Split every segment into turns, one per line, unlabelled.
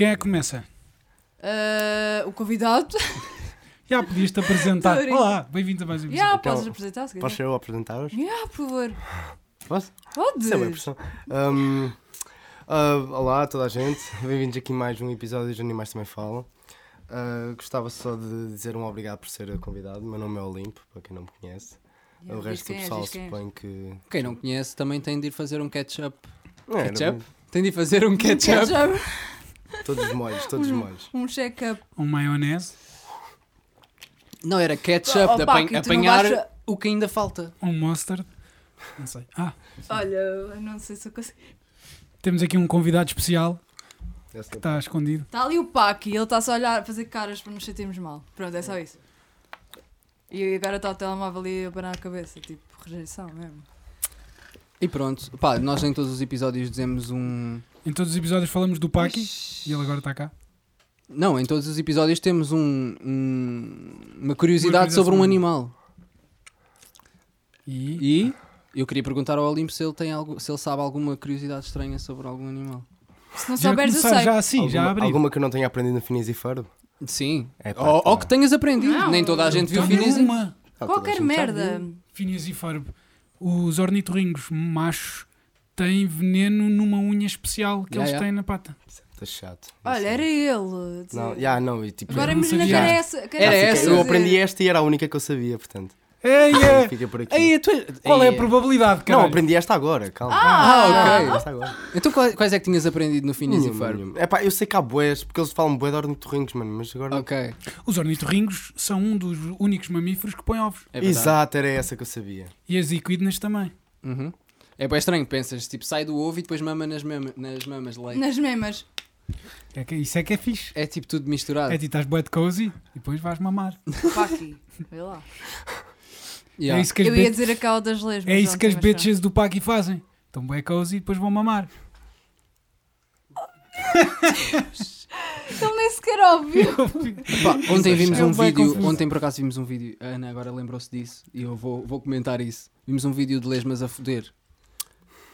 Quem é que começa?
Ah, o convidado.
Já podias-te apresentar.
Adorei.
Olá, bem-vindos a mais um
Já,
episódio.
podes
Aquela-
apresentar, se
Posso
quiser.
ser eu a apresentar-vos?
Já, por favor.
Posso? Isso é uma
Podes.
impressão. Ahm, ah, olá a toda a gente, bem-vindos aqui a mais um episódio de Animais Também Falam. Ah, gostava só de dizer um obrigado por ser convidado. Meu nome é Olimpo, para quem não me conhece.
Já,
o
diz
resto do
quem és,
pessoal
diz quem é. és.
suponho que.
Quem não conhece também tem de ir fazer um catch-up.
Não, era
Ketchup?
bem-
Tem de ir fazer um catch-up.
Ketchup.
Todos molhos, todos molhos.
Um check-up.
Um maionese,
Não, era catch-up,
Oh,
de
pá,
apan-
que tu não
apanhar
baixa-
o que ainda falta.
um mustard. Não sei. Ah,
Olha, eu não sei se eu consigo.
temos aqui um convidado especial
Essa-
que está escondido.
Está ali o Pac e ele está-se a olhar, a fazer caras para nos sentirmos mal. Pronto, é só isso. E agora está o telemóvel ali a parar a cabeça, tipo, rejeição mesmo.
E pronto, pá, nós em todos os episódios dizemos um.
Em todos os episódios falamos do Paki e ele agora está cá.
Não, em todos os episódios temos um, um- uma curiosidade
Uma curiosidade
sobre um
sobre-
animal.
E,
E eu queria perguntar ao Olimpo se ele, tem algo, se ele sabe alguma curiosidade estranha sobre algum animal.
Se não
já
souberes, eu sei.
já assim,
alguma,
já abri.
alguma que eu não tenha aprendido no Finis e Faro?
Sim.
É pá,
ou,
tá.
ou que tenhas aprendido.
Não.
Nem toda a gente viu o
Tenho
Finis.
Então, uma.
Ah, toda a
Qualquer
gente já
merda.
viu.
Phineas e Ferb. Os ornitorringos machos têm veneno numa unha especial que
Ya,
eles
ya.
têm na pata.
Está Tá chato. não
Olha,
sei.
era ele. Dizer-
Não, já, não, e tipo.
Agora
Eu não
imagina que
sabia.
era essa. que
Era
essa,
essa.
quer
eu
dizer.
aprendi esta e era a única que eu sabia, portanto.
Ei, é.
Fica por aqui.
Ei, tu...
Qual é a
Ei,
probabilidade,
Não,
caralho?
aprendi esta agora, calma.
Ah,
ok.
Aprendi esta agora.
Então quais quais é que tinhas aprendido no Finis e
Nenhuma,
Ferb?
nenhuma. Epá, eu sei que há boés, porque eles falam boé de ornitorrincos, mano, mas agora não.
Ok.
Os ornitorringos são um dos únicos mamíferos que põe ovos.
É verdade.
Exato, era essa que eu sabia.
E as equidnas também.
Uhum. É bem estranho, pensas, tipo, sai do ovo e depois mama nas, mama, nas mamas de leite.
Nas memas.
É que- isso é que é fixe.
É tipo tudo misturado.
É tipo, estás bué de cozy e depois vais mamar.
Paqui. Vê lá.
Yeah.
É isso que as,
Eu ia
bet-
dizer a cala das leis.
é
mas
isso
não,
que as
tem mais
bitches do Paki fazem. Estão bué cozy e depois vão mamar.
chance. Ele Então nem sequer ouviu.
Pá, ontem vimos
É
um
um bué
vídeo,
confuso.
ontem por acaso vimos um vídeo, a Ana agora lembrou-se disso e eu vou, vou comentar isso. Vimos um vídeo de lesmas a foder.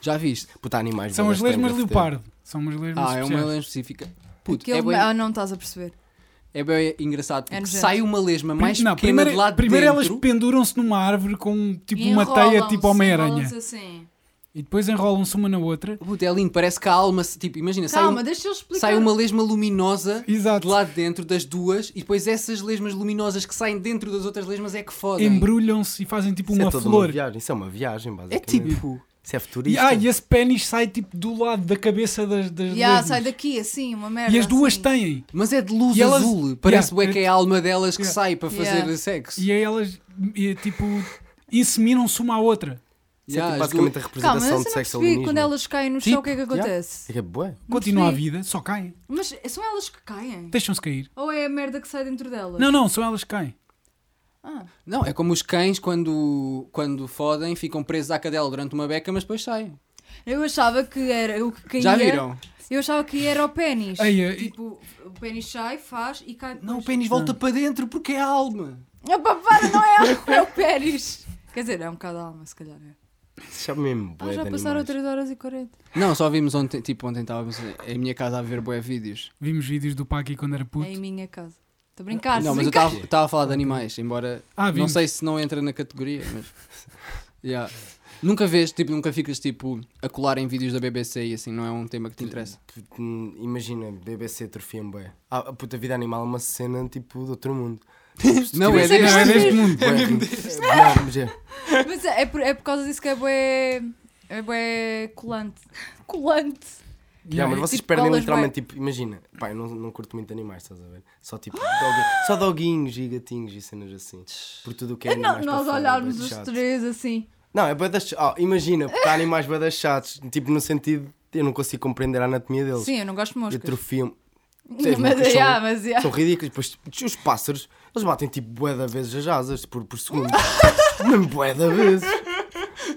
Já viste?
Puta, animais.
São
bué
as lesmas
estranhos a
leopardo. São umas lesmas
Ah, é uma
especiais.
lesma específica. Puto,
Aquele-
é bem,
Ah, não estás a perceber.
é bem engraçado porque
É nojento.
sai uma lesma mais
Não,
pequena
primeiro,
de lado
primeiro
de
elas
dentro.
penduram-se numa árvore com tipo uma teia tipo Homem-Aranha.
Assim.
E depois enrolam-se uma na outra.
Puto, é lindo, parece que a alma, se- tipo, imagina, sai,
Calma,
um-
deixa eu explicar.
sai uma lesma luminosa
Exato.
de lá de dentro das duas e depois essas lesmas luminosas que saem dentro das outras lesmas é que fodem.
Embrulham-se e fazem tipo
Isso
uma
é toda
um
flor.
Uma viagem. Isso é uma viagem,
É
basicamente.
tipo.
Isso é
e,
futurista.
ah, e esse pênis sai tipo do lado da cabeça das, das
Ya,
lesmas.
sai daqui assim, uma merda.
E as duas
assim.
têm.
Mas é de luz
E elas-
azul. Parece
Yeah.
bué que é a alma delas que
Yeah.
sai para fazer
Yeah.
sexo.
E aí elas e, tipo inseminam-se uma à outra.
Isso é tipo,
Yeah, as
basicamente a
Calma, mas eu
representação
não
de sexo
percebi quando elas caem no chão o que é que
Tipo,
yeah.
acontece.
É que é bué.
Não
Continua a
percebi.
vida, só caem.
Mas são elas que caem?
Deixam-se cair.
Ou é a merda que sai dentro delas?
Não, não, são elas que caem.
Ah,
duas- Não, é como os cães quando, quando fodem, ficam presos à cadela durante uma beca, mas depois saem.
eu achava que era o que caía.
Já viram?
Eu achava que era o pênis.
Ai, ai,
tipo, o pênis sai, faz e cai.
Não, o pênis volta para dentro porque é a alma.
Opa, para, não é, algo, é o pênis. Quer dizer, é um bocado a alma, se calhar. É.
Isso é mesmo bué.
Ah, já
de
passaram
animais.
3 horas e 40.
Não, só vimos ontem, tipo, ontem estávamos em minha casa a ver bué vídeos.
Vimos vídeos do Paki quando era puto.
É em minha casa. Estou a brincar,
não,
estou a
mas eu
brincar.
estava- estava a falar de animais, embora
Ah,
não
vimos.
sei se não entra na categoria, mas. Yeah. Nunca vês, tipo, nunca ficas tipo a colar em vídeos da BBC e assim, não é um tema que te interessa.
Puta, Imagina, BBC atrofia-me bué. Ah, a puta vida animal é uma cena tipo do outro mundo.
Não, é
isso é que
Não, é
deste.
deste mundo.
Bué rico. Não, mas é.
Mas é, é por, é por causa disso que é bué. É bué colante. Colante.
Yeah, mas vocês
tipo,
perdem
colas
literalmente, tipo, imagina, pá, eu não, não curto muito animais, estás a ver? Só tipo, dogui- só doguinhos e gatinhos e cenas assim. Por tudo o que é
não,
animais
nós
para fora,
olharmos
bué
os
chato.
três assim.
Não, é bada oh, Imagina, porque há animais bada chatos, tipo, no sentido, eu não consigo compreender a anatomia deles.
Sim, eu não gosto de moscas.
Atrofiam.
Mas, yeah, mas, é. yeah.
São ridículos. Depois, os pássaros, eles batem tipo bué da vezes as asas por, por segundo. Mesmo bué da vezes.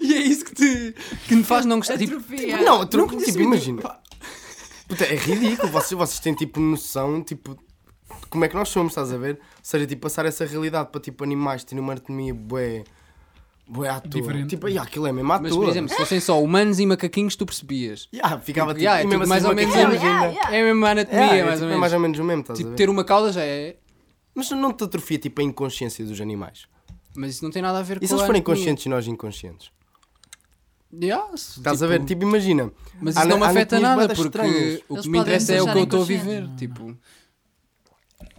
E é isso que, te, que me faz não gostar. Tipo,
É Atrofia.
Não, tu não
conheço
tipo,
muito-
imagina. Puta, é ridículo. Vocês, vocês têm tipo noção, tipo, de como é que nós somos, estás a ver? Ou seja, tipo, passar essa realidade para tipo animais terem uma anatomia bué. Bué à toa.
Diferente.
Tipo, yeah, aquilo é mesmo à
Mas,
toa.
por exemplo, se fossem só humanos e macaquinhos, tu percebias.
Yeah, ficava tipo,
Yeah, é
e
tudo
mesmo assim
mais ou
uma
menos
caquinha
Yeah, yeah,
ainda.
yeah.
É a mesma anatomia,
Yeah, é,
mais,
tipo,
ou
é
menos.
mais ou menos o mesmo, estás a
Tipo,
ver?
ter uma cauda já é.
Mas não te atrofia tipo, a inconsciência dos animais.
Mas isso não tem nada a ver com
E se eles
a
forem
anatomia.
conscientes e nós inconscientes?
Yeah, se,
Estás a
tipo,
ver? Tipo, imagina.
Mas
há
isso não me
ana-
afeta
anatomias
nada,
bué das
porque
estranhas.
o
Eles
que
podem
me interessa é o que eu estou a
deixar
viver.
inconsciente.
Tipo,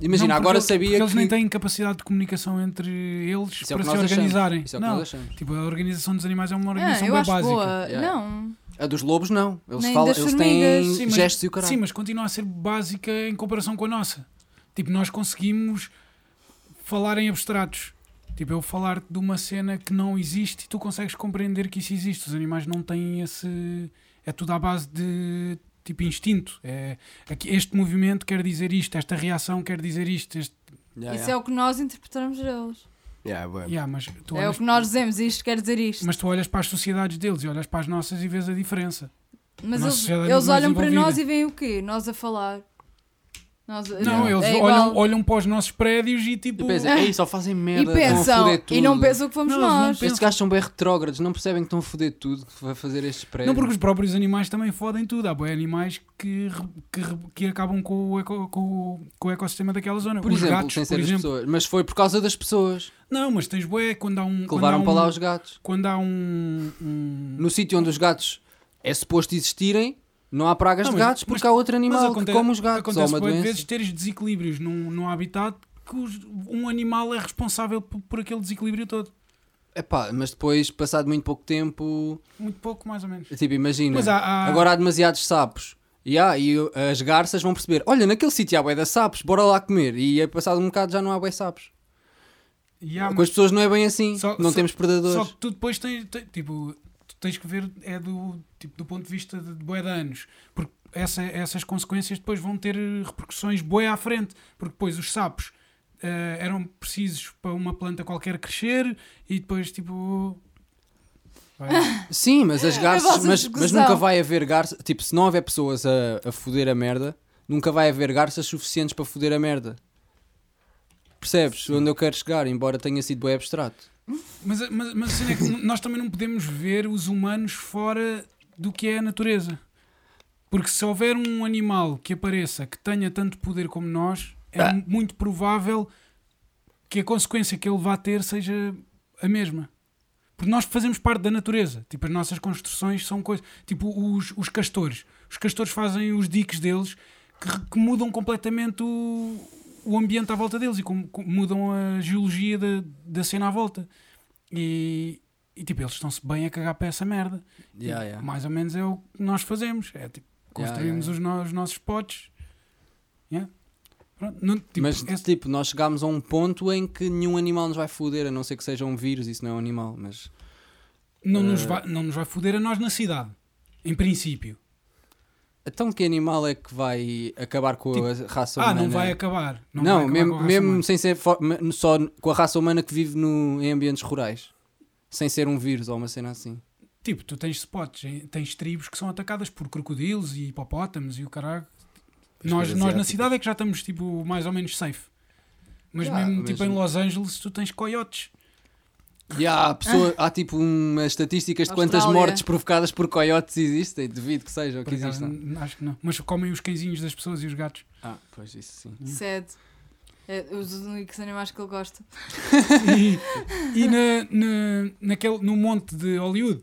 imagina,
Não, porque
agora
eles-
sabia
porque
que.
eles nem têm capacidade de comunicação entre eles
Isso é o
para
que
se
nós achamos.
organizarem.
Isso é o que
não,
nós achamos.
tipo, a organização dos animais é uma
Ah,
organização
eu
bem
acho
básica.
boa.
Yeah.
Não.
A dos lobos, não. Eles,
Nem
falam,
das
eles
formigas.
têm
Sim, mas-
gestos e o
Sim,
caralho.
mas continua a ser básica em comparação com a nossa. Tipo, nós conseguimos falar em abstratos. Tipo, eu falar de uma cena que não existe e tu consegues compreender que isso existe. Os animais não têm esse. É tudo à base de tipo instinto. É, aqui- este movimento quer dizer isto, esta reação quer dizer isto. Este...
Yeah,
Isso
yeah.
é o que nós interpretamos deles.
Yeah, bué.
Yeah, mas, tu
é o
olhas,
que nós dizemos, isto quer dizer isto.
mas tu olhas para as sociedades deles e olhas para as nossas e vês a diferença.
Mas
Nossa
eles,
sociedade
eles
mais
olham para
envolvida.
nós e veem o quê? Nós a falar. Nós a-
Não,
Yeah.
eles
É
olham,
igual.
olham para os nossos prédios e tipo.
E pensam, "Ei, só fazem
e
merda. estão a
pensam.
foder
E não
é tudo."
pensam que fomos
Não, eles não
nós.
pensam.
Estes gajos são bem retrógrados, não percebem que estão a foder tudo, que vai fazer estes
Não,
prédios.
porque os próprios animais também fodem tudo. Há bué animais que, re- que, re- que acabam com o, eco- com, o- com o ecossistema daquela zona.
Por
os
exemplo,
gatos,
sem
por
ser as
exemplo.
pessoas. Mas foi por causa das pessoas
Não, mas tens bué quando há um.
que
quando
levaram
há um,
para lá os gatos.
Quando há um. um-
No sítio onde os gatos é suposto existirem, não há pragas
Não,
de
mas-
gatos
mas-
porque há outro
mas
animal que
aconte-
come os gatos. Ou
Acontece
uma
bué de
doença.
vezes teres desequilíbrios num, num habitat que os- um animal é responsável por, por aquele desequilíbrio todo.
Epá, mas depois, passado muito pouco tempo,
Muito pouco, mais ou menos.
tipo, imagina,
Mas há- há-
agora há demasiados sapos. E, há, e as garças vão perceber: olha, naquele sítio há bué de sapos, bora lá comer. E é passado um bocado já não há bué sapos.
E há-
Com as pessoas não é bem assim,
Só-
não
só-
temos
Só
predadores.
que tu depois tens, te- tipo, tu tens que ver é do, tipo, do ponto de vista de, de bué de anos, porque essa- essas consequências depois vão ter eh, repercussões bué à frente, porque depois os sapos eh, eram precisos para uma planta qualquer crescer e depois tipo... vai-
Sim, mas as garças,
É, vossa
mas, mas
discussão.
nunca vai haver garças, tipo, se não houver pessoas a, a foder a merda, nunca vai haver garças suficientes para foder a merda. Percebes onde eu quero chegar, embora tenha sido bem abstrato.
Mas, a- mas, mas a cena é que n- nós também não podemos ver os humanos fora do que é a natureza. Porque se houver um animal que apareça que tenha tanto poder como nós, é
Ah.
mu- muito provável que a consequência que ele vá ter seja a mesma. Porque nós fazemos parte da natureza. Tipo, as nossas construções são coisas. Tipo, os, os castores. Os castores fazem os diques deles que, re- que mudam completamente o, o ambiente à volta deles e com- com- mudam a geologia da, da cena à volta. E, e, tipo, eles estão-se bem a cagar para essa merda.
Yeah,
E,
yeah.
Mais ou menos é o que nós fazemos. É tipo,
Yeah,
construímos
yeah,
Os, no- os nossos potes. Yeah. Pronto, não, tipo,
mas
é-
tipo, nós chegámos a um ponto em que nenhum animal nos vai foder, a não ser que seja um vírus, isso não é um animal, mas
não, nos
eh,
vai, não nos vai foder a nós na cidade. Em princípio.
então que animal é que vai acabar com a raça
Ah,
humana?
não vai acabar. Não,
é. Não,
vai acabar com a
mesmo,
raça
mesmo
humana.
sem ser fo- me- só com a raça humana que vive no, em ambientes rurais, sem ser um vírus ou uma cena assim.
Tipo, tu tens spots, em- tens tribos que são atacadas por crocodilos e hipopótamos e o caralho.
As
Nós,
coisas
nós na
asiáticas.
cidade é que já estamos tipo, mais ou menos safe. Mas
Yeah,
mesmo
mas-
tipo em Los Angeles tu tens coiotes.
E há, pessoa, há tipo umas estatísticas de quantas
Austrália.
mortes provocadas por coiotes existem, devido que sejam,
Por
que
acaso,
existam.
n- acho que não. Mas comem os cãezinhos das pessoas e os gatos.
Ah, pois isso sim.
Sede. É os únicos animais que ele gosta.
E, e na, na, naquele, no monte de Hollywood,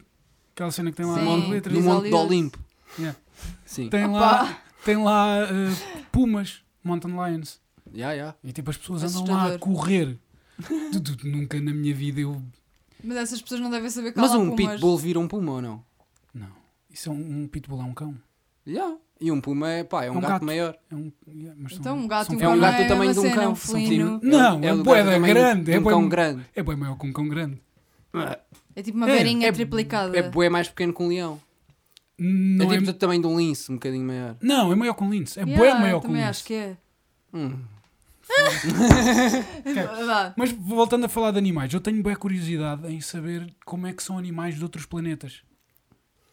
aquela cena que tem lá
Sim.
no monte de letras,
No Monte
Hollywood.
do Olimpo.
Yeah.
Sim.
tem lá, tem lá eh, pumas, mountain lions.
Yeah, yeah.
E tipo, as pessoas andam lá a
Assustador.
correr. Tu- tu- nunca na minha vida eu
Mas essas pessoas não devem saber que
Mas
há lá
um
pumas.
pitbull vira um puma ou não?
Não. Isso é um, um pitbull, é um cão.
Yeah. E um puma é, pá, é um,
um
gato,
gato.
maior.
É um, yeah, mas são-
Então um gato
são
e um
É um
Não
cães.
gato
é
do tamanho
uma
de um
cena,
cão.
um
São
felino.
tipo-
Não, é
o gato
bué da
do tamanho de
grande, é
um
bué-
cão grande.
É bem maior que um cão grande.
É tipo uma
É,
verinha
é-
triplicada.
É bué mais pequeno que um leão.
Não
é
é,
tipo do tamanho de um lince, um bocadinho maior.
não, é maior que um lince. É
Yeah,
bué maior que um
também
lince.
acho que é.
Hum.
É.
Vá.
Mas voltando a falar de animais, eu tenho bué curiosidade em saber como é que são animais de outros planetas.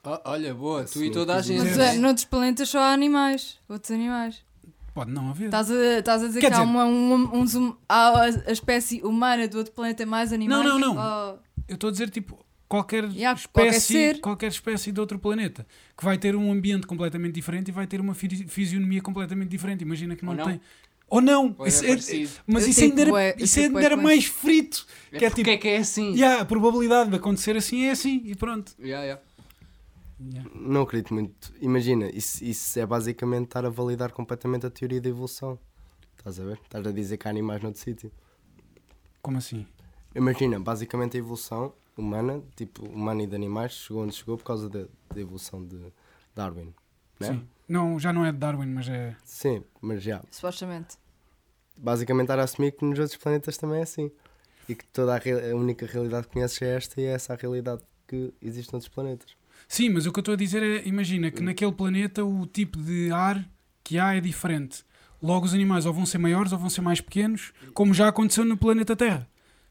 Ó, olha, boa, tu e
Sim,
toda a
sim.
gente.
Mas
Sim.
é, noutros planetas só há animais. Outros animais.
Pode não haver.
Estás a, estás a dizer
Quer
que há,
dizer-
uma, um, um, um- há a, a espécie humana do outro planeta mais animais?
Não, não, não.
Ou-
Eu estou a dizer, tipo, qualquer,
Yeah,
espécie,
qualquer
qualquer,
ser.
espécie de outro planeta que vai ter um ambiente completamente diferente e vai ter uma fisi- fisionomia completamente diferente. Imagina que não,
Ou não.
tem. Ou não!
Ou é
Isso é-
parecido.
mas
Eu
isso
tipo
ainda era,
bué- eu
isso
tipo
ainda
bué
era
com
mais frito.
É
que é
porque
tipo-
é que é assim?
Yeah, a probabilidade de acontecer assim é assim e pronto.
Yeah, yeah.
Yeah.
Não acredito muito. Imagina, isso, isso é basicamente estar a validar completamente a teoria da evolução. Estás a ver? Estás a dizer que há animais noutro sítio.
Como assim?
É?
Imagina, basicamente a evolução humana, tipo humana e de animais, chegou onde chegou por causa da, da evolução de Darwin. Né? Sim.
Sim. Não, já não é de Darwin, mas é.
Sim, mas já.
Supostamente.
Basicamente estar a assumir que nos outros planetas também é assim. E que toda a, rea- a única realidade que conheces é esta e é essa a realidade que existe noutros planetas.
Sim, mas o que eu estou a dizer é: imagina
Hum.
que naquele planeta o tipo de ar que há é diferente. Logo, os animais ou vão ser maiores ou vão ser mais pequenos, como já aconteceu no planeta Terra.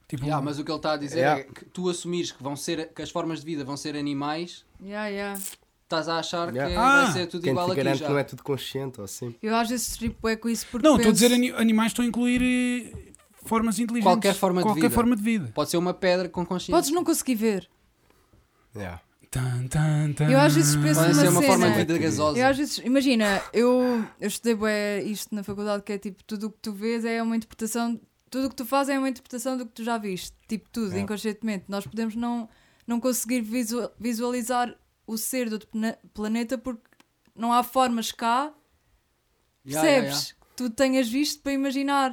Tipo,
Hum. Yeah, mas o que ele está a dizer
Yeah.
é que tu assumires que, vão ser, que as formas de vida vão ser animais,
Yeah, yeah.
estás a achar que
Yeah.
vai
Ah,
ser tudo
Quem
igual
te
aqui
garante
já.
que não é tudo consciente ou assim.
Eu às vezes tripo é com isso porque.
não, estou a
penso-
dizer ani- animais, estou a incluir eh, formas inteligentes.
Qualquer forma de
Qualquer
vida.
forma de vida.
Pode ser uma pedra com consciência.
Podes não conseguir ver.
Yeah.
Tan, tan, tan.
Eu às vezes penso
Pode ser
numa
uma forma de
cena.
vida gasosa.
Eu às vezes, imagina, eu, eu estudei bué isto na faculdade que é tipo, tudo o que tu vês é uma interpretação, tudo o que tu fazes é uma interpretação do que tu já viste, tipo tudo,
É.
inconscientemente. Nós podemos não, não conseguir visu- visualizar o ser do outro plane- planeta porque não há formas cá,
Yeah,
percebes?
yeah, yeah.
Que tu tenhas visto para imaginar.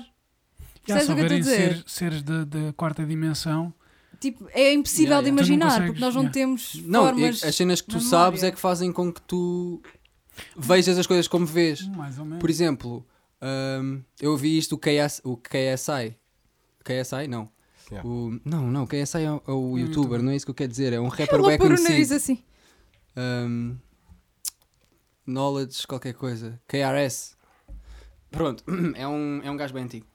Já
Percebes
se
o que eu estou a
houverem
dizer?
ser- seres da- da quarta dimensão,
Tipo, é impossível de
Yeah, yeah.
Tu não
imaginar
consegues,
porque nós não
yeah.
temos
Não, e
formas.
as cenas que tu
na
sabes
memória.
é que fazem com que tu vejas as coisas como vês.
mais ou menos.
Por exemplo, hum, eu vi isto o, KS, o KSI. KSI? Não.
Yeah.
O, não, não, o KSI é o, é o youtuber,
youtuber.
não é isso que eu quero dizer. É um rapper
Ela
bem
pôr o nariz
conhecido.
assim.
Hum, knowledge, qualquer coisa. KRS. Pronto, é um, é um gajo bem antigo.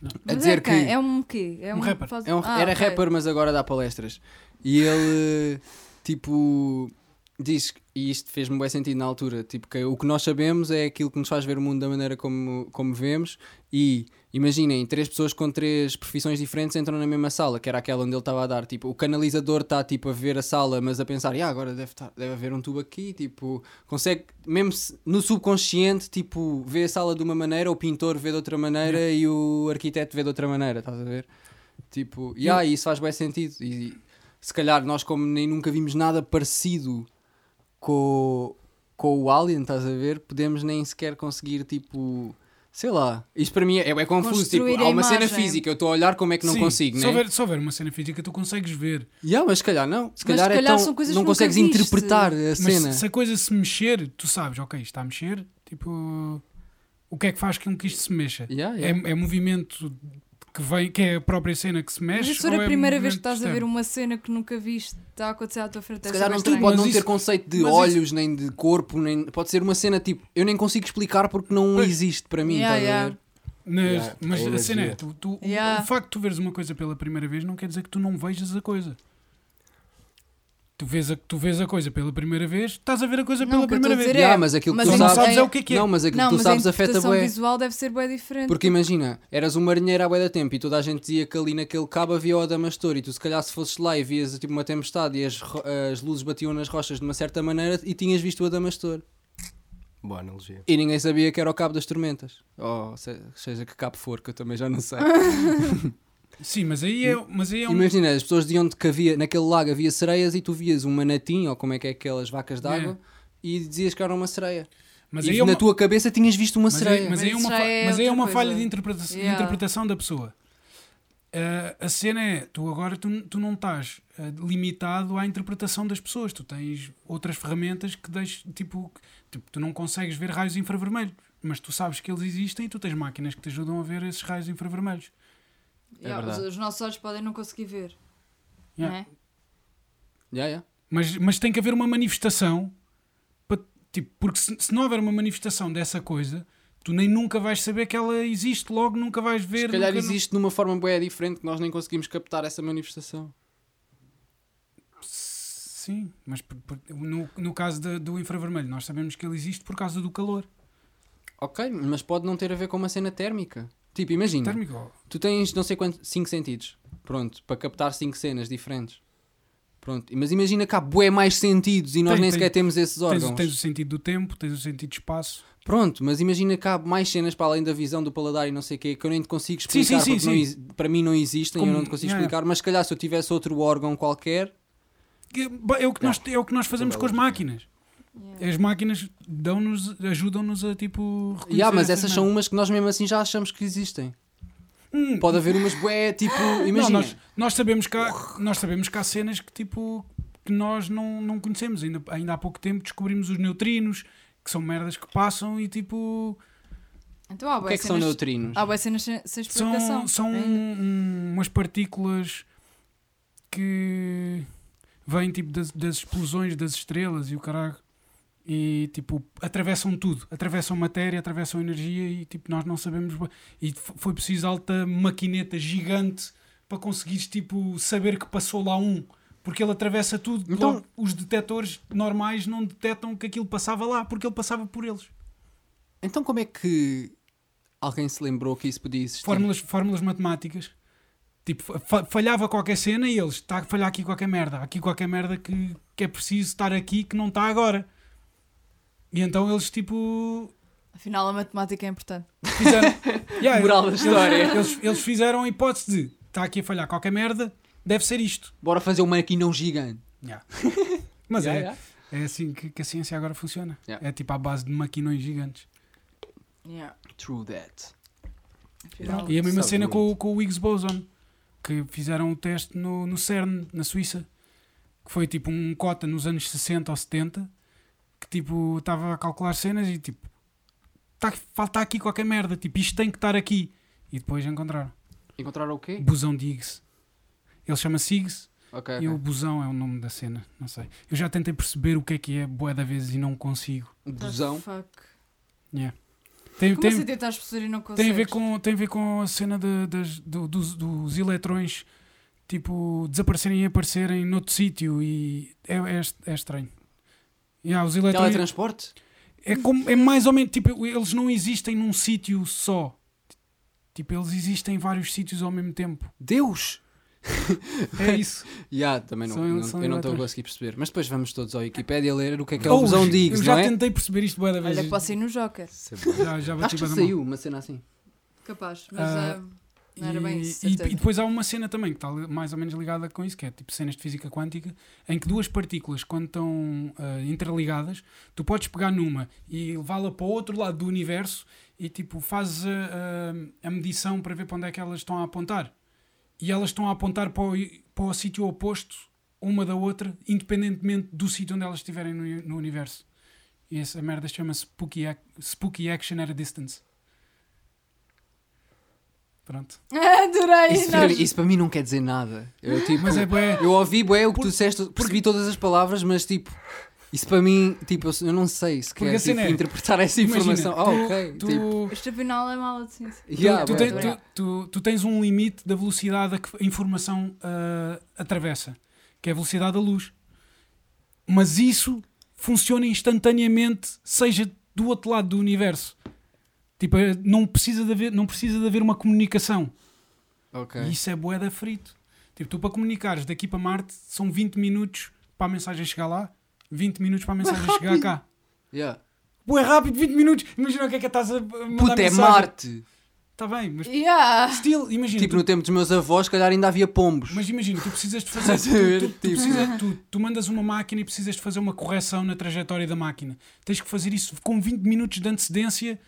Não.
A
Mas
dizer
é
que.
quem? É um quê? É
Um rapper.
faz-
É um-
Ah,
era
ok.
rapper, mas agora dá palestras. E ele, tipo, diz, e isto fez-me bem sentido na altura, tipo, que o que nós sabemos é aquilo que nos faz ver o mundo da maneira como, como vemos. E imaginem, três pessoas com três profissões diferentes entram na mesma sala, que era aquela onde ele estava a dar. Tipo, o canalizador está tipo, a ver a sala, mas a pensar, "Ya, agora deve, tá- deve haver um tubo aqui. Tipo, consegue, mesmo se- no subconsciente, tipo, vê a sala de uma maneira, o pintor vê de outra maneira e o arquiteto vê de outra maneira, estás a ver? Tipo, e yeah, isso faz bem sentido. E se calhar nós, como nem nunca vimos nada parecido com, com o Alien, estás a ver? Podemos nem sequer conseguir, tipo, sei lá. Isto para mim é, é confuso. Tipo,
Construir a
há uma cena
imagem.
física, eu estou a olhar como é que não
Sim,
consigo,
se
né?
houver, se houver uma cena física, tu consegues ver.
Yeah, mas se calhar não.
Mas
Se calhar,
se
é
calhar
tão,
são coisas
não
que nunca
consegues
viste.
interpretar a
Mas
cena.
se a coisa se mexer, tu sabes, ok, isto está a mexer, tipo, o que é que faz com que isto se mexa?
Yeah,
É,
yeah.
é movimento que vem, que é a própria cena que se
Mas
mexe.
isso for
ou
a
é
primeira vez
movimento
que estás a ver um-
externo?
uma cena que nunca viste, está a acontecer à tua frente.
Se
deve
calhar
ser
não,
bem
tudo pode
Mas
não
isso-
ter conceito de
mas isso-
olhos, nem de corpo, nem pode ser uma cena tipo, eu nem consigo explicar porque não
Pois.
existe para mim,
Yeah,
estás a
yeah.
ver?
Mas,
Yeah,
mas
é
a
energia.
cena é, tu, tu- o-
Yeah.
o facto de tu veres uma coisa pela primeira vez não quer dizer que tu não vejas a coisa. Tu vês a, tu vês a coisa pela primeira vez, estás a ver a coisa
Não,
pela
o que eu
primeira
estou a
vez.
dizer é-
Yeah, mas aquilo que
mas
tu
tu
é-
não
sabes,
sabes é o que é que é.
não, mas aquilo
Não,
que tu
mas
sabes
a
afeta
interpretação
bué.
visual deve ser bem diferente.
Porque imagina, eras um marinheiro à bué da tempo e toda a gente dizia que ali naquele cabo havia o Adamastor e tu se calhar se fosses lá e vias tipo uma tempestade e as, ro- as luzes batiam nas rochas de uma certa maneira e tinhas visto o Adamastor.
Boa analogia.
E ninguém sabia que era o cabo das tormentas. Ou se- seja que cabo for, que eu também já não sei.
Sim, mas aí é, mas aí é um.
Imagina, as pessoas diziam que havia, naquele lago havia sereias e tu vias um manatim, ou como é que é aquelas vacas d'água, e dizias que era uma sereia.
mas
e
aí
na
é uma-
tua cabeça tinhas visto uma
Mas
sereia.
aí, mas aí é
Mas
uma,
já
fa-
é
mas aí é
outra
uma falha
coisa.
de interpretação,
Yeah.
interpretação da pessoa. Ah, a cena é, tu agora tu, tu não estás ah, limitado à interpretação das pessoas, tu tens outras ferramentas que deixam, tipo, que- tipo, tu não consegues ver raios infravermelhos, mas tu sabes que eles existem e tu tens máquinas que te ajudam a ver esses raios infravermelhos.
É
Yeah, os,
verdade.
os nossos olhos podem não conseguir ver.
Yeah.
não é?
Yeah, yeah.
Mas, mas tem que haver uma manifestação, pa- tipo, porque se, se não houver uma manifestação dessa coisa, tu nem nunca vais saber que ela existe, logo nunca vais ver.
Se calhar
nunca-
existe de uma forma bem diferente que nós nem conseguimos captar essa manifestação.
Sim, mas por- por- no, no caso da- do infravermelho, nós sabemos que ele existe por causa do calor
Ok, mas pode não ter a ver com uma cena térmica. Tipo, imagina,
térmico.
tu tens não sei quantos, 5 sentidos. Pronto, para captar 5 cenas diferentes. Pronto, mas imagina que há bué mais sentidos e nós
Tem,
nem
tem.
sequer temos esses
Tens,
órgãos.
tens o sentido do tempo, tens o sentido de espaço.
Pronto, mas imagina que há mais cenas para além da visão do paladar e não sei o quê que eu nem te consigo
Sim,
explicar
sim, sim,
porque não
sim.
exi- para mim não existem
Como-
eu não te consigo
yeah.
explicar, mas se calhar se eu tivesse outro órgão qualquer,
Que É, bem, é o que nós, é o que nós fazemos com as máquinas.
Yeah.
As máquinas dão-nos, ajudam-nos a tipo. reconhecer
yeah, mas
essas
essas são
merdas.
umas que nós mesmo assim já achamos que existem.
Hum,
Pode haver umas bué, tipo,
não,
imagina.
nós, nós sabemos que há, nós sabemos que há cenas que tipo que nós não, não conhecemos. Ainda, ainda há pouco tempo descobrimos os neutrinos, que são merdas que passam e tipo.
Então há
O que é
boas
que são
cenas.
neutrinos?
Há boas cenas sem sem explicação. é né?
São, são
ainda.
um- umas partículas que vêm tipo das, das explosões das estrelas e o caralho. E tipo, atravessam tudo, atravessam matéria, atravessam energia e tipo, nós não sabemos. bem- E f- foi preciso alta maquineta gigante para conseguires tipo, saber que passou lá um, porque ele atravessa tudo.
Então-
logo os detectores normais não detectam que aquilo passava lá, porque ele passava por eles.
Então como é que alguém se lembrou que isso podia existir?
fórmulas, fórmulas matemáticas. Tipo, fa- falhava qualquer cena e eles, está a falhar aqui qualquer merda, há aqui qualquer merda que, que é preciso estar aqui que não está agora. E então eles, tipo,
Afinal, a matemática é importante.
fizeram. Yeah,
Moral da
eles-
história.
Eles, eles fizeram a hipótese de está aqui a falhar qualquer merda, deve ser isto.
Bora fazer uma aqui não gigante.
Yeah. Mas
Yeah,
é,
yeah.
é assim que, que a ciência agora funciona.
Yeah.
É tipo à base de maquinões gigantes.
Yeah.
True that.
Afinal,
E a mesma
Sabe
cena
muito.
com, o- com o Higgs boson, que fizeram o teste no, no CERN, na Suíça, que foi tipo um cota nos anos 60 ou 70, que tipo estava a calcular cenas e tipo, tá, falta aqui qualquer merda, tipo, isto tem que estar aqui. E depois encontraram.
Encontraram o
O
quê?
busão de Higgs. Ele chama-se Higgs
Ok.
e
ok.
o busão é o nome da cena, não sei. Eu já tentei perceber o que é que é bué da vez e não consigo.
Busão.
Fuck.
Tem,
Como
tem-
assim tentar perceber e não consegues?
Tem a ver com, tem a ver com a cena de- das- do- dos, dos eletrões tipo desaparecerem e aparecerem noutro sítio e é, é, est- é estranho. E há os eletrões
Teletransporte?
é, como- é mais ou menos tipo eles não existem num sítio só. Tipo, eles existem em vários sítios ao mesmo tempo.
Deus!
É isso.
Yeah, também não,
São-
não-
são
eu não estou a
eletrões.
conseguir perceber. Mas depois vamos todos ao Wikipedia ler o que é que é
Ou
o busão
eu
de Higgs,
já
não é?
tentei tipo, perceber isto boa da vez.
Olha, que posso ir no Joker.
Isso é bom.
Já, já bati
Acho que
bué da
saiu uma cena assim.
Capaz, mas
Ah,
ah,
mão.
não era bem
E-
isso.
e,
certeza.
e depois há uma cena também que está li- mais ou menos ligada com isso, que é tipo cenas de física quântica, em que duas partículas, quando estão ah, interligadas, tu podes pegar numa e levá-la para o outro lado do universo e tipo fazes a, a- a medição para ver para onde é que elas estão a apontar. E elas estão a apontar para o, para o sítio oposto uma da outra, independentemente do sítio onde elas estiverem no, no universo. E essa merda chama-se spooky, Ac- spooky Action at a Distance. Pronto.
ah, Adorei!
Isso para,
nós-
mim, isso para mim não quer dizer nada. Eu, tipo,
É Mas é bué.
eu ouvi bué, o que
Por-
tu disseste, percebi todas as palavras, mas tipo, isso para mim, tipo, eu, eu não sei se
Porque
quer
a cena
tipo,
é-
interpretar essa
Imagina,
informação. Ah,
tu-
ok.
Tu,
tipo,
Este afinal é mala de ciência.
yeah,
tu,
bué,
tem-
tens-
bué.
tu- tu- tu tens um limite da velocidade a que a informação ah, atravessa, que é a velocidade da luz. Mas isso funciona instantaneamente, seja do outro lado do universo. Tipo, eh, não precisa de haver, não precisa de haver uma comunicação.
Ok.
E isso é boeda frito. Tipo, tu para comunicares daqui para Marte são 20 minutos para a mensagem chegar lá, 20 minutos para a mensagem chegar cá.
Yeah.
Boa, é rápido, 20 minutos. Imagina o que é que estás a mandar
Puta, é
mensagem.
Marte!
Está bem, mas
Yeah!
Still, imagina,
Tipo,
tu-
no tempo dos meus avós, se calhar ainda havia pombos.
mas imagina, tu precisas de fazer.
Estás a ver?
tu, tu- tu
Tipo-
precisa- tu- tu mandas uma máquina e precisas de fazer uma correção na trajetória da máquina. Tens que fazer isso com 20 minutos de antecedência.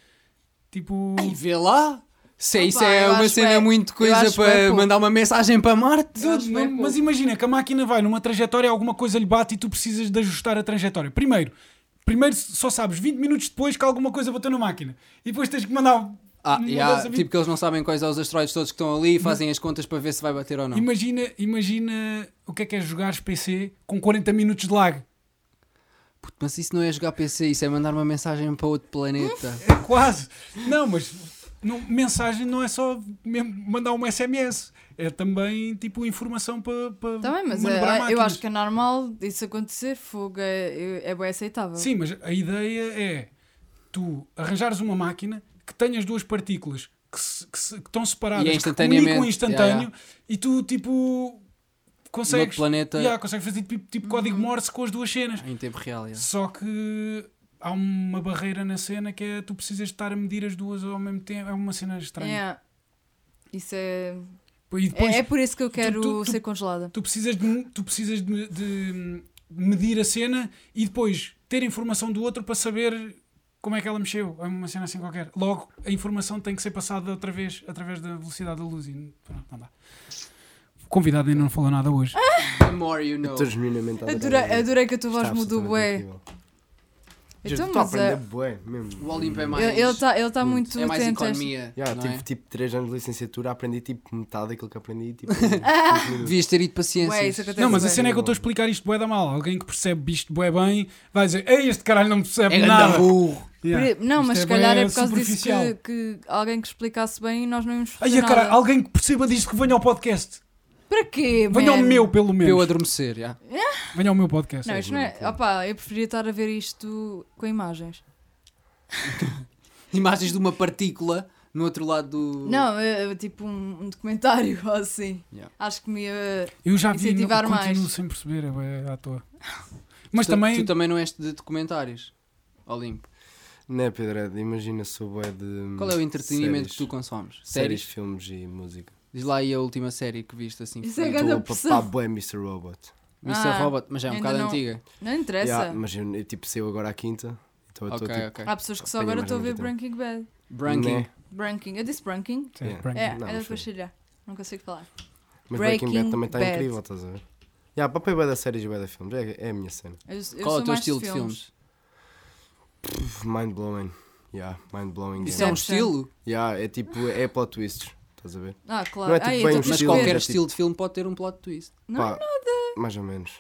Tipo.
E vê lá! Se é
Opa,
isso é
eu
uma
acho
cena
bué-
muito
eu
coisa
acho bué
para
pouco.
mandar uma mensagem para Marte.
Dude,
acho bem
não- né? mas
pouco.
imagina que a máquina vai numa trajetória, alguma coisa lhe bate e tu precisas de ajustar a trajetória. Primeiro, primeiro só sabes 20 minutos depois que alguma coisa bateu na máquina. E depois tens que mandar.
Ah,
uma
yeah,
mudança
tipo que eles não sabem quais são os asteroides todos que estão ali e fazem as contas para ver se vai bater ou não.
Imagina, imagina o que é que é jogares PC com 40 minutos de lag.
Puto, mas isso não é jogar PC, isso é mandar uma mensagem para outro planeta.
É Quase. Não, mas não- mensagem não é só mesmo mandar um SMS. É também tipo informação para pa
Também, mas é,
manobrar
eu
máquinas.
acho que é normal isso acontecer, fuga é, é bem aceitável.
Sim, mas a ideia é tu arranjares uma máquina que tenha as duas partículas que, se- que se- que estão separadas,
E é
que
instantaneamente,
comunicam instantâneo
yeah,
e tu tipo consegues,
noutro planeta
yeah, consegues fazer tipo, tipo código
Uhum.
Morse com as duas cenas.
em tempo real. yeah.
Só que há uma barreira na cena que é tu precisas estar a medir as duas ao mesmo tempo. É uma cena estranha.
Yeah. Isso é...
E depois
é. é por isso que eu quero
tu- tu-
ser congelada.
tu precisas, de, tu precisas de, de medir a cena e depois ter informação do outro para saber como é que ela mexeu. É uma cena assim qualquer. Logo, a informação tem que ser passada outra vez através da velocidade da luz. E, pronto, não dá. O convidado ainda não falou nada hoje.
The more you know.
Estou genuinamente a
Adorei, adorei que a tua voz
Está
mudou bué.
absolutamente incrível. Juro,
Então,
Estou a
mas
aprender
é,
bué mesmo. Hum.
O Olimpo é mais.
ele está ele tá muito
é mais
atento a esta-
economia.
Yeah,
não
tive
é?
tipo 3 anos de licenciatura, aprendi tipo metade daquilo que aprendi. Tipo, em 15 minutos.
Devias ter ido paciência.
Ué, isso acontece
Não, mas a
bué.
cena é que eu estou a explicar isto bué da mal. Alguém que percebe isto bué bem vai dizer Ei, este caralho não
É
percebe nada.
burro.
Yeah.
Por- Não,
Isto
mas
é
se calhar
bué
é por causa disso que,
superficial.
que alguém que explicasse bem nós não íamos fazer
Ai, cara,
nada.
alguém que perceba disto que venha ao podcast.
Para quê,
Venha ao
man?
meu, pelo
Para eu
menos.
adormecer, já.
Venha ao meu podcast.
Não, isto não é... Opa, eu preferia estar a ver isto com imagens.
Imagens de uma partícula no outro lado do.
Não, é, é tipo um, um documentário ou assim.
Yeah.
Acho que me ia...
Eu já vi, não,
Incentivar
continuo
mais.
sem perceber, é bué à toa. Mas
Tu-
também,
Tu também não és de documentários. Olimpo.
Não é, Pedro? é de- Imagina se eu bué de. hum,
Qual é o entretenimento
séries.
que tu consomes?
Séries,
Séries?
filmes e música.
Diz lá aí a última série que viste assim.
Isso é
frente.
grande- Cada
Estou a
pressão.
papar bué Mr. Robot.
Mr.
Ah,
Robot, mas já é um
ainda
bocado
não-
antiga.
Não interessa.
Yeah, mas eu, eu, tipo saiu agora à quinta. Então eu estou
Ok,
tipo.
ok.
Há pessoas que só
Apanha
agora
mais
estão a ver
ou menos
Breaking Bad.
Branking.
Né?
Breaking. Eu disse Breaking?
Sim,
Yeah.
prank.
É,
Não,
é da
mas foi.
pastilha. Não consigo falar.
Mas Breaking
Breaking
Bad também está
Bad.
incrível, estás a ver? Yeah, papai bué da séries e bué da filmes. É, é a minha cena.
Eu, eu sou
Qual é o teu
mais
estilo
de
de
filmes.
filmes?
Pff, Mind blowing. Yeah, mind blowing.
Isso é um
Inception.
estilo,
Yeah, é tipo. É plot twists. Estás a ver?
Ah, claro.
Não é tipo
Ai, eu
bem
estou
um
a
mas
estilo,
qualquer
é
perceber.
tipo-
estilo de filme pode ter um plot twist.
Não é
nada. Mais ou menos.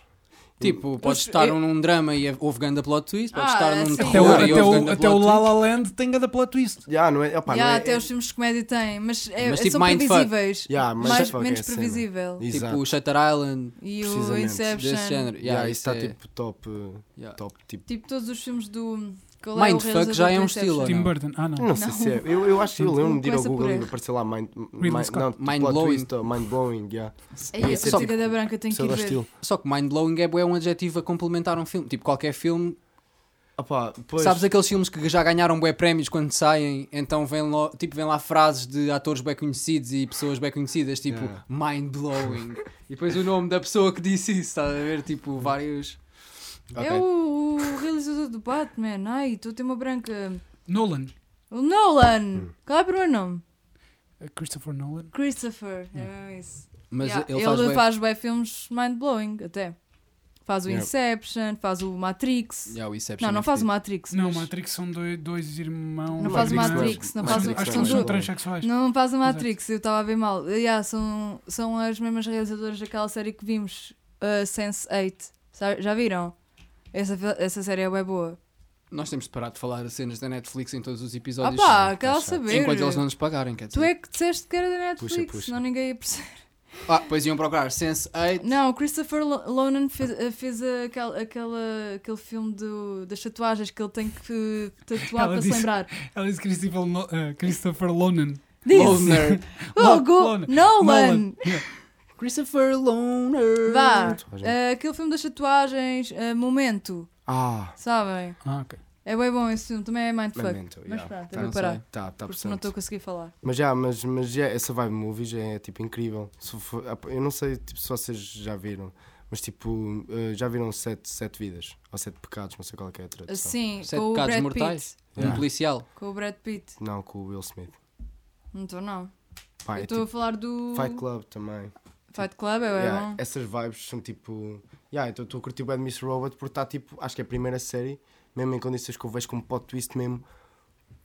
Tipo, podes
eu-
estar
eu-
num drama e houve ganda plot twist, podes
Ah,
estar
sim.
num
Até o-
Até, o,
terror e
até,
houve
o,
ganda
até o
plot
La
twist.
La Land tem cada plot twist.
Yeah, não é, opa,
Yeah,
não é,
até
é-
os filmes de comédia têm, mas é,
Mas
é-
tipo
são
Mindfuck.
previsíveis.
Yeah, mas
mais,
é qualquer
menos
cena.
previsível.
Exato.
Tipo Shutter Island,
E o
Precisamente.
desse
Inception.
género.
Yeah,
Yeah,
isso está
é-
tipo top, eh,
yeah.
top tipo.
Tipo todos os filmes do. Qual é o
Mindfuck
realizador
já é
do
um
Inception?
estilo, Ou
Tim
não? Hum.
Burton. Ah, não.
Eu não, sei se é. Eu, eu acho que eu lembro-me de ir ao
Começa por
Google e
R.
aparecer lá mind,
Ridley
mind,
Scott.
não, tipo,
Mind
plot
blowing.
twist ou mind blowing. Yeah.
Ei,
é Só-
essa Tica da Branca tem que
tipo Pessoa
ir
do
ver.
estilo.
Só que mind-blowing é bué um adjetivo a complementar um filme. Tipo, qualquer filme.
Opa, pois,
Sabes aqueles filmes que já ganharam bué prémios quando saem, então vem, lo- tipo, vem lá frases de atores bem conhecidos e pessoas bem conhecidas, tipo
Yeah.
mind-blowing. e depois o nome da pessoa que disse isso, estás a ver? Tipo, vários.
É o, o realizador do Batman. Ai, tu tem uma branca.
Nolan.
O
Hum.
Nolan! Qual é o primeiro nome?
É Christopher Nolan.
Christopher.
Hum.
É mesmo isso.
Mas
Yeah,
ele faz bué-
bué filmes mind-blowing, até. Faz o
Yeah.
Inception, faz o Matrix.
Yeah, o Inception
Não, não
é
faz o
fedido.
Matrix.
Não,
mas-
Matrix são dois, dois irmãos.
Não faz o
Matrix,
Matrix, não
não.
faz o
Matrix
Acho que
são
eles são
duas-
transexuais.
Não faz a
Exato.
Matrix, eu estava a ver mal. Yeah, são, são as mesmas realizadoras daquela série que vimos, uh, Sense8. Sa- Já viram? Essa, fi- essa série é bué boa.
Nós temos de parar de falar de cenas da Netflix em todos os
Ah
episódios.
pá, quero
tá chato.
saber.
enquanto eles não nos pagarem, quer dizer.
Tu é que disseste que era da Netflix,
Puxa, puxa.
não ninguém ia perceber.
Ah, pois iam procurar Sense8.
Não, o Christopher Lo- Lonan fez, eh, fez aquel, aquela, aquele filme do, das tatuagens que ele tem que tatuar
Ela
para se
disse-
lembrar.
Ela disse Christopher, No- eh, Christopher Lonan.
Diz!
Loner.
Hugo
Lonan.
Nolan!
Yeah.
Christopher Loner.
Vá!
Tatuagem.
eh, aquele filme das tatuagens, eh, Momento,
Ah,
sabem?
Ah, ok.
É bem bom esse filme, também é Mindfuck.
Memento.
Mas
yeah.
pronto,
Tá,
eu vou
não
parar.
sei.
Tá, tá
Porque não estou a
presente.
conseguir falar.
Mas já, mas, mas já, essa vibe movies é tipo incrível. Se for- eu não sei tipo, se vocês já viram, mas tipo, eh, já viram sete, sete vidas ou sete pecados, não sei qual é, que é a tradução.
Assim,
Sete
com o
pecados
Brad
mortais.
Pitt.
Um policial.
Com o Brad Pitt.
Não, com o Will Smith.
Não estou, não.
Pá,
eu
é
estou
tipo
a falar do.
Fight Club também.
Fight Club, é bem
Yeah,
bom.
essas vibes são tipo. Yeah, então estou a curtir o Mr. Robot porque está tipo. Acho que é a primeira série, mesmo em condições que eu vejo como plot twist mesmo.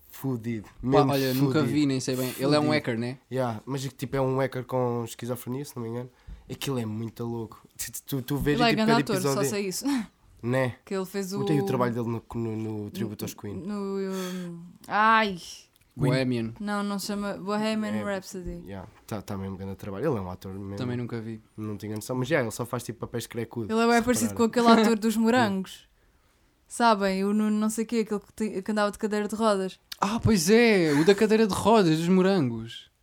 Fudido.
Pá,
Mesmo
olha,
fudido.
nunca vi, nem sei bem. Ele é um
Fudido.
hacker, né?
Yeah, mas é que, tipo é um hacker com esquizofrenia, se não me engano. Aquilo é muito louco. Tu, tu, tu vês
Ele é
tipo,
grande
cada
ator, só
episódio.
sei isso.
Né?
Que ele fez o.
Botei o trabalho dele no, no, no Tributo aos Queen.
No, um, ai,
Bohemian.
não, não se chama Bohemian
É.
Rhapsody.
Yeah, tá, tá mesmo grande trabalho. Ele é um ator mesmo.
Também nunca vi.
Não tinha noção, mas yeah, ele só faz tipo papéis crecudos.
Ele é bem parecido com aquele ator dos morangos. Sabem? O Nuno não sei o quê, aquele que, te- que andava de cadeira de rodas.
Ah,
Oh,
pois é, o da cadeira de rodas dos morangos.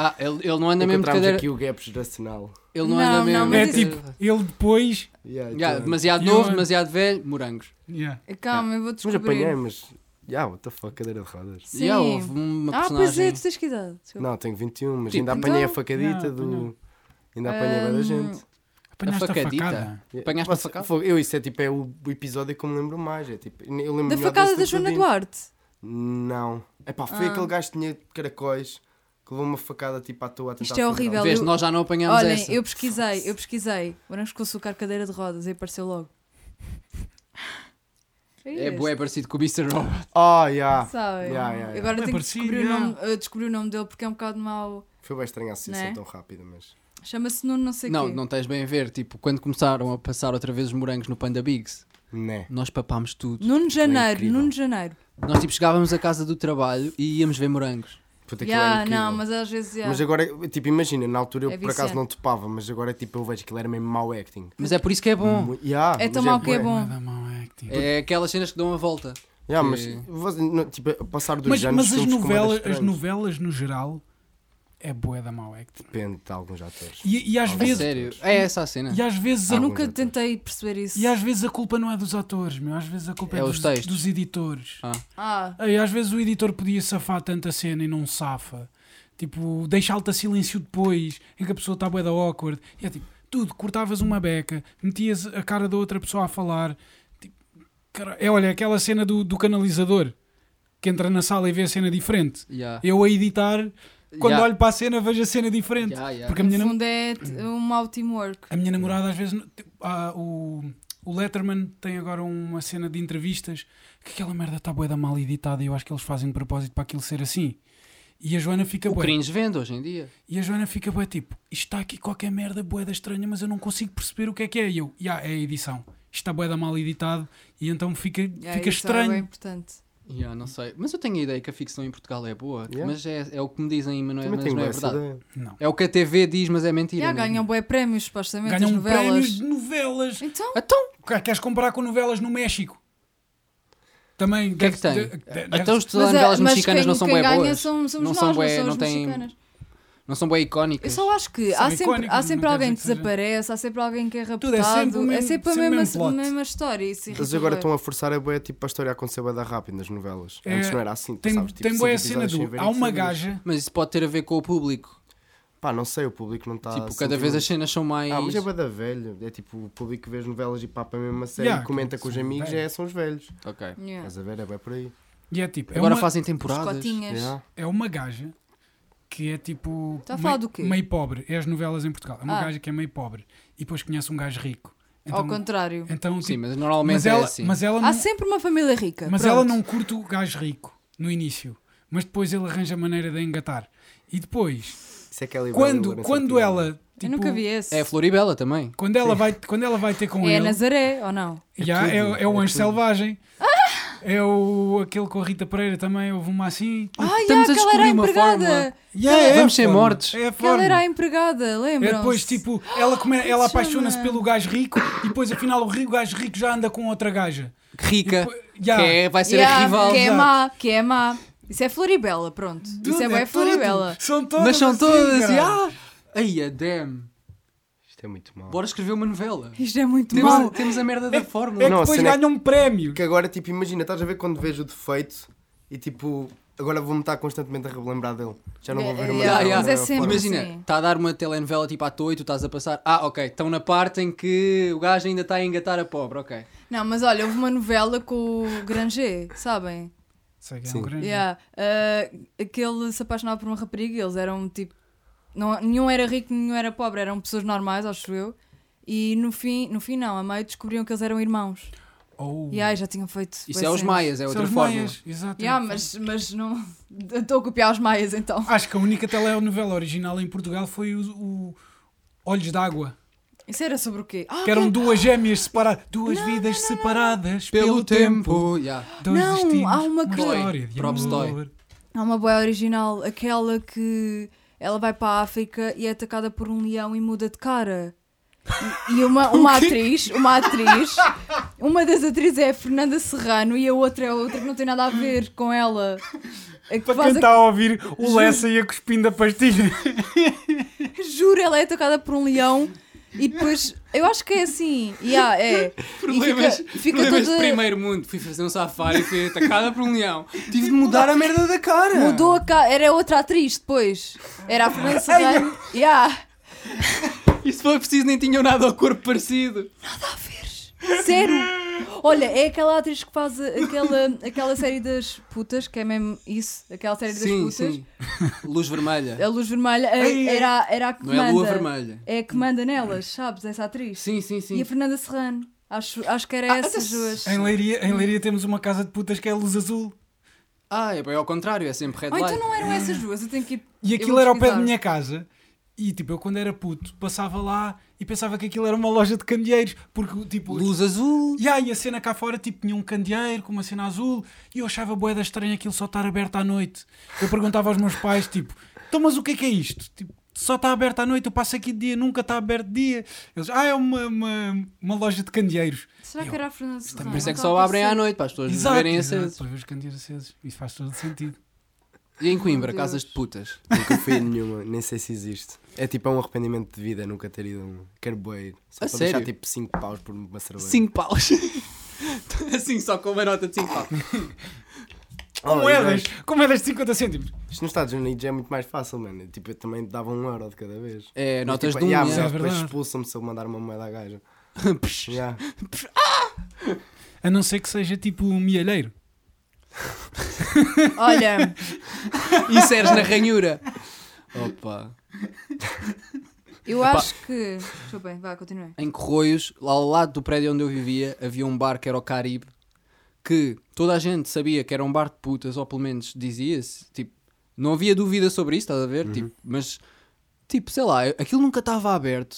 Ah, ele, ele não anda mesmo de
Encontramos
cadeira.
aqui um- o gap geracional.
Ele não,
Não,
anda mesmo.
não,
É
Mas isso-
tipo, ele depois.
Yeah,
Yeah,
então-
demasiado
Eu-
novo, demasiado velho, morangos.
Yeah.
É, Calma, eu vou
Mas
descobrir.
apanhei, mas. Yeah, what the fuck, cadeira de rodas.
Sim.
E há, houve uma
ah,
personagem.
pois é, tu tens que idade. Desculpa.
Não, tenho 21, mas
Tipo,
ainda apanhei a
então-
facadita
Não,
do.
não.
Ainda apanhei bem da
Hum,
gente.
Apanhaste a
facadita?
facada.
Apanhaste a
Mas,
facada?
fogo, É, Eu, isso é tipo, é o o episódio que eu me lembro mais. É, tipo, eu lembro
Da facada da Joana Duarte.
Não. É pá, foi
Ah.
aquele gajo que tinha caracóis que levou uma facada tipo à toa a tentar
Isto é
afogar
horrível.
alguém.
Vês,
eu-
nós já não apanhámos
Olhem,
essa.
eu pesquisei, eu pesquisei. Morangos com açúcar, cadeira de rodas e apareceu logo.
É bué parecido com o Mr. Robot.
Ah, yeah.
Sabe?
Yeah, yeah, yeah.
Agora
É
tenho
parecido,
que descobrir,
yeah.
o nome, eh, descobrir o nome dele porque é um bocado mau.
Foi bem estranho a associação
Né?
tão rápida, mas.
Chama-se Nuno não sei
Não,
quê.
não tens bem a ver. Tipo, quando começaram a passar outra vez os morangos no Panda Bigs,
Né.
nós papámos tudo.
Nuno de Janeiro,
incrível.
Nuno de Janeiro.
Nós tipo chegávamos à casa do trabalho e íamos ver morangos.
Puta, aquilo
Yeah,
é incrível.
não, mas às vezes yeah.
Mas agora, tipo, imagina, na altura eu
É
por acaso
viciante.
não topava, mas agora tipo, eu vejo que aquilo era mesmo mau acting.
Mas é por isso que é bom.
Mu- yeah,
É tão
mas
mau que é
bué.
bom.
Nada mau acting.
É aquelas cenas que dão a volta.
Yeah,
que-
mas, você- não, tipo, a passar dos
Mas,
anos.
mas as,
filmes ficam bué da
novelas, as
estranhos.
novelas no geral é bué da mau acting.
Depende de alguns atores.
E, e às
Ah,
A
vezes,
sério. É essa a cena.
e às vezes
Eu
a,
Ah,
nunca
muito.
tentei perceber isso.
então. e às vezes a culpa não é dos atores, meu. às vezes a culpa é,
É os
dos,
textos.
dos editores.
Ah.
Ah,
Ei, às vezes o editor podia safar tanta cena e não safa. Tipo, deixa alta silêncio depois, em que a pessoa está bué da awkward. E é tipo, tudo, cortavas uma beca, metias a cara da outra pessoa a falar. Tipo, cara- é, olha, aquela cena do, do canalizador, que entra na sala e vê a cena diferente.
Yeah.
Eu a editar, quando
Yeah.
olho para a cena, vejo a cena diferente.
Yeah, yeah.
Porque a Hum.
no
minha, nam-
fundo é t- um mau teamwork.
a minha namorada às vezes não- tipo, ah, o, o Letterman tem agora uma cena de entrevistas que aquela merda está bué da mal editada e eu acho que eles fazem de propósito para aquilo ser assim. E a Joana fica
O
bué.
cringe vende hoje em dia.
E a Joana fica bué tipo, isto está aqui qualquer merda bué da estranha, mas eu não consigo perceber o que é que é. E eu, "Ya, é a edição. Isto está bué da mal editado e então fica,
Yeah,
fica
isso É bem
estranho.
importante.
Yeah, não sei. Mas eu tenho a ideia que a ficção em Portugal é boa.
Yeah.
Mas é, é o que me dizem, mas não é,
Também
mas
tenho
não é
essa
verdade.
ideia.
Não.
É o que a TV diz, mas é mentira.
Yeah,
não é?
ganham bué prémios, supostamente, as
Ganham
novelas.
prémios de novelas.
Então,
Então,
Queres comparar com novelas no México? Também.
o que é que tem? Até os
mas, a-
telenovelas
mas
mexicanas
quem,
não são
quem
bem
ganha
boas.
Somos, somos
Não
nós,
são
não
bué-
são
não
as
têm-
mexicanas.
Não são bem icónicas.
Eu só acho que
São
há sempre,
icónicas,
há
não
sempre
quer
alguém que
dizer que seja.
desaparece, há sempre alguém que é
Tudo,
raptado.
é sempre o mesmo-
é sempre
sempre
a
o
mesma,
mesmo plot.
mesma história. Isso
Eles
irrita
agora
bué.
estão a forçar a boia tipo, para a história acontecer bem da rápido nas novelas.
É,
Antes não era assim.
Tem,
passavas, tipo,
tem
cinco
boa a cena
episódios sem
do.
verem
Há uma
que sabias.
gaja.
Mas isso pode ter a ver com o público.
Pá, não sei, o público não tá está.
tipo, cada vez as cenas são mais.
Ah, mas é bué da velha. É tipo, o público que vê as novelas e papa a mesma série
Yeah,
e comenta com os
são
amigos,
velhos.
é, são os velhos.
Ok.
Yeah.
Estás a ver? É bem por aí.
E é tipo. É
Agora
uma,
fazem
Os
temporadas.
cotinhas.
Yeah.
é uma gaja que é tipo.
Tá a
mei-
falar do quê?
Meio pobre. É as novelas em Portugal. É uma
Ah. Oh,
gaja que é meio pobre. E depois conhece um gajo rico. Então,
Ao contrário.
então
Sim,
tipo,
mas normalmente
mas ela,
é assim.
mas ela
Há
não,
sempre uma família rica.
mas
Ah, pronto.
ela não curte o gajo rico no início. Mas depois ele arranja maneira de engatar. E depois,
Isso é que ela e
quando,
Lourenço
quando
Pires.
ela.
Eu
Tipo,
nunca vi esse.
É a Floribela também.
Quando ela, vai, quando ela vai ter com
É a
ele.
Nazaré, ou não?
Já, é,
tudo,
é o
é
Anjo
tudo.
Selvagem. É o, aquele com a Rita Pereira também. Houve uma assim.
Ah, já,
Estamos a
aquela era a
descobrir uma
empregada.
Ya,
Ela-
é
Vamos
a
ser
forma.
mortos.
É a
Aquela
forma.
era a empregada,
É
lembram?
depois, tipo, ela, come-
que
ela
se chama?
apaixona-se pelo gajo rico e depois, afinal, o ri- o gajo rico já anda com outra gaja.
Rica.
Depois- Ya.
Que é- vai ser a
Yeah,
rival.
Que é
Exato.
má, que é má. Isso é Floribela, pronto. Isso
Tudo,
é bem
tudo.
Floribela.
São todas.
Mas são
assim,
todas.
cara.
Ah! Ai, a damn.
Isto é muito mal.
Bora escrever uma novela.
Isto é muito
Temos,
mau.
a, temos ah, a merda da fórmula.
É que
Não, a
depois
cena é-
ganham um prémio.
Que agora, tipo, imagina, estás a ver quando vejo o defeito e tipo, agora vou-me estar constantemente a relembrar dele. Já não vou ver uma
yeah,
novela,
yeah.
não
Mas é
uma
sempre
forma.
Imagina,
assim.
está a dar uma telenovela tipo à toa e tu estás a passar. Ah, ok, estão na parte em que o gajo ainda está a engatar a pobre, ok.
Não, mas olha, houve uma novela com o Granger, sabem?
Sei que é um
Sim.
grande.
Yeah. Uh, aquele se apaixonava por uma rapariga e eles eram tipo. Não, nenhum era rico, nenhum era pobre, eram pessoas normais, acho eu. E no fim, no fim não, a meio descobriam que eles eram irmãos.
Oh.
E aí já tinham feito.
Isso
bué
é os
cenas.
maias, é
São
outra
os
fórmula.
maias, exato.
Yeah, mas, mas não. Estou a copiar os maias então.
Acho que a única telenovela original em Portugal foi o, o Olhos d'Água.
Isso era sobre o quê? Ah,
é
Que eram duas gêmeas separadas, duas vidas separadas pelo, tempo.
Yeah.
Dois
Não,
destinos,
há uma
uma
que-
história de
Props toy.
amor.
Há uma boia original, aquela que ela vai para a África e é atacada por um leão e muda de cara. E, e uma, uma atriz, uma atriz Uma das atrizes é a Fernanda Serrano e a outra é outra que não tem nada a ver com ela. A que
Para
faz
quem
a-
está a ouvir o Lessa e a cuspindo da pastilha.
Juro, ela é atacada por um leão e depois. Eu acho que é assim. Yeah, é.
Problemas,
e fica, fica
problemas de
toda.
primeiro mundo. Fui fazer um safari e fui atacada por um leão. Tive de mudar a merda da cara.
Mudou a ca... Era outra atriz depois. Era a Fernanda Serrano. yeah.
E se for preciso, nem tinham nada ao corpo parecido.
Sério? Olha, é aquela atriz que faz aquela, aquela série das putas, que é mesmo isso, aquela série das
Sim,
putas.
sim. Luz vermelha.
A luz vermelha a-
Ai, ai.
era, era a que
Não
manda.
é lua vermelha.
É a que manda nelas, sabes? Essa atriz.
Sim, sim, sim.
E a Fernanda Serrano. Acho, acho que era
Ah,
essas
até-
duas.
em, Leiria, em Leiria temos uma casa de putas que é a luz azul.
Ah, é bem ao contrário, é sempre red
Oh,
light.
então não eram essas duas, eu tenho que ir.
E
eu
aquilo
vou
era ao pé da
pesquisar.
minha casa. E tipo, eu quando era puto, passava lá e pensava que aquilo era uma loja de candeeiros. Porque tipo.
Luz azul.
E aí a cena cá fora tipo, tinha um candeeiro com uma cena azul e eu achava boeda estranha aquilo só estar aberto à noite. Eu perguntava aos meus pais, tipo, então mas o que é que é isto? Tipo, só está aberto à noite, eu passo aqui de dia, nunca está aberto de dia. Eles, ah, é uma, uma, uma loja de candeeiros.
Será
Eu-
que era a Fernanda Serrano?
Por isso é que
Não
só
tá a
abrem à
aparecer.
noite, para as pessoas
Exato,
verem
exato,
acesos.
para ver os candeeiros acesos. Isso faz todo sentido.
E em
Meu
Coimbra,
Deus.
casas de putas.
Nunca fui a nenhuma, nem sei se existe. É tipo, é um arrependimento de vida nunca ter ido a um carboeiro. Só
A
para deixar
sério?
tipo 5 paus por uma cerveja.
5 paus. assim, só com uma nota de 5 paus.
Oh,
moedas,
mas
com moedas de 50 é cêntimos.
Isto nos Estados Unidos é muito mais fácil, mano. Tipo, eu também dava um euro de cada vez.
É,
Mas,
notas
tipo,
de 1 um,
yeah,
é.
mas
Yeah,
eles depois
verdade.
expulsam-me se eu mandar uma moeda à gaja. Yeah.
A não ser que seja tipo um mielheiro.
Olha,
Inseres na ranhura. Opa.
eu acho que. Deixa eu bem, vá, continue.
Em Corroios, lá ao lado do prédio onde eu vivia, havia um bar que era o Caribe, que toda a gente sabia que era um bar de putas, ou pelo menos dizia-se. Tipo, não havia dúvida sobre isso, estás a ver? Tipo, mas, tipo, sei lá, aquilo nunca estava aberto.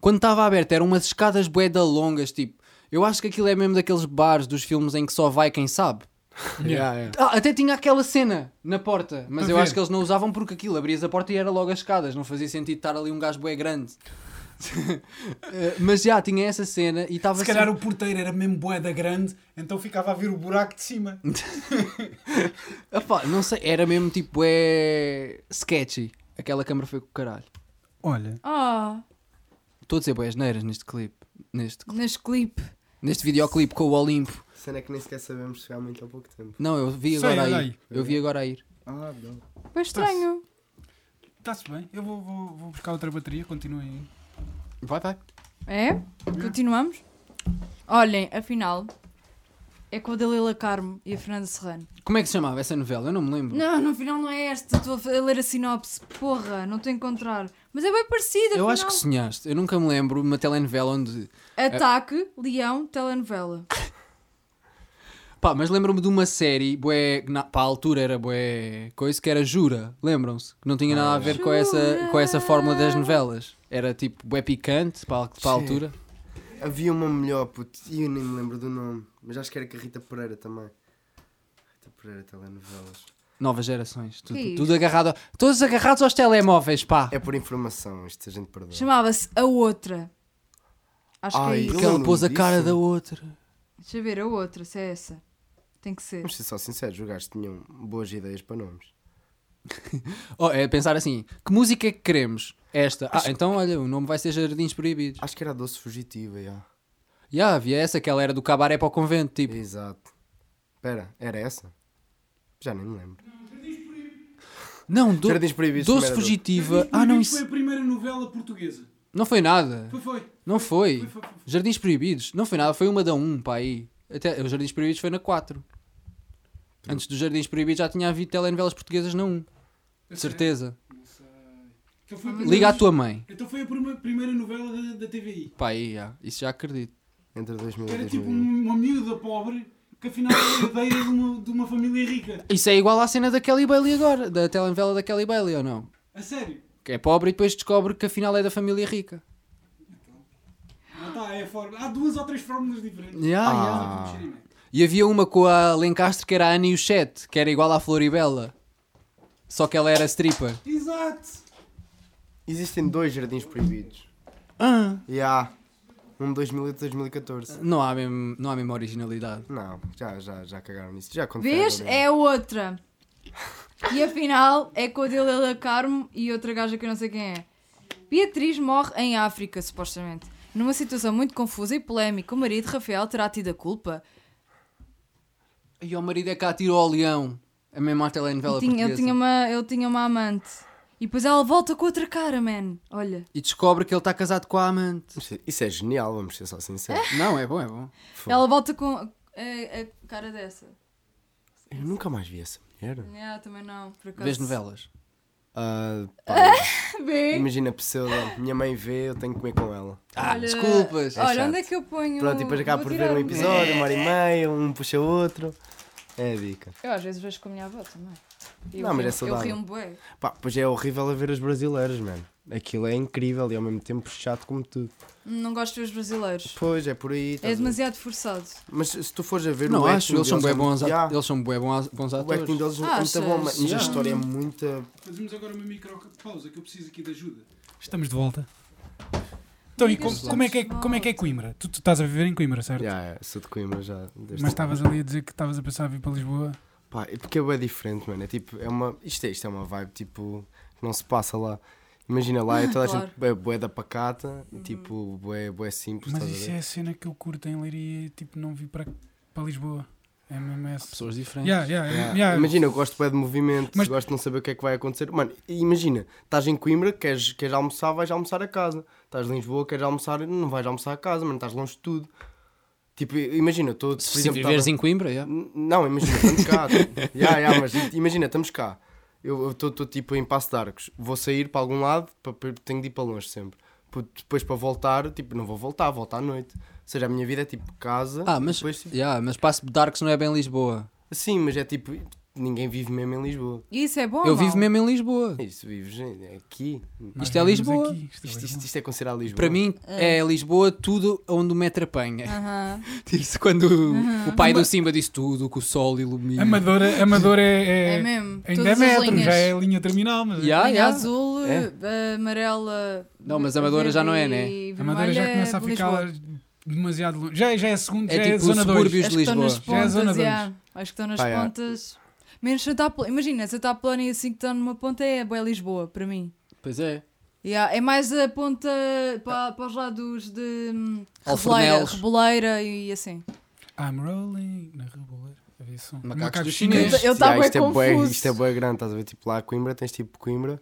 Quando estava aberto, eram umas escadas boeda longas, tipo. Eu acho que aquilo é mesmo daqueles bares dos filmes em que só vai quem sabe.
Yeah, yeah.
Ah, até tinha aquela cena na porta, mas
Para
eu
ver.
acho que eles não usavam porque aquilo abrias a porta e era logo as escadas, não fazia sentido estar ali um gajo bué grande. Eh, mas já tinha essa cena e estava
Se calhar o porteiro era mesmo boeda grande, então ficava a ver o buraco de cima.
sempre- Epá, não sei, era mesmo tipo é sketchy. Aquela câmara foi com o caralho.
Olha,
Ah,
Estou a dizer boas neiras neste clipe, neste
neste clipe.
neste videoclipe com o Olimpo.
Cena é que nem sequer sabemos chegar muito há pouco tempo.
Não, eu
Sei,
vi agora
olha
a
aí.
ir. Eu vi agora a ir.
Ah, não.
Foi estranho.
está-se bem. Eu vou, vou, vou buscar outra bateria, continuem aí.
Vai, vai.
É? Continuamos? Olhem, afinal, é com a Dalila Carmo e a Fernanda Serrano.
Como é que se chamava essa novela? Eu não me lembro.
Não, no final não é esta. Estou a ler a sinopse. Porra, não estou a encontrar. Mas é bem parecida, afinal.
eu acho que sonhaste. Eu nunca me lembro uma telenovela onde
Ataque, Leão, telenovela.
Pá, mas lembro-me de uma série, bué, que na, pá, a altura era bué, coisa que era Jura, lembram-se? Que não tinha
Ah,
nada a ver com essa, com essa fórmula das novelas. Era tipo bué picante, para a
Sim.
altura.
Havia uma melhor, puto, e eu nem me lembro do nome. Mas acho que era com a Rita Pereira também. Rita Pereira, telenovelas.
Novas gerações, tudo,
Que
tudo agarrado, a- todos agarrados aos telemóveis, pá.
É por informação, isto a gente perdeu.
Chamava-se A Outra. Acho que
Ai,
é isso.
Porque
eu
ela
não
pôs a
vi
cara
isso.
da outra.
Deixa eu ver, A Outra, se é essa. Tem que ser.
Vamos ser só sinceros, os gajos tinham boas ideias para nomes.
Oh, é pensar assim, que música é que queremos? Esta. Ah, então olha, o nome vai ser Jardins Proibidos.
Acho que era Doce Fugitiva, já.
Já, havia essa que ela era do cabaré para o convento, tipo.
Exato. Espera, era essa? Já nem me lembro.
Não, do,
Jardins Proibidos.
Doce
merda,
Fugitiva. Ah, não,
Foi
isso
a primeira novela portuguesa.
não foi nada.
Foi, foi.
Não foi.
foi, foi.
Jardins Proibidos. Não foi nada, foi uma da 1, pá, aí. Até, os Jardins Proibidos foi na 4. Antes dos Jardins Proibidos já tinha havido telenovelas portuguesas na 1. De certeza.
Ah,
Então foi a primeira-
Liga à tua mãe.
Então foi a prima- primeira novela da, da TVI.
Pá, aí já. Isso já acredito.
Entre 2000 e
Uhum.
Era tipo
2001.
um- uma miúda pobre que afinal era herdeira de uma, de uma família rica.
Isso é igual à cena da Kelly Bailey agora. Da telenovela da Kelly Bailey, ou não?
A sério.
Que é pobre e depois descobre que afinal é da família rica.
Ah, tá, é a forma. Há duas ou três fórmulas diferentes.
Já, já.
Ah.
E havia uma com a Lencastre que era a Annie e o Chet, que era igual à Floribela. Só que ela era stripper.
Exato.
Existem dois jardins proibidos.
Ah.
Já. Um de 2000 e outro de 2014.
Não há mesmo, não há mesmo originalidade.
Não, já, já, já cagaram nisso. Já aconteceu.
Vês? É outra. E afinal é com a Delela Carmo e outra gaja que eu não sei quem é. Beatriz morre em África, supostamente. Numa situação muito confusa e polémica, o marido Rafael terá tido a culpa.
E o marido é que atirou ao leão. A mesma
é
telenovela
Tinha- ele,
portuguesa.
tinha uma, ele tinha uma amante. E depois ela volta com outra cara, man. Olha.
E descobre que ele está casado com a amante.
Isso é genial, vamos ser só sinceros.
Não, é bom, é bom.
Pô.
Ela volta com a, a cara dessa.
Eu nunca mais vi essa mulher.
Ah, também não, por acaso.
Vês novelas.
Ah, pá,
Vê.
imagina a pseudo. Minha mãe vê, eu tenho que comer com ela.
Ah,
Olha-
desculpas.
Olha,
chato.
onde é que eu ponho.
Pronto, e depois acaba
Vou
por ver um
tirar-
episódio, uma hora e meia, um puxa o outro. É a dica.
Eu às vezes vejo com a minha avó também. E eu
Não, mas
rio-
é saudável.
Eu rio um bué.
Pá, pois é horrível a ver os brasileiros, mano. Aquilo é incrível e ao mesmo tempo chato como tudo.
Não gosto de ver os brasileiros.
Pois, é por aí. estás
É
a ver.
demasiado forçado.
Mas se tu fores a ver
Não
o
acho,
acting
eles são
deles
bem
é
bons
muito-
atores.
Yeah,
Eles são bem bons bons
O acting
atores.
deles é muito
Achas?
bom, mas mas a
Yeah.
história é muita.
Fazemos agora uma micro pausa que eu preciso aqui de ajuda. Estamos de volta. Então, e com-
Estamos
como, é que é,
de volta.
como é que é Coimbra? Tu, tu estás a viver em Coimbra, certo?
Yeah, é, sou de Coimbra já. desde-
Mas estavas ali a dizer que estavas a pensar em vir para Lisboa.
Pá, é porque é bem diferente, mano. É tipo, é uma. Isto é, isto é uma vibe tipo. que Não se passa lá. Imagina lá, é toda a
Claro. Uhum.
gente bué, bué da pacata e tipo, bué, bué simples.
Mas
estás a
isso
ver?
é a cena que eu curto em Leiria e tipo, não vi para, para Lisboa. É mesmo essa.
Pessoas diferentes.
Yeah, yeah,
Yeah.
yeah.
Ah, Imagina, eu gosto bem de movimento,
Mas-
gosto de não saber o que é que vai acontecer. Mano, e imagina, estás em Coimbra, queres, queres almoçar, vais almoçar a casa. Estás em Lisboa, queres almoçar, não vais almoçar a casa, mano, estás longe de tudo. Tipo, imagina, estou.
Se viveres em Coimbra, yeah.
N- Não, imagina, estamos cá. Ya, ya, mas i- imagina, estamos cá. Eu estou tipo em Passo de Arcos. Vou sair para algum lado, pa- pa- tenho de ir para longe sempre. Pu- Depois para voltar, tipo, não vou voltar, volto à noite. Ou seja, a minha vida é tipo casa.
Ah,
e
mas,
Depois, tipo,
yeah, mas Passo de Darks não é bem Lisboa.
Sim, mas é tipo, ninguém vive mesmo em Lisboa.
E isso é bom.
eu
ou
vivo
mau?
mesmo em Lisboa.
Isso, vives em- aqui.
Nós
Isto é
vivemos
Lisboa.
aqui, Isto é
Isto,
Lisboa.
isto, isto é considerado Lisboa.
Para mim é Lisboa tudo onde o metro apanha.
Aham.
Disse quando o- o pai do Simba disse tudo, que o sol
Ah,
ilumina.
Amadora, Amadora é,
É,
é,
mesmo.
ainda é
Todas as
metro,
linhas.
já é a linha terminal. Mas
Yeah,
Linha
yeah.
azul,
É.
eh, amarela.
Não, mas a Amadora já não é, né?
Tipo,
a Amadora já começa a ficar demasiado longe. Já, é- já é segundo, já
É
é
tipo
zona 2.
subúrbios de
Lisboa. Acho que
Já é
estão nas
zona
pontas.
dois.
yeah. Acho que estão nas
Pá, yeah.
pontas. Menos Santa Apolónia. Imagina, Santa Apolónia assim que estão numa ponta é boa Lisboa, para mim.
Pois é.
Yeah, é mais a ponta para, para os lados de hum, Reboleira,
Alfornelos.
Reboleira e assim.
I'm rolling na reboleira. Havia som.
Macacos
Macacos
do
chineses.
chinês.
Eu
Isto-
estava
ya, isto, é bué-
confuso.
isto é bué grande, estás a ver? Tipo, lá a Coimbra, tens tipo Coimbra.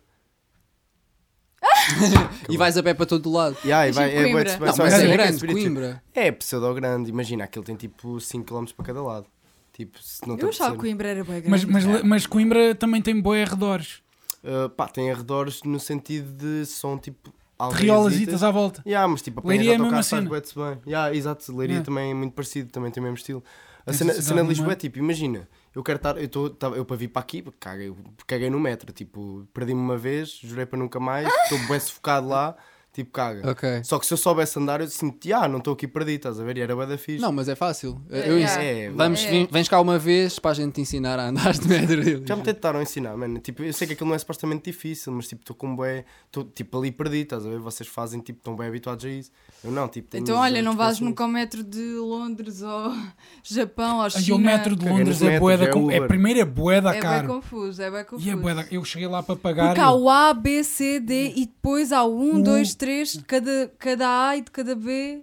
E vais a pé para todo lado.
Ya, e
Mas
vai,
em
é bué
tipo Coimbra.
de-
Não,
só-
mas
só-
é
que
grande,
espírito-
Coimbra.
É pseudo grande, imagina, aquilo tem tipo 5km para cada lado. Tipo, se não
Eu
tem
achava que Coimbra era bem grande.
Mas, mas, mas Coimbra também tem boi arredores.
Ah, Pá, tem arredores no sentido de são tipo.
Riolasitas
aldeiasitas.
à volta.
Ya, mas tipo, apanhas
Leiria é a
autocarro,
mesma
estás
cena.
bué-te bem. Ya, exato, Leiria
Ya.
também é muito parecido, também tem o mesmo estilo. A
Tens
cena,
a
a
cidade
cena de
no
Lisboa é
meio.
tipo, imagina, eu quero estar, eu, tô, tava- eu para vir para aqui, caguei, caguei no metro, tipo, perdi-me uma vez, jurei para nunca mais, estou bem sufocado lá, tipo, caga.
Ok.
Só que se eu soubesse andar, eu senti, ah, não estou aqui perdido, estás a ver? E era bué da fixe.
Não, mas é fácil.
É,
Eu
é.
ensino.
é,
Vamos,
É.
vem- vens cá uma vez para a gente te ensinar a andar de metro.
Já me tentaram ensinar, mano. Tipo, eu sei que aquilo não é supostamente difícil, mas tipo, estou com bué, estou tipo ali perdido, estás a ver? Vocês fazem, tipo, estão bem habituados a isso. Eu não, tipo, tenho
Então,
uns
olha,
anos
não
que
vais
faço
nunca ao metro de Londres ou Japão ou
Aí
China.
o metro de
Caguei
Londres
nos
é boeda.
metros, é
com- É
Uber.
primeiro é
é
boeda
bem
caro.
confuso, é bem confuso.
E é boeda. Eu cheguei lá para pagar.
Porque
e
há
eu-
o A, B, C, D e depois há o 1,
É. O-
2, 3 de cada, cada A e de cada B.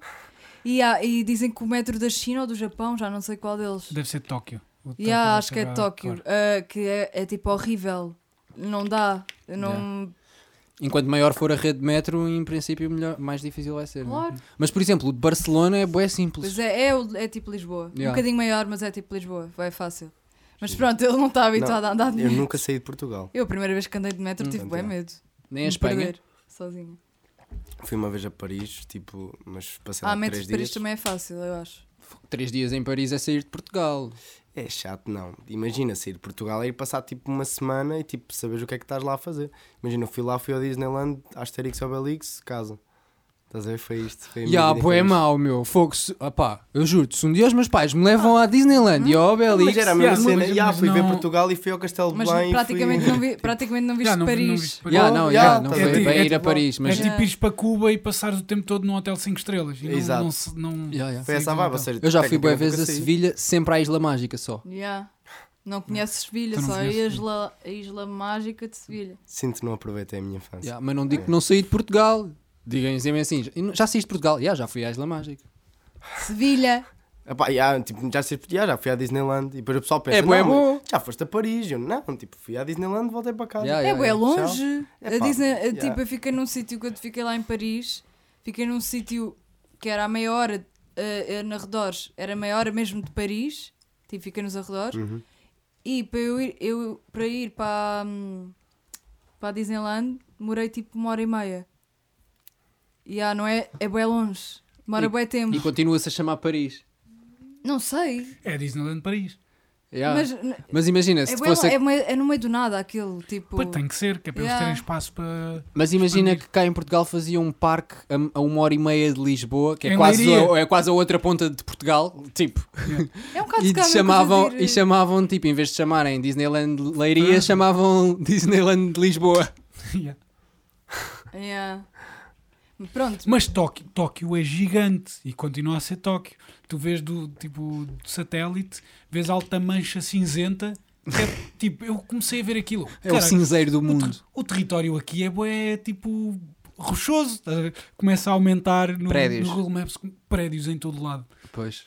E, há- e dizem que o metro da China ou do Japão, já não sei qual deles.
Deve ser de Tóquio. O
E
Tóquio
há,
deve
acho que é
ser
de
a-
Tóquio,
claro.
ah, que é, é tipo horrível. Não dá. Não.
Enquanto maior for a rede de metro, em princípio melhor, mais difícil vai ser. né?
Claro.
Mas, por exemplo, o de Barcelona é bué simples.
Pois é, é, o- é tipo Lisboa. Um
Yeah.
bocadinho maior, mas é tipo Lisboa. É fácil. Mas pronto, ele não está habituado a andar de
Eu
metro.
nunca saí de Portugal.
Eu, a primeira vez que andei de metro, tive
Portanto,
bem
é.
medo.
Nem
de me
a Espanha.
perder Sozinha.
Fui uma vez a Paris, tipo, mas passei
Ah,
lá
metro
três
de Paris
dias.
também é fácil, eu acho.
Três dias em Paris é sair de Portugal.
É chato, não. Imagina sair de Portugal e ir passar tipo uma semana e tipo, saberes o que é que estás lá a fazer. Imagina, eu fui lá, fui ao Disneyland, Asterix e Obelix, casa. Estás a ver? Foi isto. Foi a minha
Ya,
vida
pô, é
com isto.
mau, meu. Fogo, se, opá, eu juro-te, se um dia os meus pais me levam à Disneyland e ao Obelix,
Mas era
Yeah,
a mesma
mas-
cena.
mas
Yeah, fui ver
não-
Portugal e fui ao Castelo de
Mas
Belém. e
praticamente,
fui... Tipo,
não vi, praticamente não viste
Já, não vi-
Paris.
não viste Paris.
Ya,
Oh,
não,
ya,
ya, não,
tá
foi
bem.
para
É
ir a
tipo-
Paris, mas
é tipo ires para Cuba e passares o tempo todo num hotel 5 estrelas. E não-
Exato.
Não, é se- não-
Ya, ya.
Foi
saís
essa a
do
vibe, ou
hotel.
seja,
eu já fui boas
tecnicamente
vezes a
nunca saí.
Sevilha, sempre à Isla Mágica só.
Yeah. Não conheces Sevilha,
Tu não
só a
conheces
isla, a isla mágica de Sevilha.
Sinto que não aproveitei a minha infância.
Ya, mas não digo que não saí de Portugal. Digam-me assim, "E já saí de Portugal? Ya, já fui à Isla Mágica.
Sevilha!
Epá, já, tipo, já, sei- já, já fui à Disneyland e depois o pessoal pensa,
É bom, é
"Não, mas
bom."
já foste a Paris, eu não, tipo, fui à Disneyland e voltei para casa.
Ya,
é,
ya,
bué
ya.
longe.
É
a
pá,
Disney, eh,
yeah.
Tipo, eu fiquei num sítio, quando fiquei lá em Paris, fiquei num sítio que era a meia hora, eh, eh, na arredores, era a meia hora mesmo de Paris, tipo, fiquei nos arredores.
Uhum.
E para eu ir, eu, para, ir para, hum, para a Disneyland, demorei tipo uma hora e meia. E ah, não é? É bué longe. Demora
E-
bué tempo.
E continua-se a chamar Paris.
Não sei.
É Disneyland Paris.
Ya.
Mas
Mas,
n-
imagina,
é,
se
bué lo-
fosse a-
é meio- é no meio do nada aquilo, tipo...
Pois tem que ser, que é para
Ya.
eles terem espaço para.
Mas imagina que cá em Portugal faziam um parque a, a uma hora e meia de Lisboa, que é
Em
quase,
Leiria.
a, é quase a outra ponta de Portugal, tipo,
É um bocado
e
cá, uma
chamavam,
coisa de ir-
e chamavam, tipo, em vez de chamarem Disneyland de Leiria,
Ah.
chamavam Disneyland de Lisboa.
Ya.
Yeah. Pronto,
Mas Tóquio, Tóquio é gigante e continua a ser Tóquio. Tu vês do tipo do satélite, vês alta mancha cinzenta. que é, tipo, eu comecei a ver aquilo.
É o
Caralho,
cinzeiro do
o, ter-
Então,
mundo.
o território aqui é bué, tipo rochoso. estás a ver? Começa a aumentar no,
Prédios.
no Google Maps prédios em todo lado.
Pois.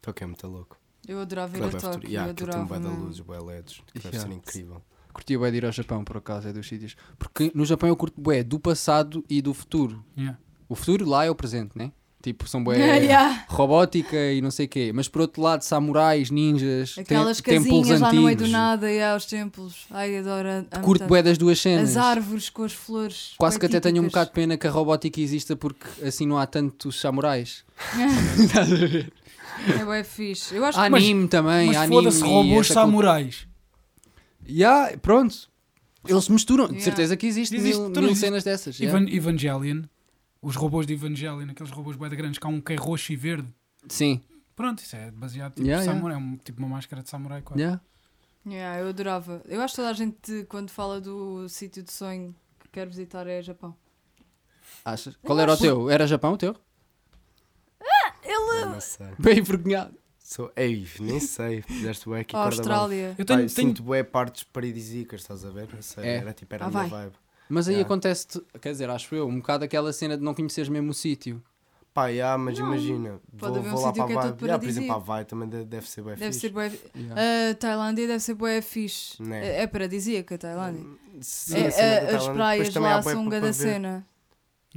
Toquei é muito louco.
eu adorava ir
Club
a
After-
Tóquio.
yeah,
eu
aquele tem um bué
adorava.
da
mesmo.
luz, bué LEDs, que deve
Yeah.
ser incrível.
Curtia bué de ir ao Japão, por acaso, é dos sítios. Porque no Japão eu curto bué do passado e do futuro.
Yeah.
O futuro lá é o presente, né? Tipo, são
É,
bué
Yeah.
robótica e não sei o quê. Mas por outro lado, samurais, ninjas, tem-
Aquelas
templos
casinhas lá no meio do
antigos.
nada e há os templos. Ai, adoro. amo
Curto
tanto.
bué das duas cenas.
As árvores com as flores.
Quase que
bué
até tenho um bocado
típicas.
de pena que a robótica exista porque assim não há tantos samurais.
É bem fixe. Eu acho
Ah,
que
Anime também,
Mas
anime.
foda-se,
e
robôs
essa cultura.
samurais.
Yeah, pronto. Eles se misturam. De
Yeah.
certeza que existe,
Existe,
mil,
então
mil
existe.
cenas dessas. yeah.
Evan- Evangelion, os robôs de Evangelion, aqueles robôs bué da grandes que há um que é roxo e verde.
Sim.
Pronto, isso é baseado tipo
Yeah, yeah.
samurai, é um, tipo uma máscara de samurai quase.
Yeah.
Yeah, eu adorava. Eu acho que toda a gente, quando fala do sítio de sonho que quer visitar, é Japão.
Achas? Qual era o teu? Era Japão o teu?
Eu Não sei.
Bem envergonhado.
Sou, ei, nem sei. Fizeste bué aqui
a
corda bamba.
Austrália.
Eu
Pá,
tenho,
eu
tenho-
sinto bué partes paradisíacas, estás a ver? Não sei,
É.
Era tipo, era
Ah,
a minha
vai.
vibe.
Mas aí
Yeah.
acontece, quer dizer, acho eu, um bocado aquela cena de não conheceres mesmo o sítio.
Pá, yeah, mas
Não,
imagina, vou,
haver um
vou lá
sítio
para a
que é todo
vibe. Yeah, por exemplo,
paradisíaco.
a vibe também de- deve ser bué
Deve
É fixe.
ser bué.
Yeah.
A Tailândia deve ser bué fixe.
Né.
É, é paradisíaca a Tailândia.
Sim,
É-
a cena
é-
da
as
Tailândia.
praias
Depois também há
lá
bué
são um
para-
gada
para ver.
cena.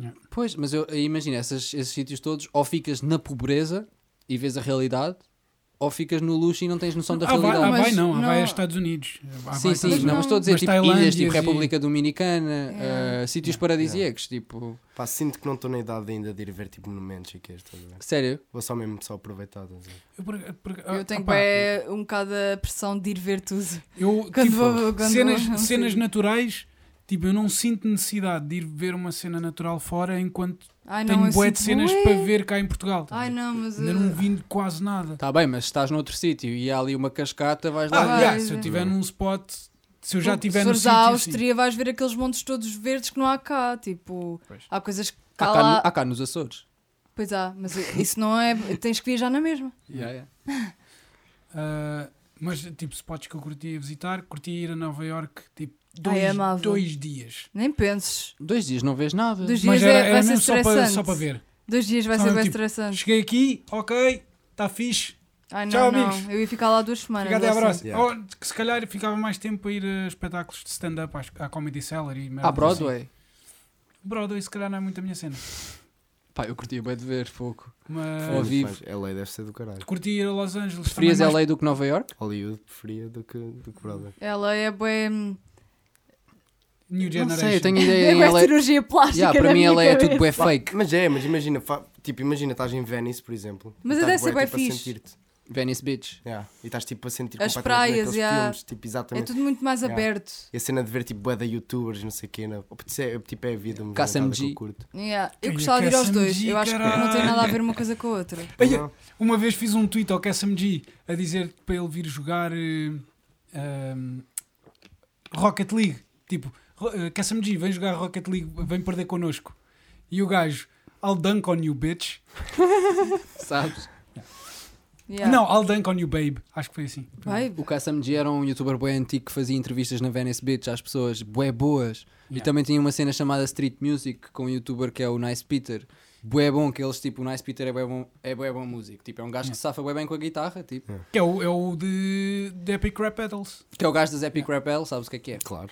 Ah, Pois, mas eu imagino, esses, esses sítios todos, ou ficas na pobreza e vês a realidade, ou ficas no luxo e não tens noção da
Havaí-
realidade.
Havaí
Mas
não, Havaí
não-
é Estados Unidos. Havaí
Sim,
está
sim,
tudo
não,
bem.
mas estou a dizer
Mas
tipo ilhas,
Tailândia
tipo
e-
República Dominicana,
Yeah.
eh, sítios paradisíacos, tipo.
Pá, sinto que não estou na idade ainda de ir ver tipo monumentos e que estás a ver?
Sério?
Vou só mesmo só aproveitar. estás a ver?
Eu, por- por- ah,
Eu tenho
pá,
bué um bocado a pressão de ir ver tudo.
eu,
Quando
tipo,
vou- quando
cenas,
vou-
cenas naturais, tipo, eu não sinto necessidade de ir ver uma cena natural fora enquanto
Ai, não,
tenho
eu
bué de
sinto
cenas
bué.
para ver cá em Portugal. tá
Ai não, mas. tá
Ainda
uh,
não vi quase nada.
Está Tá bem, mas estás noutro sítio e há ali uma cascata, vais
Ah,
lá.
vai,
yeah, se eu
vai.
estiver num spot, se eu já
tipo,
estiver
se
num
fores
sítio,
à
sim.
Áustria, vais ver aqueles montes todos verdes que não há cá. Tipo,
Pois.
há coisas que cá,
Há cá,
lá.
no- há cá nos Açores.
Pois há, mas isso não é. Tens que viajar na mesma.
Ah, mas, tipo, spots que eu curtia visitar, curtia ir a Nova York, tipo,
Ai,
dois,
amava.
dois dias.
Nem penses.
Dois dias não vês nada.
Dois dias
Mas era,
vai- vai
era
ser
mesmo só para,
estressante.
só para ver.
Dois dias vai
Só
ser
mesmo,
bem
tipo,
estressante.
Cheguei aqui, ok, está fixe.
Ai não,
tchau,
não.
amigos.
Eu ia ficar lá duas semanas.
Fica até à
assim.
próxima.
Yeah.
Ou, Oh, que se calhar ficava mais tempo a ir a espetáculos de stand-up, acho que à Comedy Cellar e merda
À Ah, Broadway.
assim. Broadway, se calhar não é muito a minha cena.
Pá, eu curtia bem de ver pouco. Ao
Mas
Foda-se. vivo.
Mas LA deve ser do caralho.
curti ir a Los Angeles.
Preferias
também mais-
LA do que Nova York?
Hollywood preferia do que, do que Brother.
Ela é bem.
New
Não
Generation.
sei, eu tenho ideia
É
em
bué
LA.
cirurgia plástica.
Yeah, para
na
mim
minha
LA é tudo
cabeça.
bué fake.
Mas é, mas imagina, fa- tipo, imagina, estás em Venice, por exemplo.
Mas
e
deve
estás
ser bué
bué, tipo, a
fixe.
sentir-te.
Venice Beach.
Yeah. E estás tipo a sentir
As
completamente
praias,
naqueles
yeah.
filmes, tipo,
É
exatamente.
tudo muito mais
Yeah.
aberto.
E a cena de ver tipo bué da youtubers, não sei o quê, não. Putz, é- tipo é a vida, mas não é
KSMG.
nada que eu curto.
Yeah. Eu
Olha,
gostava de ir aos
KSMG,
dois. Eu acho que não tem
caralho.
nada a ver uma coisa com a outra.
Olha,
Não.
Uma vez fiz um tweet ao KSMG a dizer para ele vir jogar eh, ahm, Rocket League. Tipo, "Ro- eh, KSMG, vem jogar Rocket League, vem perder connosco. E o gajo, I'll dunk on you, bitch.
Sabes?
Yeah.
Não, I'll dunk on you, babe. Acho que foi assim.
Babe.
O KSMG era um youtuber bué antigo que fazia entrevistas na Venice Beach às pessoas bué boas. E
Yeah.
também tinha uma cena chamada Street Music com um youtuber que é o Nice Peter. Bué bom que eles, tipo, o Nice Peter é bué bom, é bué bom músico. Tipo, é um gajo que se safa bué bem com a guitarra, tipo.
Que é o, é o de, de Epic Rap Battles.
Que é o gajo das Epic Rap Hell, sabes o que é que é?
Claro.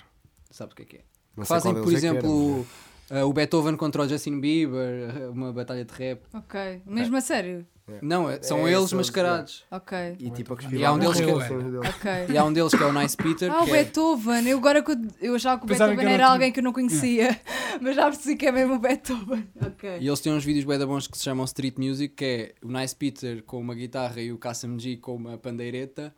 Sabes o que é que é?
Não sei
Fazem,
qual
por
deles é que era,
exemplo, eh, o Beethoven contra o Justin Bieber, eh, uma batalha de rap.
Ok. Mesmo a sério?
Não, é- são
É,
eles
são os-
mascarados.
Ok.
mas- E tipo a
E há um deles que-
Morreu, é.
Ok.
E há um deles que é o Nice Peter.
Ah, o
que é-
Beethoven. Eu agora que eu, eu achava que o
Pensava que
Beethoven
era outro- tipo.
era alguém que eu não conhecia, mas já percebi que é mesmo o Beethoven.
é, E
Ok.
eles têm uns vídeos bem da bons que se chamam Street Music, que é o Nice Peter com uma guitarra e o Kassam G com uma pandeireta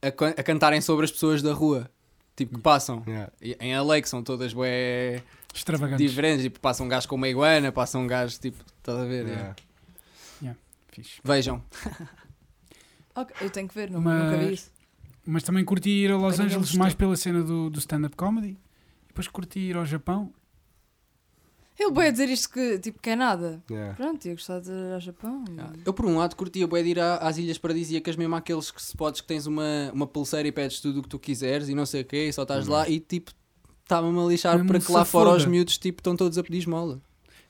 a, can- a cantarem sobre as pessoas da rua, tipo, que passam.
Yeah.
E- Em LA que são todas bué
Extravagantes.
diferentes, tipo, passa um gajo com uma iguana, passa um gajo, tipo, estás a ver?
Yeah.
é.
Fixe.
Vejam,
Ok, Eu tenho que ver, não,
Mas-
nunca vi isso.
Mas também curti ir a Los
Agora
Angeles
gostei.
mais pela cena do, do stand-up comedy. Depois curti ir ao Japão.
Ele vai dizer isto que, tipo, que é nada.
Yeah.
Pronto, eu gostava de ir ao Japão.
Yeah. eu por um lado curtia bué de ir a- às ilhas paradisíacas, mesmo aqueles que se podes que tens uma, uma pulseira e pedes tudo o que tu quiseres e não sei o quê, e só estás lá e tipo, estava-me a lixar
Uhum. Mesmo
para que lá
se
fora os
foda.
miúdos tipo, estão todos a pedir esmola.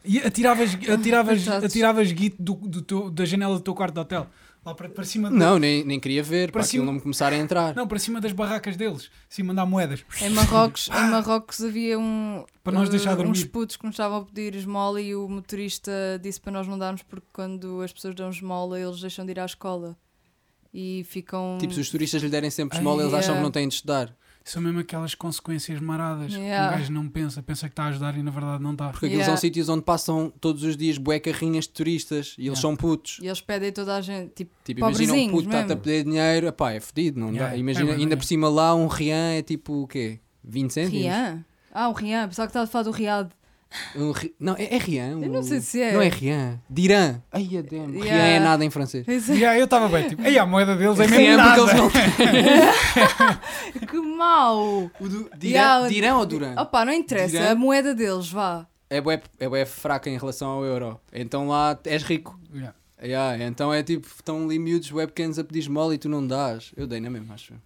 E atiravas, atiravas,
Coitados.
atiravas guito do, do teu- da janela do teu quarto de hotel. Lá para, para cima do-
Não, nem, nem queria ver, para
Parecia
aquilo
um-
não me começar a entrar.
Não, para cima das barracas deles. Sim, mandar moedas.
É
Em Marrocos, em Marrocos havia um,
Para nós deixar
eh, uns
dormir.
putos que nos estavam a pedir esmola e o motorista disse para nós não darmos porque quando as pessoas dão esmola eles deixam de ir à escola e ficam.
Tipo, se os turistas lhe derem sempre
Ai,
esmola, eles acham que
yeah.
não têm de estudar.
São mesmo aquelas consequências maradas.
Yeah.
Que um gajo não pensa, pensa que está a ajudar e na verdade não está.
Porque aqueles
Yeah.
são sítios onde passam todos os dias bué carrinhas de turistas e eles
Yeah.
são putos.
E eles pedem toda a gente. Tipo,
Tipo, imagina um
Pobrezinhos
puto está-te a
mesmo.
pedir dinheiro, epá, é fedido, não dá.
Yeah, é
Imagina,
bué,
ainda
é.
por cima lá um Rian é tipo o quê? 20 cêntimos?
Rian? Ah, o Rian, pensava que estava a falar do Riad.
Um ri- Não, é, é Rian.
Eu
o-
não sei se é.
Não é Rian. Diran. Ai, a damn.
Yeah.
Rian é nada em francês.
Isso
E aí eu estava bem, tipo, ei, a moeda deles é mesmo
Rian é porque
nada.
eles não
é- Que mau!
O du- Diran,
Yeah, o-
Diran ou Duran?
Opa, não interessa,
Dirão?
a moeda deles, vá.
É bué, é bué fraca em relação ao euro. Então lá és rico.
Yeah.
Yeah, então é tipo, estão ali miúdos webcams a pedir esmola e tu não dás. Eu dei na mesma, acho. eu.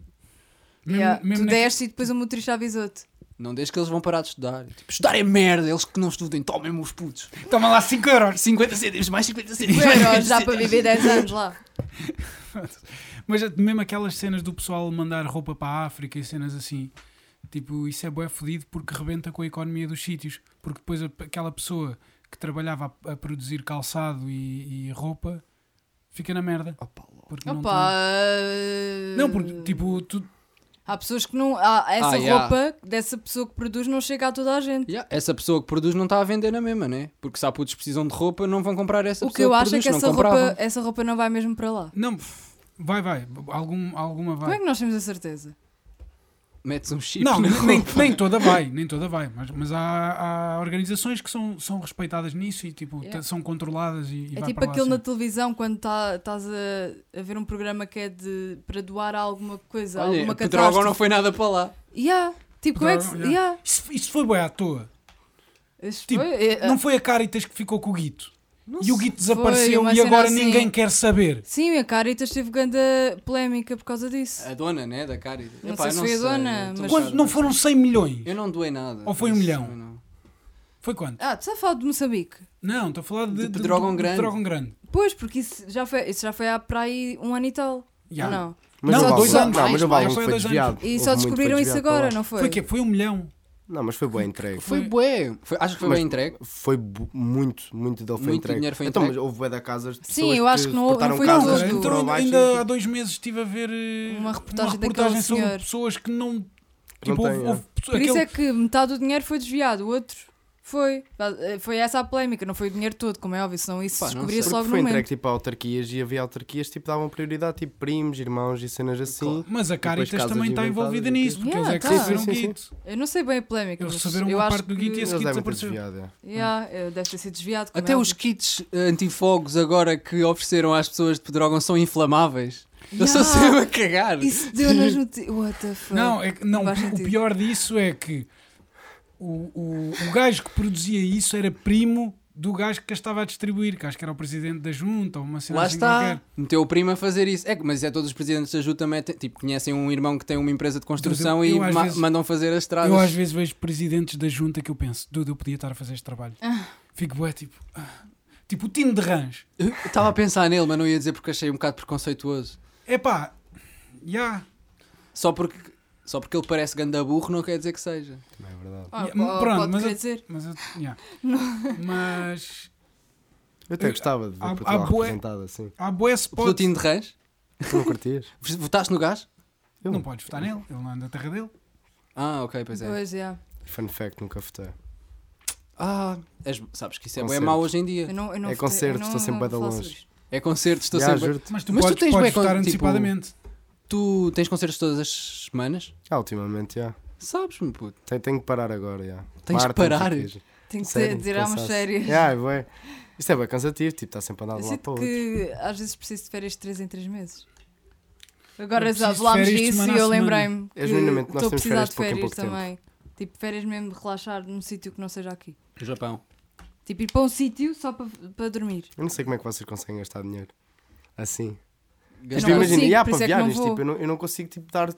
Mesmo-
Yeah,
mesmo
tu
na-
é
deste e depois o motorista avisou-te.
Não deixes que eles vão parar de estudar. Tipo, estudar é merda, eles que não estudem, tomem-me os putos.
Toma lá 5 euros.
50 cêntimos, mais 50 cêntimos. mais
Euros,
50
dá para
cêntimos.
viver 10 anos lá.
Mas é mesmo aquelas cenas do pessoal mandar roupa para a África e cenas assim, tipo, isso é bué fodido porque rebenta com a economia dos sítios. Porque depois a- aquela pessoa que trabalhava a, a produzir calçado e, e roupa fica na merda.
Opa, lol.
Porque não,
Opa,
tem-
eh,
não, porque tipo, tu,
Há pessoas que não. há- essa
Ah, yeah.
roupa dessa pessoa que produz não chega a toda a gente.
Yeah, essa pessoa que produz não está a vender na mesma, né? Porque se há putos que precisam de roupa, não vão comprar essa
o
pessoa
que eu acho é
produz,
que
não
essa roupa,
compravam.
essa roupa não vai mesmo para lá.
não, vai, vai, algum, alguma
Como é
vai.
que nós temos a certeza?
Metes um chip.
Não,
na
nem, nem-
roupa.
nem toda vai, nem toda vai, mas, mas há, há organizações que são, são respeitadas nisso e tipo,
Yeah.
t- são controladas e, e
é
vai
tipo
para lá
aquilo na
sempre.
televisão quando tá- estás a, a ver um programa que é de, para doar a alguma coisa, a
Olha,
alguma
Pedrógão
catástrofe.
não foi nada para lá.
Yeah. Tipo, como é que se.
Pedrógão,
Yeah.
Isso, isso foi bué à toa.
Isso
Tipo,
foi, eh,
Não foi a Caritas que ficou com o Guito.
não
E o
sei.
Guito desapareceu
uma
e
cena
agora
assim.
ninguém quer saber.
Sim, a Caritas teve grande polémica por causa disso.
É.
A dona, né? Da Cari.
Não sei se foi a dona, mas-
Quanto- não foram 100 milhões?
Eu não doei nada.
Ou foi um
Isso,
milhão?
eu não.
Foi quanto?
Ah, tu estás a falar de Moçambique?
Não, estou a falar de,
De
de,
Pedrógão
de- de
Grande.
Pedrógão Grande.
Pois, porque isso já foi, isso já foi há para aí um ano e tal.
Já.
Ou não?
Não,
o
dois
Balão-
anos.
Não, mas o Balão
Foi
foi
dois anos.
desviado.
E
Houve
só
muito que foi
descobriram isso
desviado para
agora,
lá.
não foi?
Foi o quê? Foi um milhão.
Não, mas foi boa entregue.
Foi bué. Foi- Acho que foi
Mas-
bem entregue.
Foi bu- muito, muito dele foi
Muito
entregue.
dinheiro foi
então,
entregue.
mas houve bué da casa de
Sim,
pessoas
eu acho que não houve-
cortaram
não foi
Não,
Casos
cara,
que
casas,
então ainda,
foram abaixo e,
ainda há
tipo,
dois meses estive a ver eh,
Uma reportagem
sobre
daquele senhor.
pessoas que não.
Não é.
Tipo, houve,
tem,
houve
Por
aquele-
isso é que metade do dinheiro foi desviado, o outro Foi. Foi essa a polémica, não foi o dinheiro todo, como é óbvio, senão isso
Pá, não
descobria-se
sei.
logo
Porque
no
foi
momento.
entregue tipo a autarquias e havia autarquias que tipo, davam prioridade, tipo primos, irmãos e cenas assim.
Mas a Caritas
casas
também está
inventadas
envolvida
e
nisso, porque
Yeah,
eles é
tá.
que receberam
Sim, sim, sim,
guito.
Eu não sei bem a polémica,
Eles
mas
receberam
eu
uma
acho
parte do guito e
que-
esse
Eles
guito
devem ter
desapareceu.
desviado. é.
Yeah, eh, deve ter sido desviado. como
Até
é
os
óbvio.
kits eh, antifogos agora que ofereceram às pessoas de drogam são inflamáveis. Eu só
Yeah.
sei a cagar.
Isso deu nas notícias. What the fuck?
Não, é que- não,
Não faz
o
sentido.
pior disso é que o, o, o gajo que produzia isso era primo do gajo que estava a distribuir, que acho que era o presidente da junta ou uma cena
Lá
assim
está.
qualquer.
Meteu o primo a fazer isso. É que, mas é todos os presidentes da Ju também têm- tipo, conhecem um irmão que tem uma empresa de construção
Mas eu-
e
eu às
ma-
vezes-
mandam fazer as estradas.
Eu às vezes vejo presidentes da junta que eu penso, Dudu, eu podia estar a fazer este trabalho. Fico bué, tipo... ah. Tipo o Tino de Rãs.
Eu Estava a pensar nele, mas não ia dizer porque achei um bocado preconceituoso.
Epá, já...
Só porque, só porque ele parece ganda burro não quer dizer que seja.
Também é verdade.
Ah,
Yeah,
pô-
pronto,
pode
mas
querer
eu-
dizer.
Mas eu... yeah. Mas...
Eu até gostava de ver
Há- há
Portugal
bué-
representado assim.
Há bué
Pelo
spots...
Tino de Rãs,
Tu não curtias?
votaste no gás?
Eu
Não podes votar nele, ele não anda na terra dele.
Ah, ok, pois é.
Pois, yeah.
Fun fact, nunca votei.
Ah, és- sabes que isso é bem
Concerto.
mau hoje em dia.
Eu não, eu não
É
votei-
concerto,
eu não-
estou sempre
não
bué de
falo
longe.
sobre isto.
É concertos, estou
Já,
sempre.
juro-te.
Mas tu
Mas tu
podes,
tens
podes
bué con-
votar
tipo-
antecipadamente.
Tu tens concertos todas as semanas?
Ah, ultimamente, já.
Sabes-me, puto.
Tenho, tenho que parar agora, já.
Tens de
Marta, não sei
parar?
o quê.
Tenho que
Sério,
dizer- dizer almas
cansaço.
sérias.
Já, é bué. Isto é bem cansativo, tipo, está sempre a andar
Eu
de lá para
sinto
o outro.
que às vezes preciso de férias de 3 em 3 meses. Agora
Eu
já
preciso de
falámos
férias de
disso
semana
e
a
eu
semana.
lembrei-me.
É,
que
genuinamente, nós
estou a
temos
precisar
férias
de
de pouco em
férias
pouco
também. Tipo, férias mesmo de relaxar num sítio que não seja aqui.
No Japão.
Tipo, ir para um sítio só para, para dormir.
Eu não sei como é que vocês conseguem gastar dinheiro assim.
Eu
Tipo,
não
imagina,
consigo, por
já para
isso é que não
viagens,
vou.
tipo, eu não, eu não consigo tipo, dar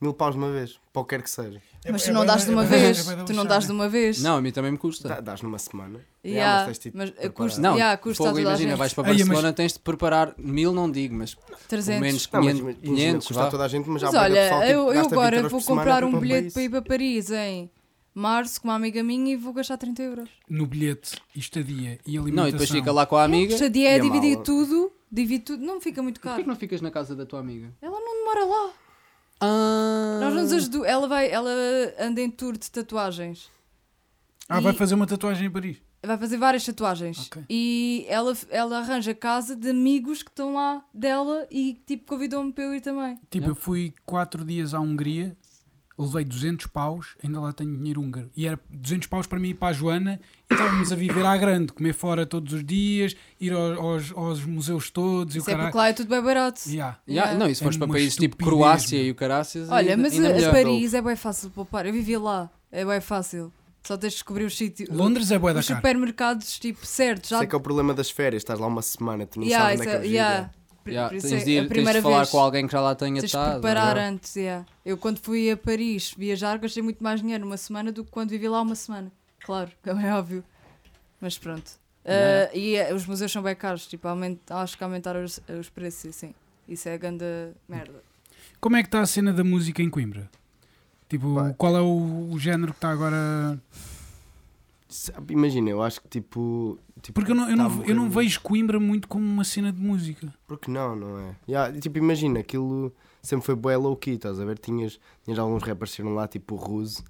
mil paus de uma vez, para o que quer que seja.
Mas
É-
tu
é
não
bué-
dás de
é
uma
bué- é
vez.
bué da
Tu não
lixada.
dás de uma vez.
Não, a mim também me
Dá,
Tá-
custa.
dás numa semana. Já,
Yeah,
mas tens, tipo,
mas
preparar.
custa-
Não,
Yeah, custa
fogo,
a toda a
imagina,
gente.
vais
Ai,
para
mas-
Barcelona, tens de preparar mil, não digo, mas pelo
300.
menos
Não, mas
500,
imagina, imagina,
500
custa a
vá.
toda a gente, mas, já
Mas
há bué de
olha,
pessoal, tipo,
eu, eu
gasta 20
agora
euros
vou
por semana
comprar
para
um
para
bilhete
isso.
para ir para Paris em março com uma amiga minha e vou gastar 30 euros.
no bilhete e estadia e alimentação.
Não, e depois fica lá com a amiga.
Estadia é
E a
dividir
mala?
tudo, divido tudo, não fica muito
Porquê
caro.
que não ficas na casa da tua amiga?
Ela não demora lá.
Ah,
Nós vamos ajudar. Ela vai, ela anda em tour de tatuagens.
Ah,
E
vai fazer uma tatuagem em Paris.
vai fazer várias tatuagens.
Ok.
E ela, ela arranja casa de amigos que estão lá dela e tipo convidou-me para eu ir também.
Tipo,
Yeah.
eu fui 4 dias à Hungria, levei 200 paus, ainda lá tenho dinheiro húngaro. E era 200 paus para mim e para a Joana, e estávamos a viver à grande, comer fora todos os dias, ir ao- aos, aos museus todos e o
Isso é
caralho.
porque lá é tudo bem barato.
Yeah.
yeah,
Yeah.
Não, e se
É
fores para
uma
países tipo
estupidez,
Croácia
meu.
e o Caraças.
Olha,
ainda-
mas
ainda
a-
melhor.
a Paris é bem fácil de poupar. Eu vivi lá, é bem fácil. Só tens de descobrir os sítios.
Londres é bué da
Os
cara.
supermercados, tipo, certos. Já...
Sei que é o problema das férias, estás lá uma semana, tu não
Yeah,
sabes onde
isso
é que
é-
vais
yeah.
yeah.
Por-
Yeah,
por isso
tens
é
de
a
ir- tens de
primeira
falar
vez.
com alguém que já lá tenha
Tens de
estado.
preparar antes, yeah. Eu quando fui a Paris viajar gastei muito mais dinheiro numa semana do que quando vivi lá uma semana. Claro, como é óbvio. Mas pronto. Uh,
Yeah.
E eh, os museus são bem caros, tipo, aument- acho que aumentaram os, os preços, e assim. Isso é grande merda.
Como é que está a cena da música em Coimbra? Tipo,
Pá.
qual é o, o género que está agora.
Sabe, Imagina, eu acho que tipo. tipo
Porque eu não, eu,
tá a
não, eu não
morrer-
vejo Coimbra muito como uma cena de música.
Porque não, não é? Ya, e, tipo, imagina, aquilo sempre foi bué low key, estás a ver? Tinhas, tinhas alguns rappers que eram lá, tipo o Ruse,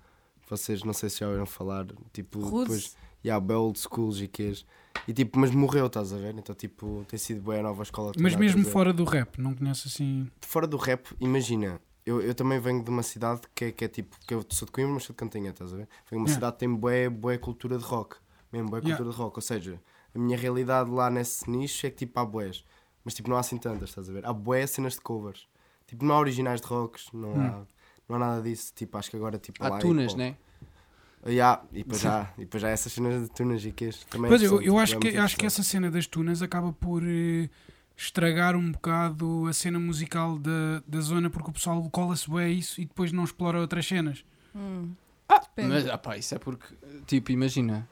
vocês não sei se já ouviram falar, tipo,
Rude,
depois, ya, bué old school, GQs, e tipo, mas morreu, estás a ver? Então, tipo, tem sido bué a nova escola.
Mas mesmo
toda, estás a ver?
fora do rap, não conheço assim.
Fora do rap, imagina, eu, eu também venho de uma cidade que é, que é tipo, que eu sou de Coimbra, mas sou de Cantinha, estás a ver? Venho de uma
Yeah.
cidade que tem bué, bué cultura de rock, mesmo bué
Yeah.
cultura de rock, ou seja, a minha realidade lá nesse nicho é que tipo há bués, mas tipo não há assim tantas, estás a ver? Há bué cenas de covers, tipo não há originais de rocks, não
Hum.
há... Não há nada disso, tipo, acho que agora tipo
Há
lá é
tunas,
hip-hop.
né?
Ah, yeah, e depois já, e depois já há essas cenas de tunas e quês também.
Pois
é
eu,
interessante,
eu acho,
é
que,
muito
acho que
interessante.
essa cena das tunas acaba por eh, estragar um bocado a cena musical da, da zona porque o pessoal cola-se bem a isso e depois não explora outras cenas.
Depende.
Mas, ah pá, isso é porque, tipo, imagina.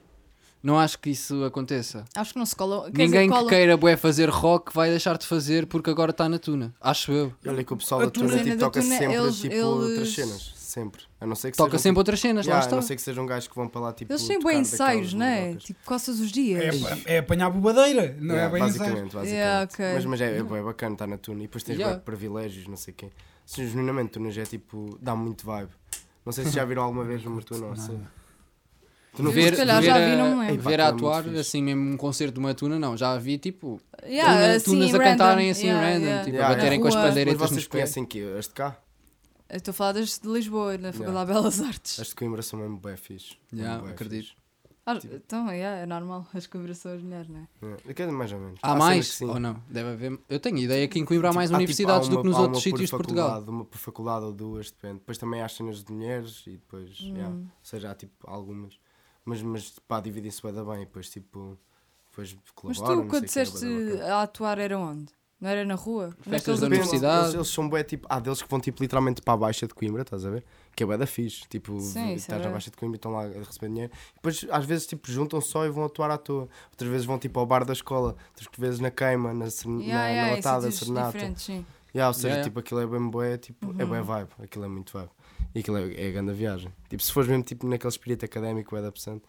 Não acho que isso aconteça.
Acho que não se colam. quer dizer,
Ninguém que
colam-
queira bué fazer rock vai deixar de fazer porque agora está na tuna. Acho eu.
Olha que o pessoal
A
da
tuna-
Tuna
cena
tipo,
da
toca
tuna,
sempre
eles-
tipo,
eles-
outras cenas. Sempre. A não ser que
Toca
sejam, tipo,
sempre outras cenas,
é Yeah,
lá
A
está.
não ser que sejam gajos que vão para lá tipo.
Eles têm
tocar
bem
daquelas
ensaios, não é?
manobras.
Tipo, quase todos os dias.
É, apa- é apanhar bobadeira, não
Yeah,
é bem
basicamente,
ensaio.
basicamente.
Yeah, ok.
Mas, mas é, é bué bacana estar na Tuna e depois tens
Yeah.
bué de privilégios, não sei o quê. um Sim, Genuinamente, Tuna já é tipo. dá muito vibe. Não sei se já viram alguma vez uma Tuna ou assim. Tu não
Eu
foste
se calhar já
a-
vi, não me lembro.
Epá,
ver a
tá muito
atuar,
fixe.
assim mesmo um concerto de uma tuna, não, já a vi tipo
Yeah,
tuna-
assim,
tunas a
random.
cantarem assim
Yeah,
random,
yeah.
tipo
Yeah,
a baterem
yeah.
com as
Rua.
Mas
pandeiretas
vocês
nos pés.
conhecem que este cá?
Eu Estou a falar das de Lisboa, na Faculdade de Belas Artes.
As de Coimbra são mesmo bem fixe.
Yeah,
Mesmo bué
acredito.
fixe.
Ah,
tipo-
então, yeah, é normal, as coimbras são as mulheres, não é?
Yeah. Quer dizer, mais ou menos.
Há
cenas que
mais?
sim.
Ou não? Deve haver. Eu tenho ideia que em Coimbra há
Tipo,
mais
tipo,
universidades
há
do
uma-
que nos
há uma
outros
por
sítios de Portugal.
faculdade, Uma por faculdade ou duas, depende. Depois também há cenas de mulheres e depois,
Hum.
yeah. ou seja, há tipo algumas. Mas, mas pá, dividem-se bem, bem e depois tipo, depois
Mas
colaboram.
tu,
não
quando
sei o quê, é
disseste
bué da bacana.
a atuar, era onde? Não era na rua? é
Festas da
Depende,
universidade.
Eles, eles são bué tipo, há deles que vão tipo literalmente para a baixa de Coimbra, estás a ver? Que é bué da fixe, tipo,
Sim,
vi-
isso é
estás à
verdade.
baixa de Coimbra e estão lá a receber dinheiro. Depois às vezes tipo juntam só e vão atuar à toa. Outras vezes vão tipo ao bar da escola, outras vezes na queima, na, seren-
Yeah,
na,
yeah,
na
em
latada,
sítios
serenata.
diferentes, sim.
Yeah, ou seja,
Yeah, Uhum. yeah.
tipo, aquilo é bem bué, tipo, é bem vibe, aquilo é muito vibe. E aquilo é, é a grande viagem. Tipo, se fores mesmo tipo, naquele espírito académico, é da pesante.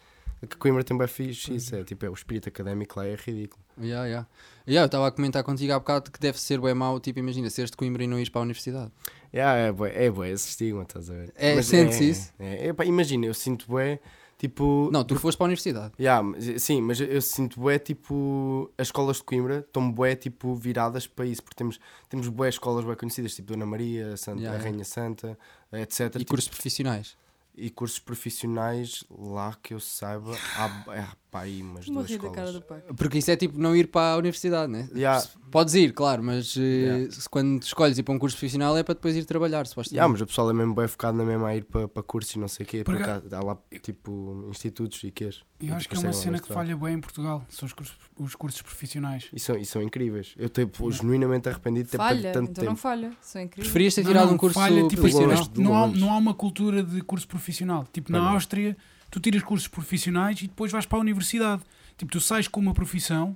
Que Coimbra tem bem
Uhum.
fixe, isso é, tipo, é, o espírito académico lá é ridículo.
Yeah, yeah. Yeah, eu estava a comentar contigo há bocado que deve ser bem mau, tipo, imagina, seres de Coimbra e não ires para a universidade.
Yeah, é bué, é bué, esse estigma, estás a ver?
É,
Mas
sentes
é-
isso?
é, é, pá, imagina, eu sinto bué, tipo...
Não, tu foste para a universidade.
Yeah, mas- sim, mas eu sinto bué, tipo, as escolas de Coimbra estão bué, tipo, viradas para isso, porque temos, temos bué escolas bué conhecidas, tipo Dona Maria, Santa,
Yeah,
a
yeah.
Rainha Santa, etc.
E
tipo,
cursos profissionais.
E cursos profissionais lá que eu saiba, há, é, pá, aí umas duas
Morri da
escolas.
cara do pai.
Porque isso é tipo não ir para a universidade, né?
Yeah.
Se- Podes ir, claro, mas eh,
Yeah.
se- quando escolhes ir para um curso profissional é para depois ir trabalhar, supostamente.
Yeah, mas o pessoal é mesmo bem focado na mesma a ir para, para cursos e não sei o quê.
Por
Porque há, há lá tipo institutos e quês.
Eu acho que é uma cena que falha bem em Portugal. São os cursos, os cursos profissionais.
E são, e são incríveis. Eu estou tipo, genuinamente arrependido de ter
Falha,
perdido
então
tanto
não
tempo.
falha, são incríveis.
Preferias ter
Não,
tirado
não,
um curso
falha, tipo,
profissional?
longe. de
Não há,
longe.
não há uma cultura de curso profissional. Tipo, na
Pois não.
Áustria, tu tiras cursos profissionais e depois vais para a universidade. Tipo, tu sais com uma profissão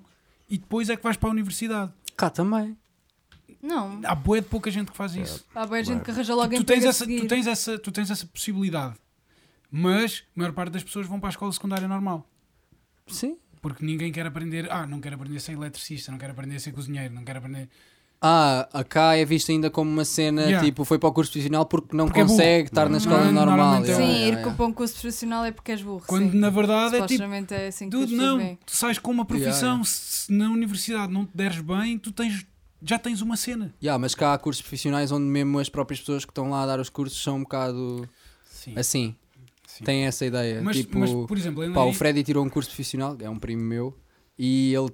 e depois é que vais para a universidade.
Cá também.
Não,
Há bué de pouca gente que faz isso.
há bem gente que arranja logo
Tu
emprego
tens,
a
essa, tu,
seguir.
tens essa, tu tens essa possibilidade. Mas a maior parte das pessoas vão para a escola secundária normal.
Sim.
Porque ninguém quer aprender. Ah, não quero aprender a ser eletricista, não quero aprender a ser cozinheiro, não quero aprender.
Ah, a cá é visto ainda como uma cena,
Yeah.
tipo, foi para o curso profissional porque não
Porque é burro.
consegue estar na escola
Não,
normal.
normalmente
Sim,
é
Yeah,
burro.
yeah,
ir
yeah.
para um curso profissional é porque és burro.
Quando
sim.
na verdade é tipo.
Supostamente é assim que as
Dude,
pessoas
não,
veem.
tu sais com uma profissão,
Yeah,
se na universidade não te deres bem, tu tens, já tens uma cena.
Yeah, mas cá há cursos profissionais onde mesmo as próprias pessoas que estão lá a dar os cursos são um bocado
Sim.
assim.
Sim.
Têm essa ideia.
Mas,
tipo,
mas, por exemplo, em
Pá, o
Leiria-
Freddy tirou um curso profissional, é um primo meu, e ele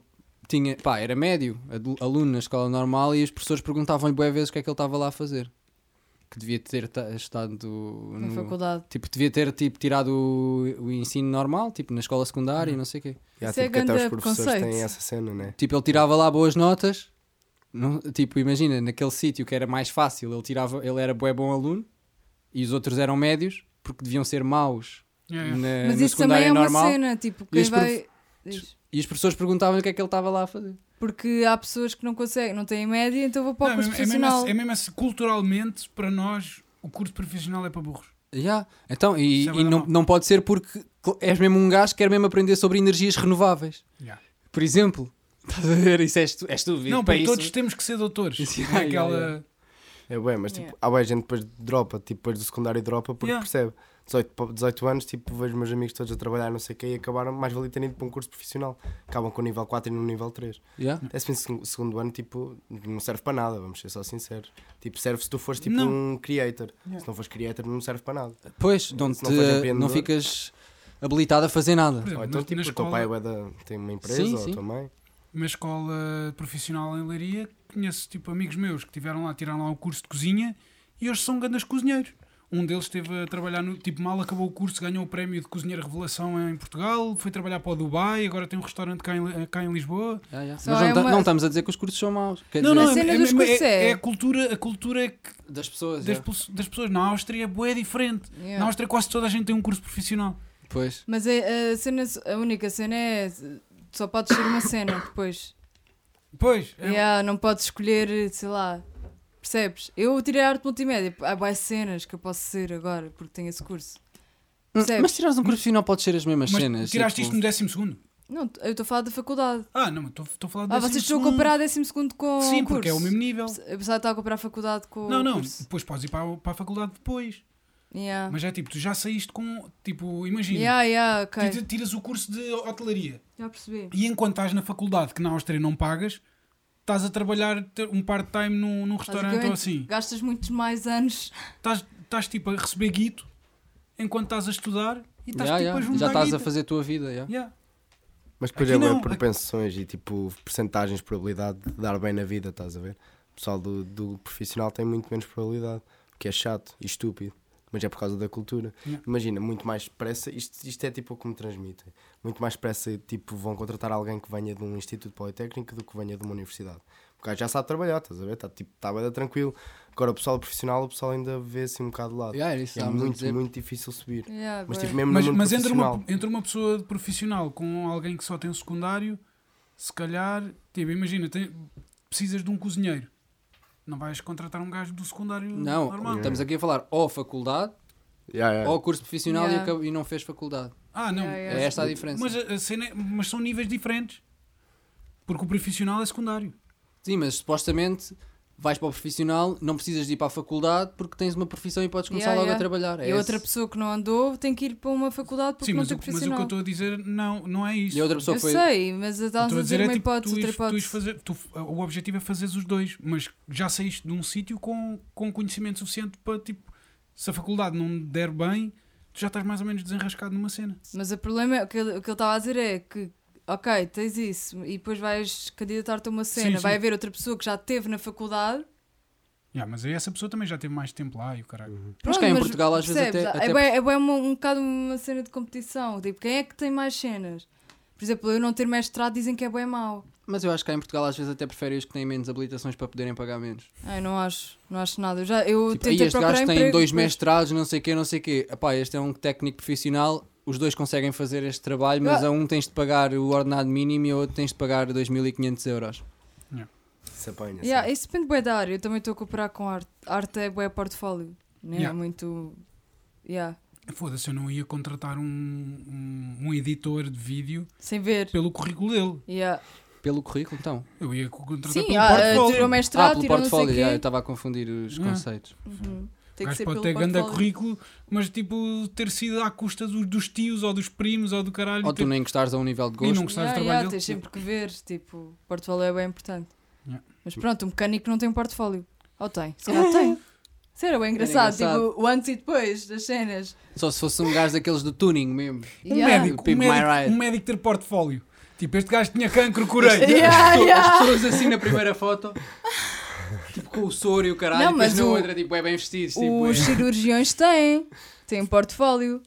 tinha, pá, era médio, adu- aluno na escola normal, e os professores perguntavam-lhe boas vezes o que é que ele estava lá a fazer. Que devia ter ta- estado
Na
no,
faculdade.
tipo, devia ter tipo, tirado o, o ensino normal, tipo, na escola secundária e não sei o quê.
Yeah,
Isso é
tipo, que até os
grande
professores
preconceito.
têm essa cena, né?
Tipo, ele tirava lá boas notas. não- tipo, imagina, naquele sítio que era mais fácil, ele tirava, ele era bué bom aluno e os outros eram médios porque deviam ser maus
Yeah, yeah.
na,
Mas
na
isso também
secundária
é uma
normal.
cena, tipo,
E
quem
os prof-
vai. Diz.
E os professores perguntavam-lhe o que é que ele estava lá a fazer.
Porque há pessoas que não conseguem, não têm média, então vou para
Não,
o
é
curso
mesmo- é, mesmo
profissional.
assim- é mesmo assim, culturalmente, para nós, o curso profissional é para burros.
Ya, Então, e,
Isso é
e
bué da
não,
mau.
não pode ser porque cl- és mesmo um gajo que quer mesmo aprender sobre energias renováveis, por exemplo. Estás a ver? Isso é, estu, é estúpido.
Não,
para
porque
isso-
todos temos que ser doutores.
Isso,
Não é
yeah, yeah,
aquela-
yeah.
É bem, mas tipo,
Yeah.
há bem gente depois dropa, tipo, depois do secundário dropa porque
Yeah.
percebe. 18, pa- 18 anos, tipo, vejo meus amigos todos a trabalhar, não sei o quê, e acabaram, mais valia terem ido para um curso profissional. Acabam com o nível 4 e no nível 3.
Ya.
Décimo seg- segundo ano, tipo, não serve para nada, vamos ser só sinceros. Tipo, serve se tu fores, tipo,
Não.
um creator. Se não fores creator, não serve para nada.
Pois, não,
Se
te,
não fores
não,
empreendedor.
ficas habilitado a fazer nada.
Por exemplo,
Ou então,
na-
tipo,
na,
o teu pai é
escola,
bué da- tem uma empresa,
Sim,
ou
sim.
a tua mãe.
na escola profissional em Leiria, conheço tipo, amigos meus que tiveram lá, tiraram lá um curso de cozinha e hoje são grandes cozinheiros. Um deles esteve a trabalhar no. Tipo, mal acabou o curso, ganhou o prémio de cozinheiro revelação em Portugal, foi trabalhar para o Dubai, agora tem um restaurante cá em, Li- cá em Lisboa.
Ya, ya. Mas
Só
não,
é
ta-
uma-
não estamos a dizer que os cursos são maus. Quer
Não,
dizer,
não,
A
é,
cena
é,
dos
mesmo- é-
cursos é-
é a cultura, a cultura é que
das pessoas.
das,
ya.
pe- das pessoas na Áustria é bué diferente.
Yeah.
Na Áustria quase toda a gente tem um curso profissional.
Pois.
Mas é, a, a cena, a única cena é. Só podes ser uma cena depois.
Pois, é,
Yeah, não podes escolher, sei lá. Percebes? Eu tirei arte multimédia. Há boas cenas que eu posso ser agora porque tenho esse curso. Percebes?
Mas tirares um curso profissional pode ser as mesmas
mas é
cenas.
tiraste
tipo-
isto um no décimo segundo?
Não, eu estou a falar da faculdade.
Ah, não, mas estou- estou a falar do
Ah,
décimo
vocês estão a
segundo.
comparar 12 com.
Sim,
curso.
porque é o mesmo nível.
Tipo,
Apesar de estar a comparar a faculdade com.
Não, não,
curso.
depois podes ir para, a- para a faculdade depois.
Ah.
Yeah.
Mas é tipo, tu já saíste com. Tipo, imagina.
Yeah, yeah, ok.
tu te- Tiras o curso de hotelaria
Já percebi.
e enquanto estás na faculdade, que na Áustria não pagas, estás a trabalhar te- um part-time num, num restaurante ou
Basicamente,
assim.
Gastas muitos mais anos.
Estás, estás tipo a receber guito enquanto estás a estudar e estás
Yeah,
tipo
yeah.
a juntar
Já estás a
guita.
fazer a tua vida. yeah.
Yeah.
Mas depois
Aqui
é
não,
bué propensões e tipo percentagens de probabilidade de dar bem na vida, estás a ver? O pessoal do, do profissional tem muito menos probabilidade, o que é chato e estúpido, mas é por causa da cultura.
Yeah.
Imagina, muito mais pressa, isto, isto é tipo o que me transmitem, muito mais pressa tipo vão contratar alguém que venha de um instituto politécnico do que venha de uma universidade. O gajo já sabe trabalhar, estás a ver? Está tipo, tá bem tranquilo. Agora o pessoal profissional, o pessoal ainda vê assim um bocado de lado.
Yeah, era isso que
é
estávamos a
muito,
dizer.
muito difícil subir.
Yeah,
Mas
bué.
tipo, mesmo
Mas,
no mundo
mas entre, uma,
profissional,
entre uma pessoa de profissional com alguém que só tem um secundário, se calhar, tipo, imagina, tem- precisas de um cozinheiro. Não vais contratar um gajo do secundário
Não,
normal.
estamos aqui a falar ou faculdade
Yeah, yeah.
ou curso profissional e
Yeah.
acab- e, não fez faculdade.
Ah, não.
Yeah, yeah.
É esta a diferença.
Mas, a- a cena é- mas são níveis diferentes. Porque o profissional é secundário.
Sim, mas supostamente vais para o profissional, não precisas de ir para a faculdade porque tens uma profissão e podes começar
Yeah,
logo
yeah.
a trabalhar. É
E a outra
esse.
pessoa que não andou tem que ir para uma faculdade porque
Sim,
não
mas,
tem
o, mas o
profissional.
que eu estou a dizer não, não é isso.
E a outra pessoa
eu
foi.
sei, mas
Eu
estávamos
estou
a dizer uma
tipo,
hipótese,
tu
outra
ires- tu ires
hipótese.
fazer- tu- o objetivo é fazeres os dois, mas já saíste de um sítio com, com conhecimento suficiente para, tipo, se a faculdade não der bem, tu já estás mais ou menos desenrascado numa cena.
Mas o problema é o que ele o que ele estava a dizer é que, ok, tens isso e depois vais candidatar-te a uma cena,
sim.
vai haver outra pessoa que já teve na faculdade.
Já, mas aí essa pessoa também já teve mais tempo lá e o caralho.
Mas
Pronto,
cá em Portugal às vezes até.
percebes?
até
É bem, é bem uma- um bocado uma cena de competição. Tipo, quem é que tem mais cenas? Por exemplo, eu não ter mestrado dizem que é bem mau.
Mas eu acho que cá em Portugal às vezes até preferem os que têm menos habilitações para poderem pagar menos.
Ai, não acho, não acho nada. Eu, já, eu
Tipo, aí
tentei
este
procurar
gajo tem
emprego,
dois
depois-
mestrados, não sei o quê, não sei o quê. Epá, este é um técnico profissional, os dois conseguem fazer este trabalho, mas
Ah.
a um tens de pagar o ordenado mínimo e a outro tens de pagar 2.500 euros.
se apanha.
É
Yeah,
sim.
isso depende bem da área. Eu também estou a cooperar com arte. Arte é bué portfólio. Não é
Yeah.
muito. Yeah.
Foda-se, eu não ia contratar um, um, um editor de vídeo
Sem ver.
pelo currículo dele.
Yeah.
Pelo currículo, então.
Eu ia co- contratar
Sim,
pelo
ah,
portfólio.
tirou mestrado,
ah, pelo
tirou não sei o
portfólio, então.
quê.
ah, eu estava a confundir os
Ah.
conceitos.
Uhum.
O
Tem que
gajo
ser
pode
pelo
ter grande
portfólio.
currículo, mas tipo ter sido à custa dos, dos tios ou dos primos ou do caralho.
Ou
ter-
tu nem gostares a um nível de
tipo, E não
gosto.
gostares do
Yeah,
trabalho
yeah,
dele.
tens sempre que ver. Tipo, o portfólio é bem importante.
Yeah.
Mas pronto, o mecânico não tem um portfólio. Ou tem? Se calhar tem. Isso era bem engraçado.
engraçado.
Tipo, o antes e depois das cenas.
Só se fosse um gajo daqueles do tuning mesmo.
Um
Yeah.
médico,
Pimp
um
my
médico,
ride.
um médico ter portfólio. Tipo, este gajo tinha cancro, curei.
Yeah, Ah, yeah.
As pessoas assim na primeira foto, tipo com o soro e o caralho,
Não,
e depois
mas
na
o-
outra, tipo, é bem vestidos. Tipo,
Os
é...
cirurgiões têm. Têm um portfólio.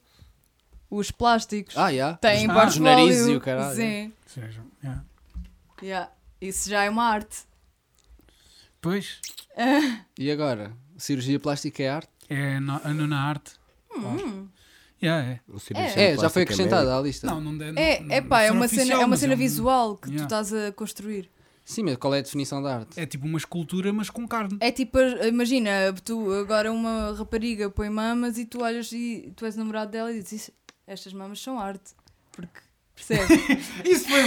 Os plásticos.
Ah, yeah.
Têm
Ah,
os
portfólio.
narizes e o caralho.
Sim.
Seja, yeah.
Yeah. Isso já é uma arte.
Pois,
E agora? Cirurgia plástica é arte?
é na, a nona arte.
Hum.
Yeah, é.
Um cirurgião
É, já
plástico
foi acrescentada
médico.
à lista.
Não, não dá- não- não-
É, é
não
pá, é
será
uma
oficial,
cena, é uma
mas
cena
um-
visual que
Yeah.
tu estás a construir.
Sim, mas qual é a definição da arte?
É tipo uma escultura, mas com carne.
É tipo, imagina, tu agora uma rapariga põe mamas e tu olhas e tu és namorado dela e dizes "Isso- estas mamas são arte. Porque, percebes?
Isso foi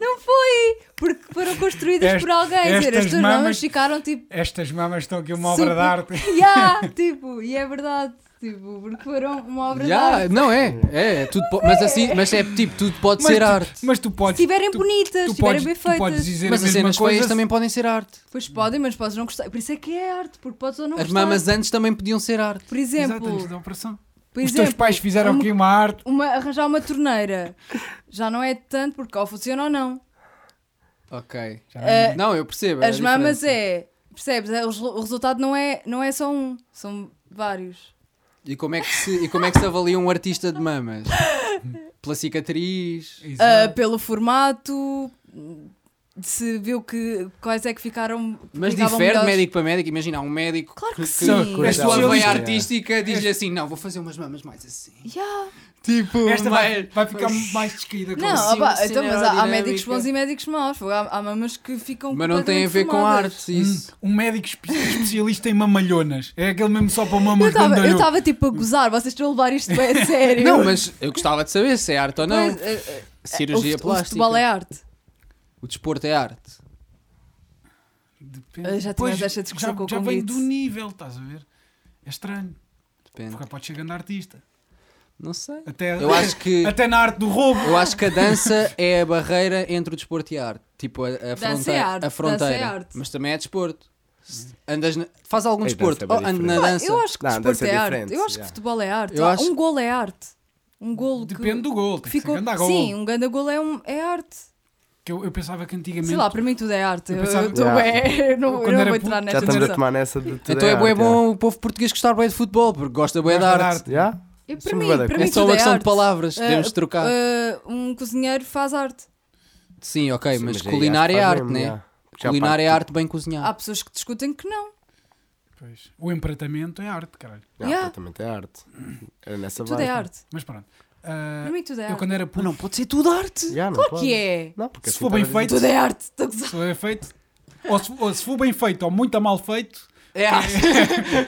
Não foi! Porque foram construídas
Est-
por alguém. quer dizer,
estas
as tuas
mamas-
mamas ficaram tipo,
Estas mamas estão aqui uma
Super.
obra de arte.
yeah, tipo, e é verdade. Tipo, porque foram uma obra de
Já,
arte.
não é, é, é tudo po- mas assim, mas é tipo, tudo pode ser
tu,
arte.
Mas tu
Se
podes,
estiverem
tu-
bonitas, se
tu
estiverem
podes,
bem
tu podes
feitas.
dizer
Mas
a
as
mesma
cenas
coisa.
feias
se-
também podem ser arte.
Pois podem, mas podes não gostar. Por isso é que é arte, porque podes ou não
As
gostar.
é-
mamas antes também podiam ser arte.
Por
Exato, antes
exemplo,
da operação.
por
Os teus
exemplo, um
pais fizeram
uma-
aqui uma arte.
uma, arranjar uma torneira já não é tanto porque ou funciona ou não.
Ok.
Já
Eh,
não-
Não, eu percebo. é a
As mamas
diferença.
é, percebes? É, o resu- o resultado não é, não é só um, são vários.
E como é que se, e como é que se avalia um artista de mamas? Pela cicatriz.
Ah,
Exato.
pelo formato, se viu que quais é que ficaram. que
Mas
ficavam
difere de
melhores.
médico para médico. Imagina, há um médico
Claro É que
que,
sim.
a
Coisa
sua veia
realista.
artística
É.
diz-lhe assim: não, vou fazer umas mamas mais assim.
Yeah.
Tipo,
Esta vai,
mais-
vai ficar mais descaída.
Não,
assim,
opa,
uma cena
então, mas há, há
aerodinâmica.
médicos bons e médicos maus. Há, há mamas que ficam.
Mas não tem a ver com
completamente formadas.
arte, isso.
Um, um médico espe- especialista em mamalhonas. É aquele mesmo só para
Eu
mamas
estava- Eu
grandalhão.
estava tipo a gozar, vocês estão a levar isto bem a
Hum.
sério.
Não, mas eu gostava de saber se é arte ou não.
Pois, eh, eh,
Cirurgia
o, fut- O
plástica.
futebol é arte.
O desporto é arte.
Depende.
Ah, já tivemos
Pois,
esta discussão
já,
com o
Já vem
convite.
do nível, estás a ver? É estranho.
Depende.
Porque pode ser grande artista.
Não sei.
Até,
Eu acho que-
até na arte do roubo.
Eu acho que a dança é a barreira entre o desporto e a arte. Tipo, a, a
Dança é
fronteira.
arte,
a fronteira.
dança é arte.
Mas também é desporto. Se Andas na- Faz algum
Ei,
desporto.
dança é
Oh,
bem
ando na
Pá,
dança.
Eu acho que
Não,
desporto
dança é
é arte.
diferente,
Eu acho que
yeah.
futebol é arte.
Eu
Ah,
acho-
Um gol é arte. Um golo que-
Depende do gol.
que
Tem
ficou.
que ser grande gol.
Sim, um grande gol é, um... é arte.
Que eu, eu pensava que antigamente.
Sei lá, para mim tudo é arte.
Eu
Eu,
pensava-
eu tô
Yeah.
bué- eu não,
Quando
eu não
era
vou
puto,
entrar
Já
nessa
estamos a
discussão.
tomar nessa de tudo
Então é bem
arte,
bom o povo português gostar bem de futebol, porque gosta bem de
Gosta de
arte.
arte.
Já?
Eu, para
Sou
mim,
bué da
para mim
contra.
É só
tudo
uma questão
arte.
de palavras,
Ah,
podemos trocar.
ah, um cozinheiro faz arte.
Sim, ok, mas,
aí
culinária é
faz
arte,
mesmo,
né?
já. Porque já
Culinária é
parte-
arte bem cozinhada.
Há pessoas que discutem que não.
Então
Pois. O empratamento é arte, caralho.
já,
Yeah.
completamente é arte. Era nessa
Tudo é arte.
Mas pronto. Ah,
Para mim tudo é
eu
arte.
quando era
Mas
puto,
não pode ser tudo arte.
Já, não
Claro
pode.
que é.
Não, porque
Se
assim
for bem
estava a dizer-
feito-
Tudo é arte. Estou a gozar.
se é feito. Ou se, ou se for bem feito ou muito mal feito,
É arte.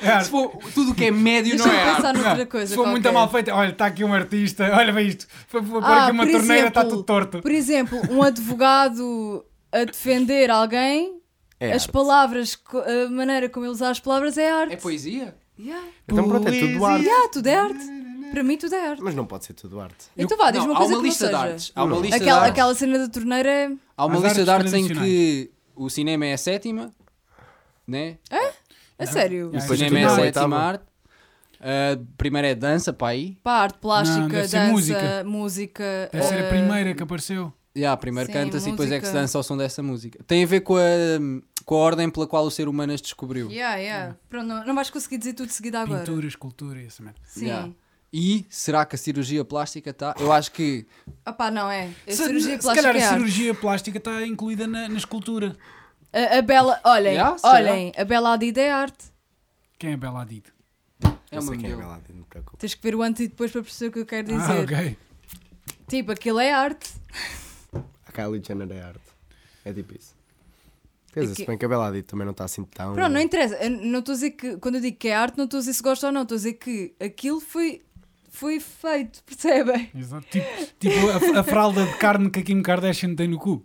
é arte.
Se for tudo o que é médio não
Deixa-me
é arte.
pensar noutra
Não,
coisa.
se for muito
qualquer.
mal feito, olha, está aqui um artista, olha bem isto. Foi foi pôr
Ah,
aqui uma
por
torneira, está
exemplo,
tudo torto.
Por exemplo, um advogado a defender alguém,
É
as
arte.
palavras, co- a maneira como ele usa as palavras é arte.
É poesia?
Yeah.
Então pronto, é tudo
Poesia.
arte.
Yeah, tudo é arte. Para mim, tudo é arte.
Mas não pode ser tudo arte.
Então vá, diz
Não,
uma
há
coisa
uma
que
lista de
não seja.
artes. Há uma
Não.
lista de
Aquela,
artes.
aquela cena da torneira é.
Há uma
As
lista de
artes
artes em que o cinema é a sétima, né?
É. A sério.
Yeah.
O
Ah,
Depois
cinema é
não,
a
a
sétima
oitava.
arte. Ah, primeiro é dança, para aí.
Pá, arte plástica,
Não, deve ser
dança, música.
música. Deve ser a
ah,
primeira que apareceu.
Yeah, primeiro
Sim,
canta-se e depois é que se
música.
dança ao som dessa música. Tem a ver com a, com a ordem pela qual o ser humano as descobriu.
Yeah, yeah. Pronto, não, não vais conseguir dizer tudo de seguida agora.
Pintura, escultura e essa merda.
Sim.
Yeah. E será que a cirurgia plástica está? Eu acho que
Opá, não é. A
Se-
cirurgia
se
plástica
calhar
é
a
arte.
cirurgia plástica está incluída na, na escultura.
A, a Bela, olhem,
Yeah, será?
olhem, a Bela Hadid é arte.
Quem é a Bela Hadid?
é
não
uma
sei quem é
modelo.
Galadin, não me preocupo.
Tens que ver o antes e depois para perceber o que eu quero dizer.
Ah, ok.
Tipo, aquilo é arte.
A Kylie Jenner é arte. É tipo isso.
É
Quer dizer,
Aqui-
se bem que a Bela Hadid também não está assim tão...
Pronto, não interessa. Eu não estou a dizer que, quando eu digo que é arte, não estou a dizer se gosto ou não. Estou a dizer que aquilo foi, foi feito, percebem?
Exato. Tipo, tipo a, a fralda de carne que a Kim Kardashian tem no cu.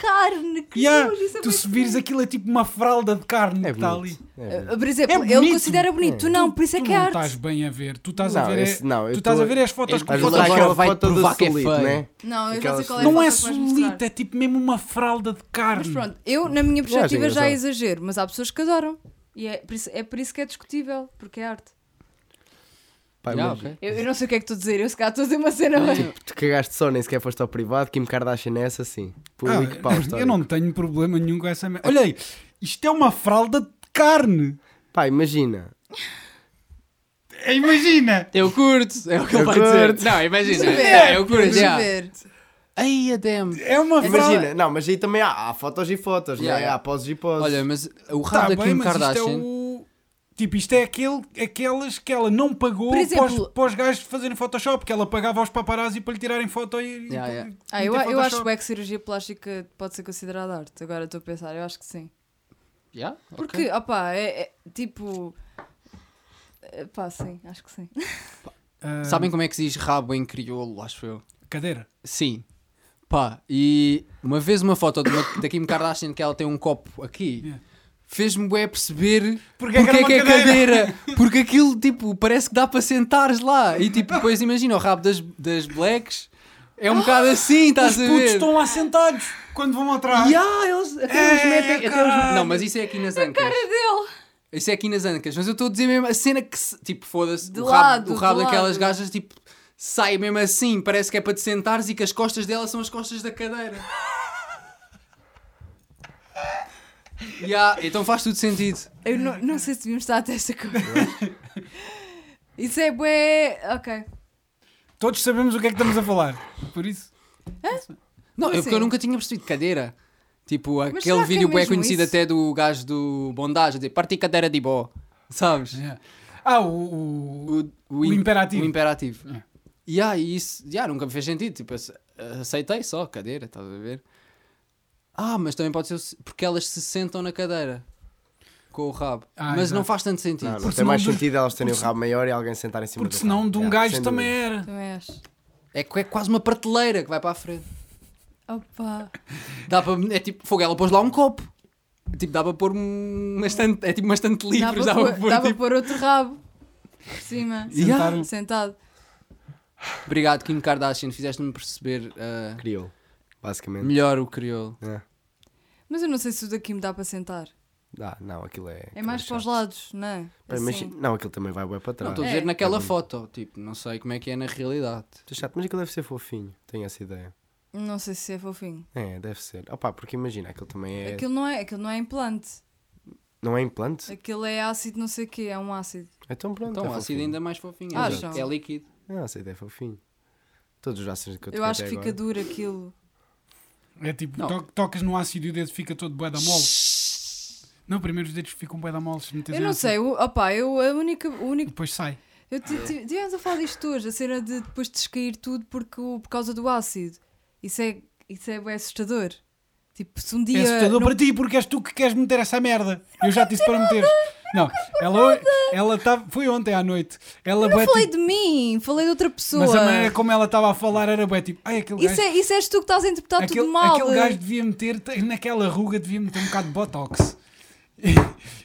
Carne, que
Yeah,
nojo, isso é
tu
bué
se vires aquilo é tipo uma fralda de carne
É
que está tá ali.
bonito. É bonito.
feio. Eh, Por exemplo,
É
ele
bonito.
considera bonito. Tu não, por isso é
tu
que é
não
arte.
estás bem a ver. Tu estás a
Não,
ver. é-
esse- não, eu
tu estás
tô-
a ver é as fotos que
Ele
Às
ele
vezes
Agora
há
faz.
aquela
vai
foto do
provar que é
solito,
feio.
né?
Não, eu já sei
Aquelas-
qual é a
Não é
foto que vais mostrar.
solita, é tipo mesmo uma fralda de carne.
Mas pronto, eu, na minha perspectiva, já
engraçado.
exagero, mas há pessoas que adoram. E é por, isso, é por isso que é discutível, porque é arte.
Pá,
Yeah,
mas
ok.
Eu, eu não sei o que é que estou a dizer, eu se calhar estou a dizer uma
É,
cena. mas-
Tu cagaste só, nem sequer foste ao privado. Kim Kardashian é essa, sim.
Ah,
Público, pau, história.
eu não tenho problema nenhum com essa merda. Olha aí, isto é uma fralda de carne.
Pá, imagina.
Imagina!
Eu curto, é o que ele
Eu
vai
curto.
dizer. Não, imagina.
Deixa eu ver.
É, eu curto.
Deixa eu
yeah.
ver.
Ai, a damn.
É uma fralda.
Imagina, um não, mas aí também há, há fotos e fotos,
Yeah,
né?
yeah.
há poses e poses.
Olha, mas o
Tá
rabo da
bem,
Kim
mas
um Kardashian.
isto é o... Tipo, isto é aquele, aquelas que ela não pagou
Por exemplo-
para, os, para os gajos fazerem Photoshop, que ela pagava aos paparazzi para lhe tirarem foto e...
Yeah,
e-
yeah.
Ah, eu,
meter
eu acho
Photoshop.
bem que cirurgia plástica pode ser considerada arte. Agora estou a pensar, eu acho que sim.
Yeah, ok.
Porque, opá, é, é, tipo. eh, Pá, sim, acho que sim.
Ah,
Sabem como é que se diz rabo em crioulo, acho eu?
Cadeira.
Sim. Pá, e uma vez uma foto de uma- da Kim Kardashian que ela tem um copo aqui.
Yeah.
Fez-me bué perceber
Porque é que era
é
uma
a cadeira. Porque aquilo, tipo, parece que dá para sentares lá. E tipo, depois imagina o rabo das, das blacks. É um bocado assim,
Os
estás a
putos
ver?
estão lá sentados quando vão atrás.
Yeah, eles até os
É,
metem. até os-
caralho.
Não, mas isso é aqui nas ancas.
Dele!
Isso é aqui nas ancas. Mas eu estou a dizer mesmo a cena que, se- tipo, foda-se.
De
O
lado,
rabo, o rabo
de
daquelas
lado.
gajas, tipo, sai mesmo assim. Parece que é para te sentares e que as costas dela são as costas da cadeira. yeah, então faz tudo sentido.
Eu não, não sei se devíamos estar até esta coisa. Isso é bué. Ok.
Todos sabemos o que é que estamos a falar. Por isso.
Não,
Como
eu, porque eu
assim?
nunca tinha percebido cadeira. Tipo,
será
aquele
que é
vídeo bem
mesmo
conhecido
isso?
até do gajo do Bondage, a dizer, parti cadeira de bó. Sabes?
yeah. Ah, o. o-
o,
O
im-
imperativo.
O imperativo.
É.
E aí isso yeah, nunca me fez sentido. Tipo, ace- aceitei só a cadeira, estás a ver? Ah, mas também pode ser o se- porque elas se sentam na cadeira com o rabo.
Ah,
mas não
exato.
faz tanto sentido.
Não, não
Porque
tem mais
senão
sentido elas terem o
porque
rabo maior e alguém sentar em cima
Porque
do
senão
rabo.
de um
Yeah,
gajo
sem
também
dúvida.
era.
Também acho.
É, que é quase uma prateleira que vai para a frente.
Opa.
Dá para. É tipo, fogo, ela pôs lá um copo. Tipo, dá para pôr uma estante, é tipo uma estante de
Dá
livros, dá para
para pôr- dá
pôr
para
tipo...
pôr outro rabo por cima.
Yeah.
Sentado.
Obrigado, Kim Kardashian, fizeste-me perceber ah,
é-
Criou, basicamente.
melhor o crioulo.
É.
Mas eu não sei se o daqui me dá para sentar.
Ah, não, aquilo é.
É mais para os lados, não é?
Pera, mas- não, aquilo também vai bué para
Não,
trás.
estou a
É.
dizer naquela
Tá bom.
foto, tipo, não sei como é que é na realidade.
Tô chato, mas aquilo deve ser fofinho, tenho essa ideia.
Não sei se é fofinho.
É, deve ser. Opa, porque imagina, aquilo também é.
Aquilo, não é aquilo não é implante.
Não é implante?
Aquilo é ácido não sei o quê, é um ácido.
Então pronto.
Então,
é
Tá
o ácido
fofinho.
ainda mais fofinho, é,
Acham?
líquido. é líquido.
Não, essa ideia é fofinho. Todos os ácidos que eu
Eu acho que fica duro aquilo.
É tipo,
Não.
to- tocas no ácido e o dedo fica todo bué da mole. Não, primeiro os dedos ficam bué da mole. se meteres
Eu não
ácido.
sei, o- opá, eu a única. O
E
único
depois sai.
eu ti- ti- tivemos a falar disto hoje, a cena de depois descair tudo porque, o- por causa do ácido. Isso é, isso é, bué assustador. Tipo, se um dia.
é assustador
não-
para ti porque és tu que queres meter essa merda. Eu já te disse para meteres. Não, ela, ela tava- foi ontem à noite. Ela
Eu não
bué
falei
tipo-
de mim, falei de outra pessoa.
Mas a maneira como ela estava a falar era bué tipo, ai aquele
Isso,
gajo.
é, isso és tu que estás a interpretar
aquele,
tudo mal. eh."
aquele gajo devia meter, tem- naquela ruga devia meter um bocado de botox. E,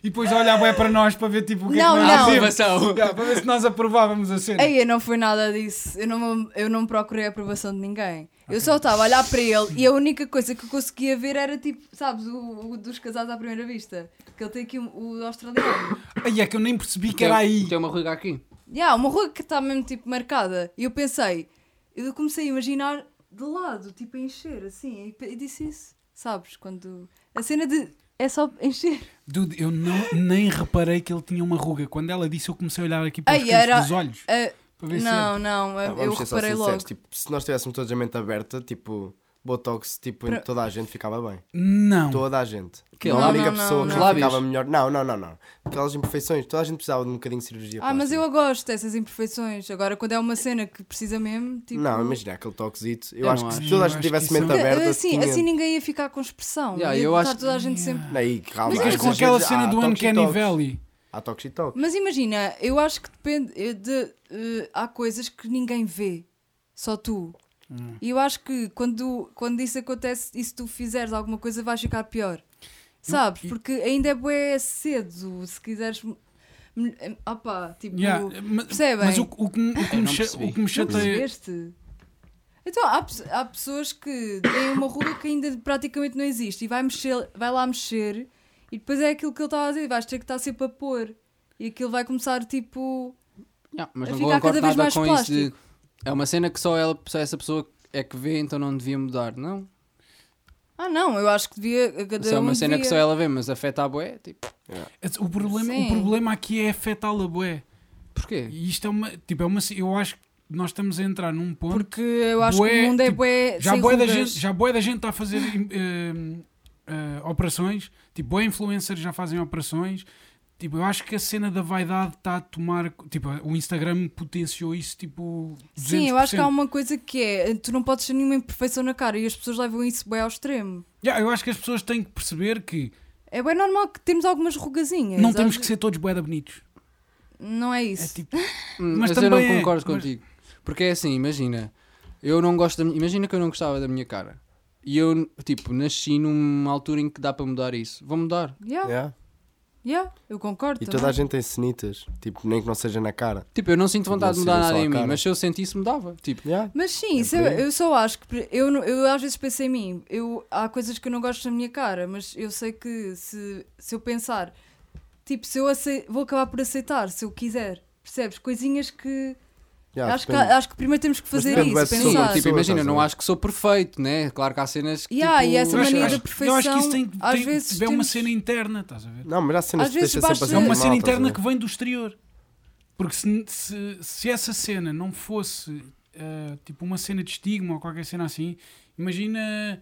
e depois olhar bué para nós para ver tipo o que
Não,
é que
não.
nós fazemos.
Aprovação.
Já, para ver se nós aprovávamos a cena.
Aí eu não foi nada disso. Eu não, eu não procurei a aprovação de ninguém. Eu só estava a olhar para ele e a única coisa que eu conseguia ver era tipo, sabes, o, o dos casados à primeira vista. Que ele tem aqui um- o australiano.
Ai, é que eu nem percebi
Então,
que era aí.
Tem uma ruga aqui.
E há uma rua que está mesmo tipo marcada. E eu pensei, eu comecei a imaginar de lado, tipo a encher, assim. E, pe- e disse isso, sabes? Quando. A cena de. É só encher.
Dude, eu não, nem reparei que ele tinha uma ruga. Quando ela disse, eu comecei a olhar aqui para os
Ai, era.
dos olhos.
Ah,
Para ver se é.
não, não, eu
Ah, vamos ser só
reparei logo.
sinceros, tipo, se nós tivéssemos todos a mente aberta, tipo, Botox, tipo,
Pra-
toda a gente ficava bem.
Não.
Toda a gente.
Que
não,
lá-
a
Não,
única
não,
pessoa
não.
que
Lábios.
ficava melhor. Não, não, não, não. Aquelas imperfeições, toda a gente precisava de um bocadinho de cirurgia.
Ah, mas
plástica.
eu gosto dessas imperfeições. Agora, quando é uma cena que precisa mesmo, tipo.
Não, imagina aquele toquezito. Eu,
Eu
acho
não
que se
acho.
toda
Eu
a
acho
gente
que
tivesse
isso é um
mente
não.
aberta.
assim,
tinha...
assim ninguém ia ficar com expressão.
Yeah,
ia
eu
estar
acho-
toda a gente sempre.
Aí, calma,
Ficas
há
com
exageros-
aquela cena
há
do é
toques e
Uncanny
toques.
Valley.
Há toques e toques.
Mas imagina, eu acho que depende eh, de. eh, há coisas que ninguém vê, só tu. E eu acho que quando, quando isso acontece e se tu fizeres alguma coisa, vais ficar pior. Sabes? Porque ainda é bué cedo. Se quiseres. Opa, tipo.
Yeah, mas-
percebem?
Mas o, o que, me- o que
Eu
me
não
cha-
percebi.
o que me
Não
chateia. é
percebeste? Então, há, pe- há pessoas que têm uma ruga que ainda praticamente não existe e vai, mexer, vai lá mexer e depois é aquilo que ele estava a dizer, vais ter que estar sempre a pôr e aquilo vai começar tipo.
Yeah, mas
A
não
ficar
concordo
cada vez
nada
mais
com isso de... É uma cena que só, ela, só essa pessoa é que vê, então não devia mudar, não?
Ah não, eu acho que devia. Cada
Isso é uma
um
cena que
devia.
só ela vê, mas afeta a bué, tipo...
O problema,
Sim.
o problema aqui é afetá-la, bué.
Porquê?
E isto é uma. Tipo, é uma ce- eu acho que nós estamos a entrar num ponto.
Porque eu acho que
Bué,
o mundo é
tipo,
bué.
já
sem
boa da
rugas.
gente já bué da gente está a fazer eh, eh, operações tipo boa influencers já fazem operações tipo eu acho que a cena da vaidade está a tomar tipo o Instagram potenciou isso tipo 200%.
Sim, eu acho que há uma coisa que é. Tu não podes ter nenhuma imperfeição na cara e as pessoas levam isso bem ao extremo.
Yeah, eu acho que as pessoas têm que perceber que
É bem normal que temos algumas rugazinhas.
não
às
temos
ve-
que ser todos boeda bonitos
Não é isso.
é tipo
Hum,
Mas
Mas, eu não
também é,
concordo
mas-
contigo. Porque é assim, imagina, eu não gosto da minha- imagina que eu não gostava da minha cara. E eu, tipo, nasci numa altura em que dá para mudar isso. Vou mudar.
Yeah,
Yeah.
yeah, eu concordo.
E
também.
toda a gente tem cenitas. Tipo, nem que não seja na cara.
Tipo, eu não sinto vontade
Não
de mudar
seria
nada
só a
em mim,
cara.
mas se eu sentisse, mudava. Tipo,
Yeah.
Mas sim, isso eu,
por aí.
eu só acho que. pre- Eu, não- eu às vezes pensei em mim. Eu, há coisas que eu não gosto da minha cara, mas eu sei que se, se eu pensar. Tipo, se eu acei- vou acabar por aceitar, se eu quiser. Percebes? Coisinhas que.
Yeah,
acho, que
depende.
acho que primeiro temos que fazer
depende
isso,
da pessoa,
pensar.
tipo
Pessoa,
imagina, eu
estás a
não
ver?
acho que sou perfeito, né? Claro que há cenas que.
Yeah,
tipo,
e essa
eu acho,
mania
acho-
da
eu acho que isso
perfeição,
tem, que-
às
tem que
vezes
tiver uma
temos-
cena interna estás a ver
Não, mas há cenas
Às
que
vezes
deixa sempre
basta-
é
assim
uma
mal,
cena
estás a
interna
ver?
que vem do exterior porque se, se, se essa cena não fosse eh, tipo uma cena de estigma ou qualquer cena assim, imagina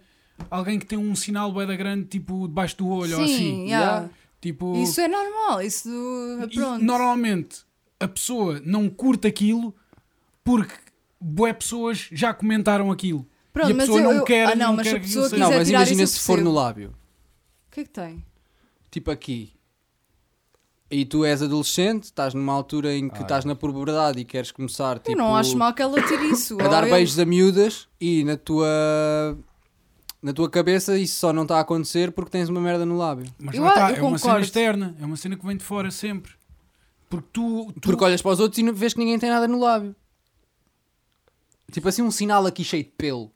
alguém que tem um sinal bem grande tipo debaixo do olho ou
Sim,
assim.
yeah.
Tipo,
Isso é normal, isso.
e
Pronto.
normalmente a pessoa não curte aquilo porque bué pessoas já comentaram aquilo.
Pronto,
e a
mas
pessoa
eu-
não
eu-
quer,
ah, não,
não
mas
quer
a
que
pessoa
isso
Não,
seja-
quiser
mas
tirar
imagina
isso,
se for
eu
no
percebo.
lábio,
O que é que tem?
tipo aqui. E tu és adolescente, estás numa altura em que estás na puberdade e queres começar tipo,
eu não acho mal que ela tire isso.
a dar
ou eu-
beijos a miúdas e na tua na tua cabeça isso só não está a acontecer porque tens uma merda no lábio.
Mas
Eu
lá
a-
está, é
eu
uma cena
concordo.
externa, é uma cena que vem de fora sempre. Porque tu, tu
Porque olhas para os outros e não- vês que ninguém tem nada no lábio. Tipo assim, um sinal aqui cheio de pelo.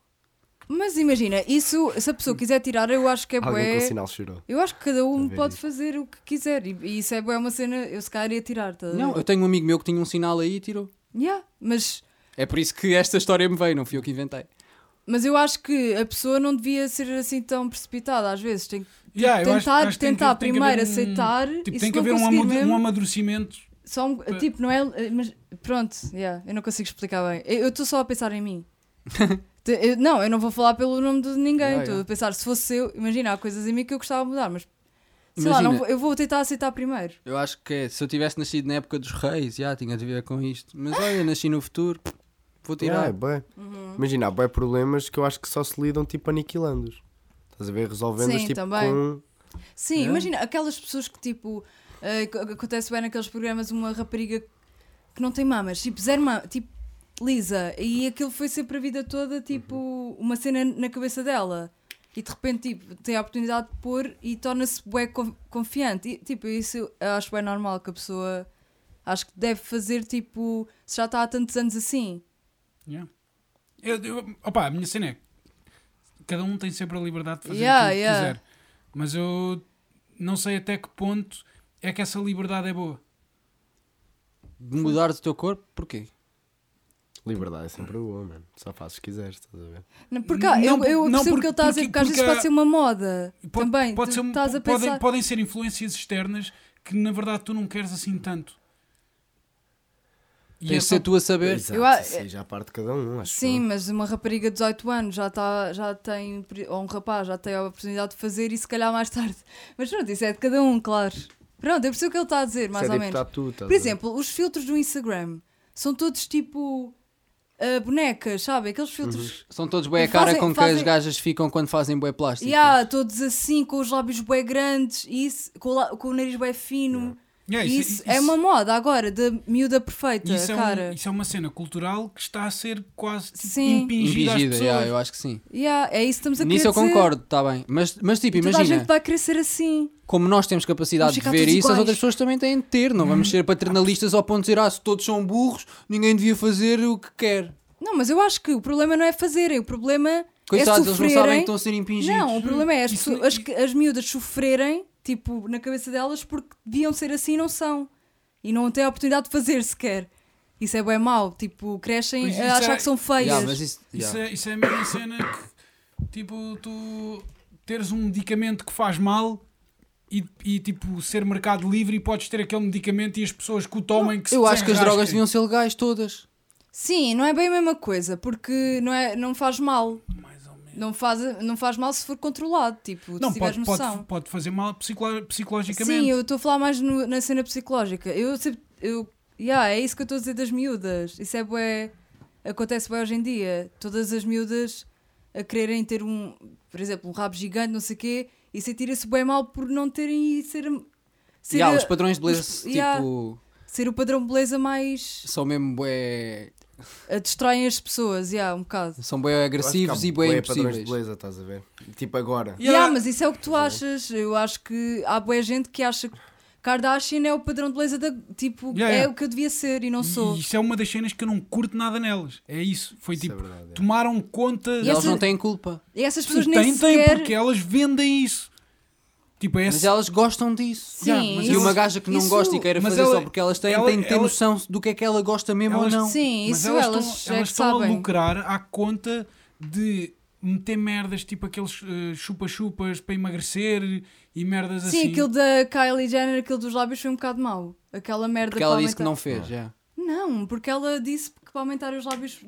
Mas imagina, isso, se a pessoa quiser tirar, eu acho que é
Alguém com
bué.
sinal chorou.
Eu acho que cada um
Também
pode
digo.
fazer o que quiser. E, e isso é bué uma cena, eu se calhar ia tirar. Tá? a ver?
Não, eu tenho um amigo meu que tinha um sinal aí e tirou.
Yeah, mas,
É por isso que esta história me veio, não fui eu que inventei.
mas eu acho que a pessoa não devia ser assim tão precipitada às vezes. Tem que
Yeah, eu acho-
Tipo, tentar,
acho que tem que-
tentar
tem que
primeiro
haver um-
aceitar
tipo,
e
tem
se
que
não
haver um,
conseguir
amadu-
mesmo,
um amadurecimento.
só um- tipo, não é, mas pronto, yeah, eu não consigo explicar bem. Eu eu estou só a pensar em mim. Te- eu- não, eu não vou falar pelo nome de ninguém.
Yeah,
Estou
yeah.
a pensar, se fosse eu, imagina, há coisas em mim que eu gostava de mudar, mas sei lá, não
Imagina.
vou- eu vou tentar aceitar primeiro.
Eu acho que é, se eu tivesse nascido na época dos reis, já tinha de ver com isto. Mas olha, nasci no futuro, vou
Yeah,
tirar.
é bué.
Uhum.
Imagina, há bué problemas que eu acho que só se lidam tipo aniquilando-os. Estás a ver? Resolvendo-os
Sim,
tipo
também.
com.
Sim,
é?
Yeah.
imagina aquelas pessoas que tipo eh, ac- acontece bem naqueles programas uma rapariga que não tem mamas, tipo zero mamas, tipo lisa, e aquilo foi sempre a vida toda tipo
Uhum.
uma cena na cabeça dela. E de repente tipo, tem a oportunidade de pôr e torna-se bué con- confiante. E, tipo, isso eu acho bem normal que a pessoa acho que deve fazer tipo se já está há tantos anos assim.
Yeah. Eu, eu- opá, a minha cena é cada um tem sempre a liberdade de fazer
Yeah,
aquilo que
yeah.
quiser. Mas eu não sei até que ponto é que essa liberdade é boa.
De mudar o teu corpo, porquê?
Liberdade é sempre boa, mano. Só fazes se quiseres, estás a ver?
Não, Porque
Não,
há- eu, eu
não,
percebo
porque-
o que ele está a dizer,
porque-
porque, às vezes
porque
pode ser uma moda.
Pode-
também,
pode
tu
ser um-
estás a
podem-
pensar.
podem ser influências externas que na verdade tu não queres assim tanto. E
Tens
é
de
só-
ser tu a saber.
Exato,
Eu a-
isso aí já parte de cada um, acho
Sim,
eu.
mas uma rapariga de 18 anos já, tá, já tem, pri- ou um rapaz já tem a oportunidade de fazer e se calhar mais tarde. Mas pronto, isso é de cada um, claro. Pronto, eu percebo o que ele está a dizer,
Isso
mais
é
ou
tipo, tá
menos.
tu, estás
Por
a ver?
exemplo, os filtros do Instagram são todos tipo ah, bonecas, sabe? Aqueles
Uhum.
filtros.
São todos bué a
E
cara
fazem-
com que as
fazem-
gajas ficam quando fazem bué plástico.
E há todos assim, com os lábios bem grandes, e isso, com, o la- com o nariz bem fino.
Yeah,
isso, é uma moda agora, da miúda perfeita,
isso é um-
cara.
isso é uma cena cultural que está a ser quase tipo,
Sim.
impingida, às
Impingida,
pessoas.
yeah, eu acho que sim.
Yeah, é isso que estamos a
Nisso
querer
eu
dizer.
concordo, está bem. Mas, mas tipo,
Toda a
imagina,
gente vai crescer assim.
como nós temos
Vamos
capacidade de
ficar
ver
todos
isso,
iguais.
as outras pessoas também têm de ter. Não vamos ser paternalistas ao ponto de dizer, ah, se todos são burros, ninguém devia fazer o que quer.
Não, mas eu acho que o problema não é fazerem, o problema
Coitados,
é
eles não sabem que
sofrerem.
estão a ser impingidos.
não, o problema é as,
Isso-
pessoas- as, que- as miúdas sofrerem, tipo, na cabeça delas, porque deviam ser assim e não são. E não têm a oportunidade de fazer sequer. Isso é bem mau. Tipo, crescem
Pois
a
isso
achar
é-
que são feias.
Yeah, mas isso-
Isso,
yeah.
é, isso é a mesma cena que, tipo, tu teres um medicamento que faz mal e, e, tipo, ser mercado livre e podes ter aquele medicamento e as pessoas que o tomem que se
Eu acho que as
desenrasquem.
drogas deviam ser legais todas.
Sim, não é bem a mesma coisa, porque não, é, não faz mal.
Mais ou menos.
Não faz, não faz mal se for controlado, tipo,
Não,
se tiveres
pode, pode,
noção.
pode fazer mal psicolo- psicologicamente.
Sim, eu estou a falar mais no- na cena psicológica. Eu sempre. Eu, yeah, é isso que eu estou a dizer das miúdas. Isso é bué. Acontece bué hoje em dia. Todas as miúdas a quererem ter um, por exemplo, um rabo gigante, não sei o quê, e sentirem-se bué mal por não terem e ser. ser,
Yeah,
a-
os padrões de
os-
beleza,
yeah,
tipo,
ser o padrão de beleza mais.
são mesmo bué,
A distraem as pessoas, yeah, um bocado.
são bué
Eu acho que há
agressivos e bué
bué padrões de
impossíveis.
beleza, estás a ver? Tipo agora.
Yeah.
Yeah.
mas isso é o que tu achas. Eu acho que há boa gente que acha que Kardashian é o padrão de beleza da. Tipo,
Yeah,
é
yeah.
o que eu devia ser e não sou.
E isso é uma das cenas que eu não curto nada nelas. É isso. Foi
Isso é
tipo,
verdade, é.
tomaram conta.
E
E
delas.
elas
essa-
não têm culpa.
E essas
Sim,
pessoas nem
tem, tem,
sequer...
porque é um elas vendem isso. Tipo, é
Mas
essa-
elas gostam disso.
Sim,
Yeah, mas
E
isso-
uma gaja que não
isso-
gosta e queira
mas
fazer
ela-
só porque elas têm,
ela-
tem de ter
ela-
noção do que é que ela gosta mesmo
Elas-
ou não.
Sim,
Mas
isso
elas,
elas,
estão,
é
elas
que
estão a
sabem.
lucrar à conta de meter merdas tipo aqueles eh, chupa-chupas para emagrecer e merdas
Sim,
assim.
aquilo da Kylie Jenner, aquele dos lábios foi um bocado mau. Aquela merda
Porque ela
para
disse que não
aumentar-
fez. já.
Não, porque ela disse que para aumentar os lábios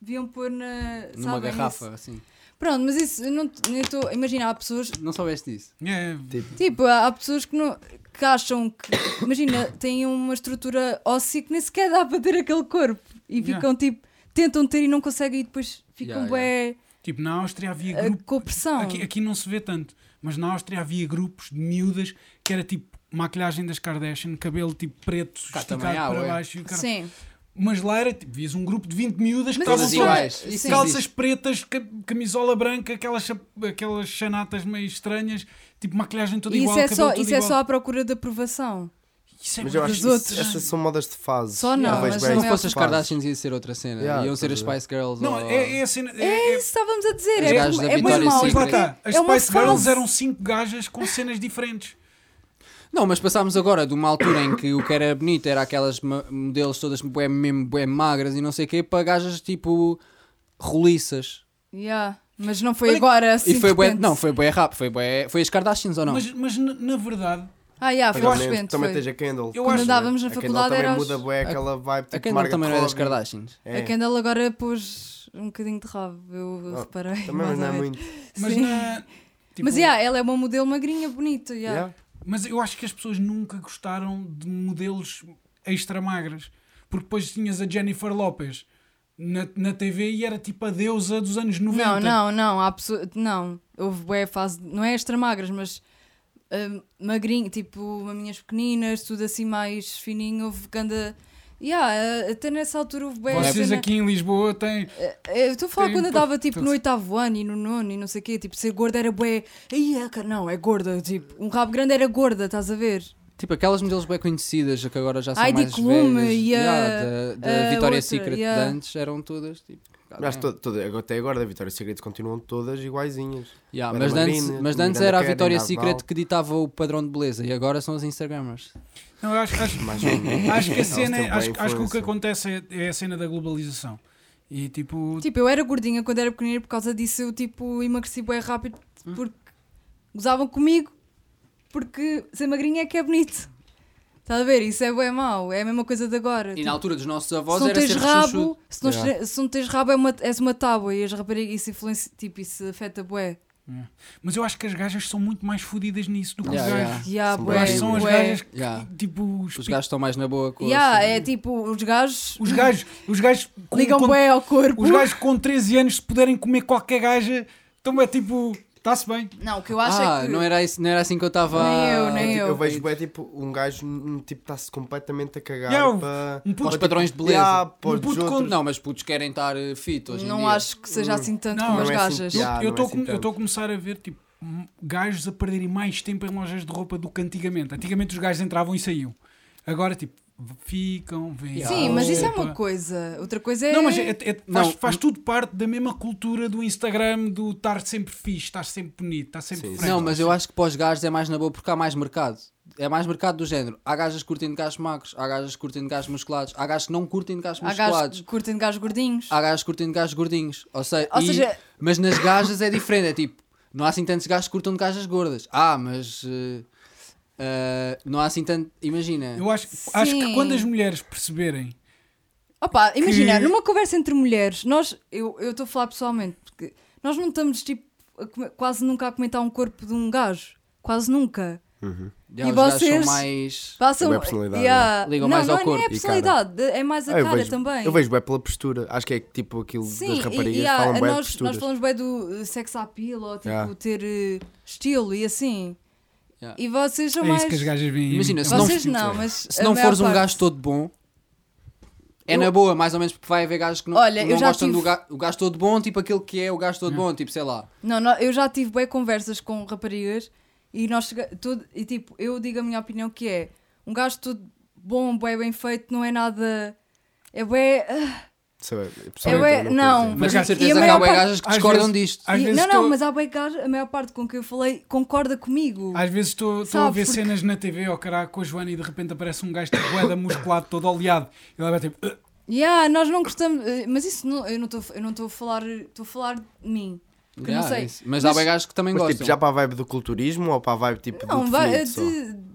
deviam pôr na...
Numa
sabem,
garrafa,
isso.
assim.
Pronto, mas isso, eu não t- nem estou... Imagina, há pessoas...
Não soubeste disso.
É,
Tipo, há há pessoas que, não, que acham que... Imagina, têm uma estrutura óssea que nem sequer dá para ter aquele corpo. E
Yeah.
ficam tipo... Tentam ter e não conseguem e depois ficam
Yeah,
bué... eh,
tipo, na Áustria havia
a
grupos.
cooperação.
Aqui, aqui não se vê tanto, mas na Áustria havia grupos de miúdas que era tipo maquilhagem das Kardashian, cabelo tipo preto,
Cá
esticado
também há,
para
ué.
baixo. E o cara...
Sim.
uma geleira, tipo, vias um grupo de 20 miúdas que
Mas
estavam
Todas
isso é
todas-
já-
iguais.
sim.
Isso
calças
existe.
pretas, ca- camisola branca, aquelas, cha- aquelas chanatas meio estranhas, tipo maquilhagem toda
E
igual,
isso é,
cabelo
só,
todo
isso é
igual.
só à procura de aprovação.
Isso é
Mas eu
bué
acho
Dos
que
outras.
isso- essas são modas de fases.
Só não,
Eu
mas
vejo bem
Ah, Se
não é
essas
o
fosse
que
as
fases.
Cardassians ia ser outra cena.
Yeah,
Iam ser as
estás a ver.
Spice Girls.
Não,
ou...
é, é a cena. É,
É
é-
isso, estávamos a dizer.
Os
É,
gajos
bom-
da
é
Vitória
muito mau.
mas lá
Secret.
está. As
É uma
Spice Girls
fase.
eram cinco gajas com cenas diferentes.
Não, mas passámos agora de uma altura em que o que era bonito era aquelas ma- modelos todas bué, mesmo bué magras e não sei o quê, para gajas tipo roliças.
Yeah, Mas não foi
um Olha-
agora assim.
e foi
de
bué,
repente.
não, foi bué rápido, foi bué, foi as Kardashians ou não?
Mas, mas na, na verdade,
Ah, yeah, foi
Mas
de
também-
repente.
Também
foi.
tens a Kendall.
Eu
Quando
acho-
andávamos na
A Kendall
faculdade
também
era.
muda
os-
bué aquela vibe tipo
a Kendall
Margot
também não é das
Robbie.
Kardashians.
É.
A Kendall agora pôs um bocadinho de rabo. Eu
Ah,
reparei.
Também,
mais
mas não
ou
é
menos.
muito.
mas
Sim.
na. tipo,
Mas yeah, ela é uma modelo magrinha, bonita. yeah.
Yeah.
Mas eu acho que as pessoas nunca gostaram de modelos extra magras. Porque depois tinhas a Jennifer Lopez na, na TV e era tipo a deusa dos anos 90.
Não, não, não. Há pessoa... Não, houve boa fase. Não é extra magras, mas hum, magrinho, tipo maminhas pequeninas, tudo assim mais fininho. Houve ganda. Yeah, eh, até nessa altura houve boa
Vocês aqui em Lisboa têm.
Eu estou a falar
Tem
quando eu
impor-
estava tipo no
Então-
oitavo ano e no nono e não sei o quê, tipo ser gorda era bué. Aí é que não, é gorda, tipo, um rabo grande era gorda, estás a ver?
Tipo aquelas modelos bem conhecidas que agora já são
Heidi
mais
Klum
velhas.
e a-
Yeah, da da
a
Victoria's
outra,
Secret
yeah.
de antes eram todas tipo.
Mas acho to- toda- agora- até agora da Vitória Segredo continuam todas iguaizinhas.
Yeah,
Era
mas, de antes,
Marina,
mas de antes
Miranda
era a
Kerr,
Victoria's
Nadal.
Secret que ditava o padrão de beleza e agora são os Instagrammers.
Não, eu acho, acho,
Mais ou menos.
acho que a
Elas
cena.
têm
é-
bem
Acho, acho que o que
influência.
acontece é, é a cena da globalização. E tipo.
Tipo, eu era gordinha quando era pequenina por causa disso eu tipo emagreci bué rápido porque gozavam comigo porque ser magrinha é que é bonito. Estás a ver? Isso é bué mau, é a mesma coisa de agora.
E na
Tipo,
altura dos nossos
se
avós
não
era
tens
ser
rabo,
rabo...
se não, se não tens rabo é uma, és uma tábua e as raparigas isso influencia, tipo, isso afeta bué.
Mas eu acho que as gajas são muito mais fodidas nisso do que os
Yeah,
gajos.
yeah.
Yeah,
São
bué,
Eu acho que são as
bué.
gajas que,
Yeah.
tipo, os,
Os gajos estão mais na boa com
Yeah,
assim.
é tipo, os gajos
os gajos, os gajos com-
ligam
com-
bué ao corpo.
os gajos com 13 anos, se puderem comer qualquer gaja, então é tipo, está-se bem.
Não, o que eu acho
ah,
é que
não, era isso, não era assim que eu estava.
Nem eu, nem
Tipo,
eu.
eu vejo bem tipo um gajo um, tipo está-se completamente a cagar
Yeah,
para
um puto-
para, tipo,
padrões de beleza.
yeah, para
Um
os
puto com-
outros.
Não, mas putos querem estar eh, fit hoje em
não
dia.
acho que seja assim tanto
Não,
como
não
as
é assim
gajas.
tanto.
eu
Yeah, não
estou
é assim
a,
tanto.
a começar a ver tipo, m- gajos a perderem mais tempo em lojas de roupa do que antigamente. Antigamente os gajos entravam e saíam. Agora, tipo, ficam, vêm.
Sim,
à
mas isso é uma
roupa.
coisa. Outra coisa é.
Não, mas
tipo
é- é- faz,
Não.
faz tudo parte da mesma cultura do Instagram, do estar sempre fixe, estar sempre bonito, estar sempre
Sim, sim.
frango.
Não, mas eu acho que para os gajos é mais na boa porque há mais mercado. É mais mercado do género. Há gajas que curtem de gajos magros, há gajas que curtem de gajos musculados, há gajos que não curtem de gajos
Há
musculados.
gajos que curtem de gajos gordinhos.
Ah,
Há gajos que curtem de gajos gordinhos. Ou, sei,
Ou
e-
seja-
Mas nas gajas é diferente. É tipo, não há assim tantos gajos que curtam de gajas gordas. Ah, mas. eh, eh, não há assim tanto. Imagina.
Eu acho, acho que
Sim.
quando as mulheres perceberem
Opa, imagina,
que-
numa conversa entre mulheres, nós. Eu eu estou a falar pessoalmente, porque nós não estamos tipo. a come- Quase nunca a comentar um corpo de um gajo. Quase nunca.
Já,
E
os gajos
vocês?
são mais.
Passam.
É personalidade,
Ligam
não,
mais
não
ao
é
corpo
nem
e
a
cara.
personalidade, é mais a
Ah, eu
cara
vejo,
também.
Eu vejo bem pela postura. Acho que é tipo aquilo
Sim,
das raparigas
e, e há-
falam bem de
nós,
posturas.
nós falamos bem do eh, sex appeal ou tipo
Yeah.
ter eh, estilo e assim.
Yeah.
E vocês são
é
mais.
isso que as gajas veem.
Imagina, se não-
Vocês não, mas.
Se
a
não
maior
fores um
parte-
gajo todo bom, é
Eu-
na boa, mais ou menos, porque vai haver gajos que não,
Olha,
que
eu
não
já
gostam
tive-
do gajo, o gajo todo bom, tipo aquele que é o gajo
Hum.
todo bom, tipo, sei lá.
Não, não, eu já tive bem conversas com raparigas e nós chega- todo, e tipo, eu digo a minha opinião que é um gajo todo bom, bem, bem feito, não é nada. É bem.
Sabe, a
É
pessoa
bué-
entra numa
não.
coisa.
Mas
E
com
a
certeza que
maior
há bué
parte-
gajas que
às
discordam
vezes-
disto.
às
E-
vezes
não, não,
tô-
mas há bem gajo, a maior parte com que eu falei concorda comigo.
Às vezes estou estou a
Sabe,
ver
porque-
cenas na TV, ó caralho, com a Joana e de repente aparece um gajo de boeda musculado, todo oleado. E ela vai tipo, "Ah,
Yeah, nós não gostamos. eh, Mas isso não, eu não estou eu não estou a falar. Estou a falar de mim. Que
Yeah,
não sei.
isso. Mas, há bué gajos que também
Mas
gostam.
tipo, já para a vibe do culturismo ou para a vibe tipo
Não,
do
vai.
vai,
eh, De,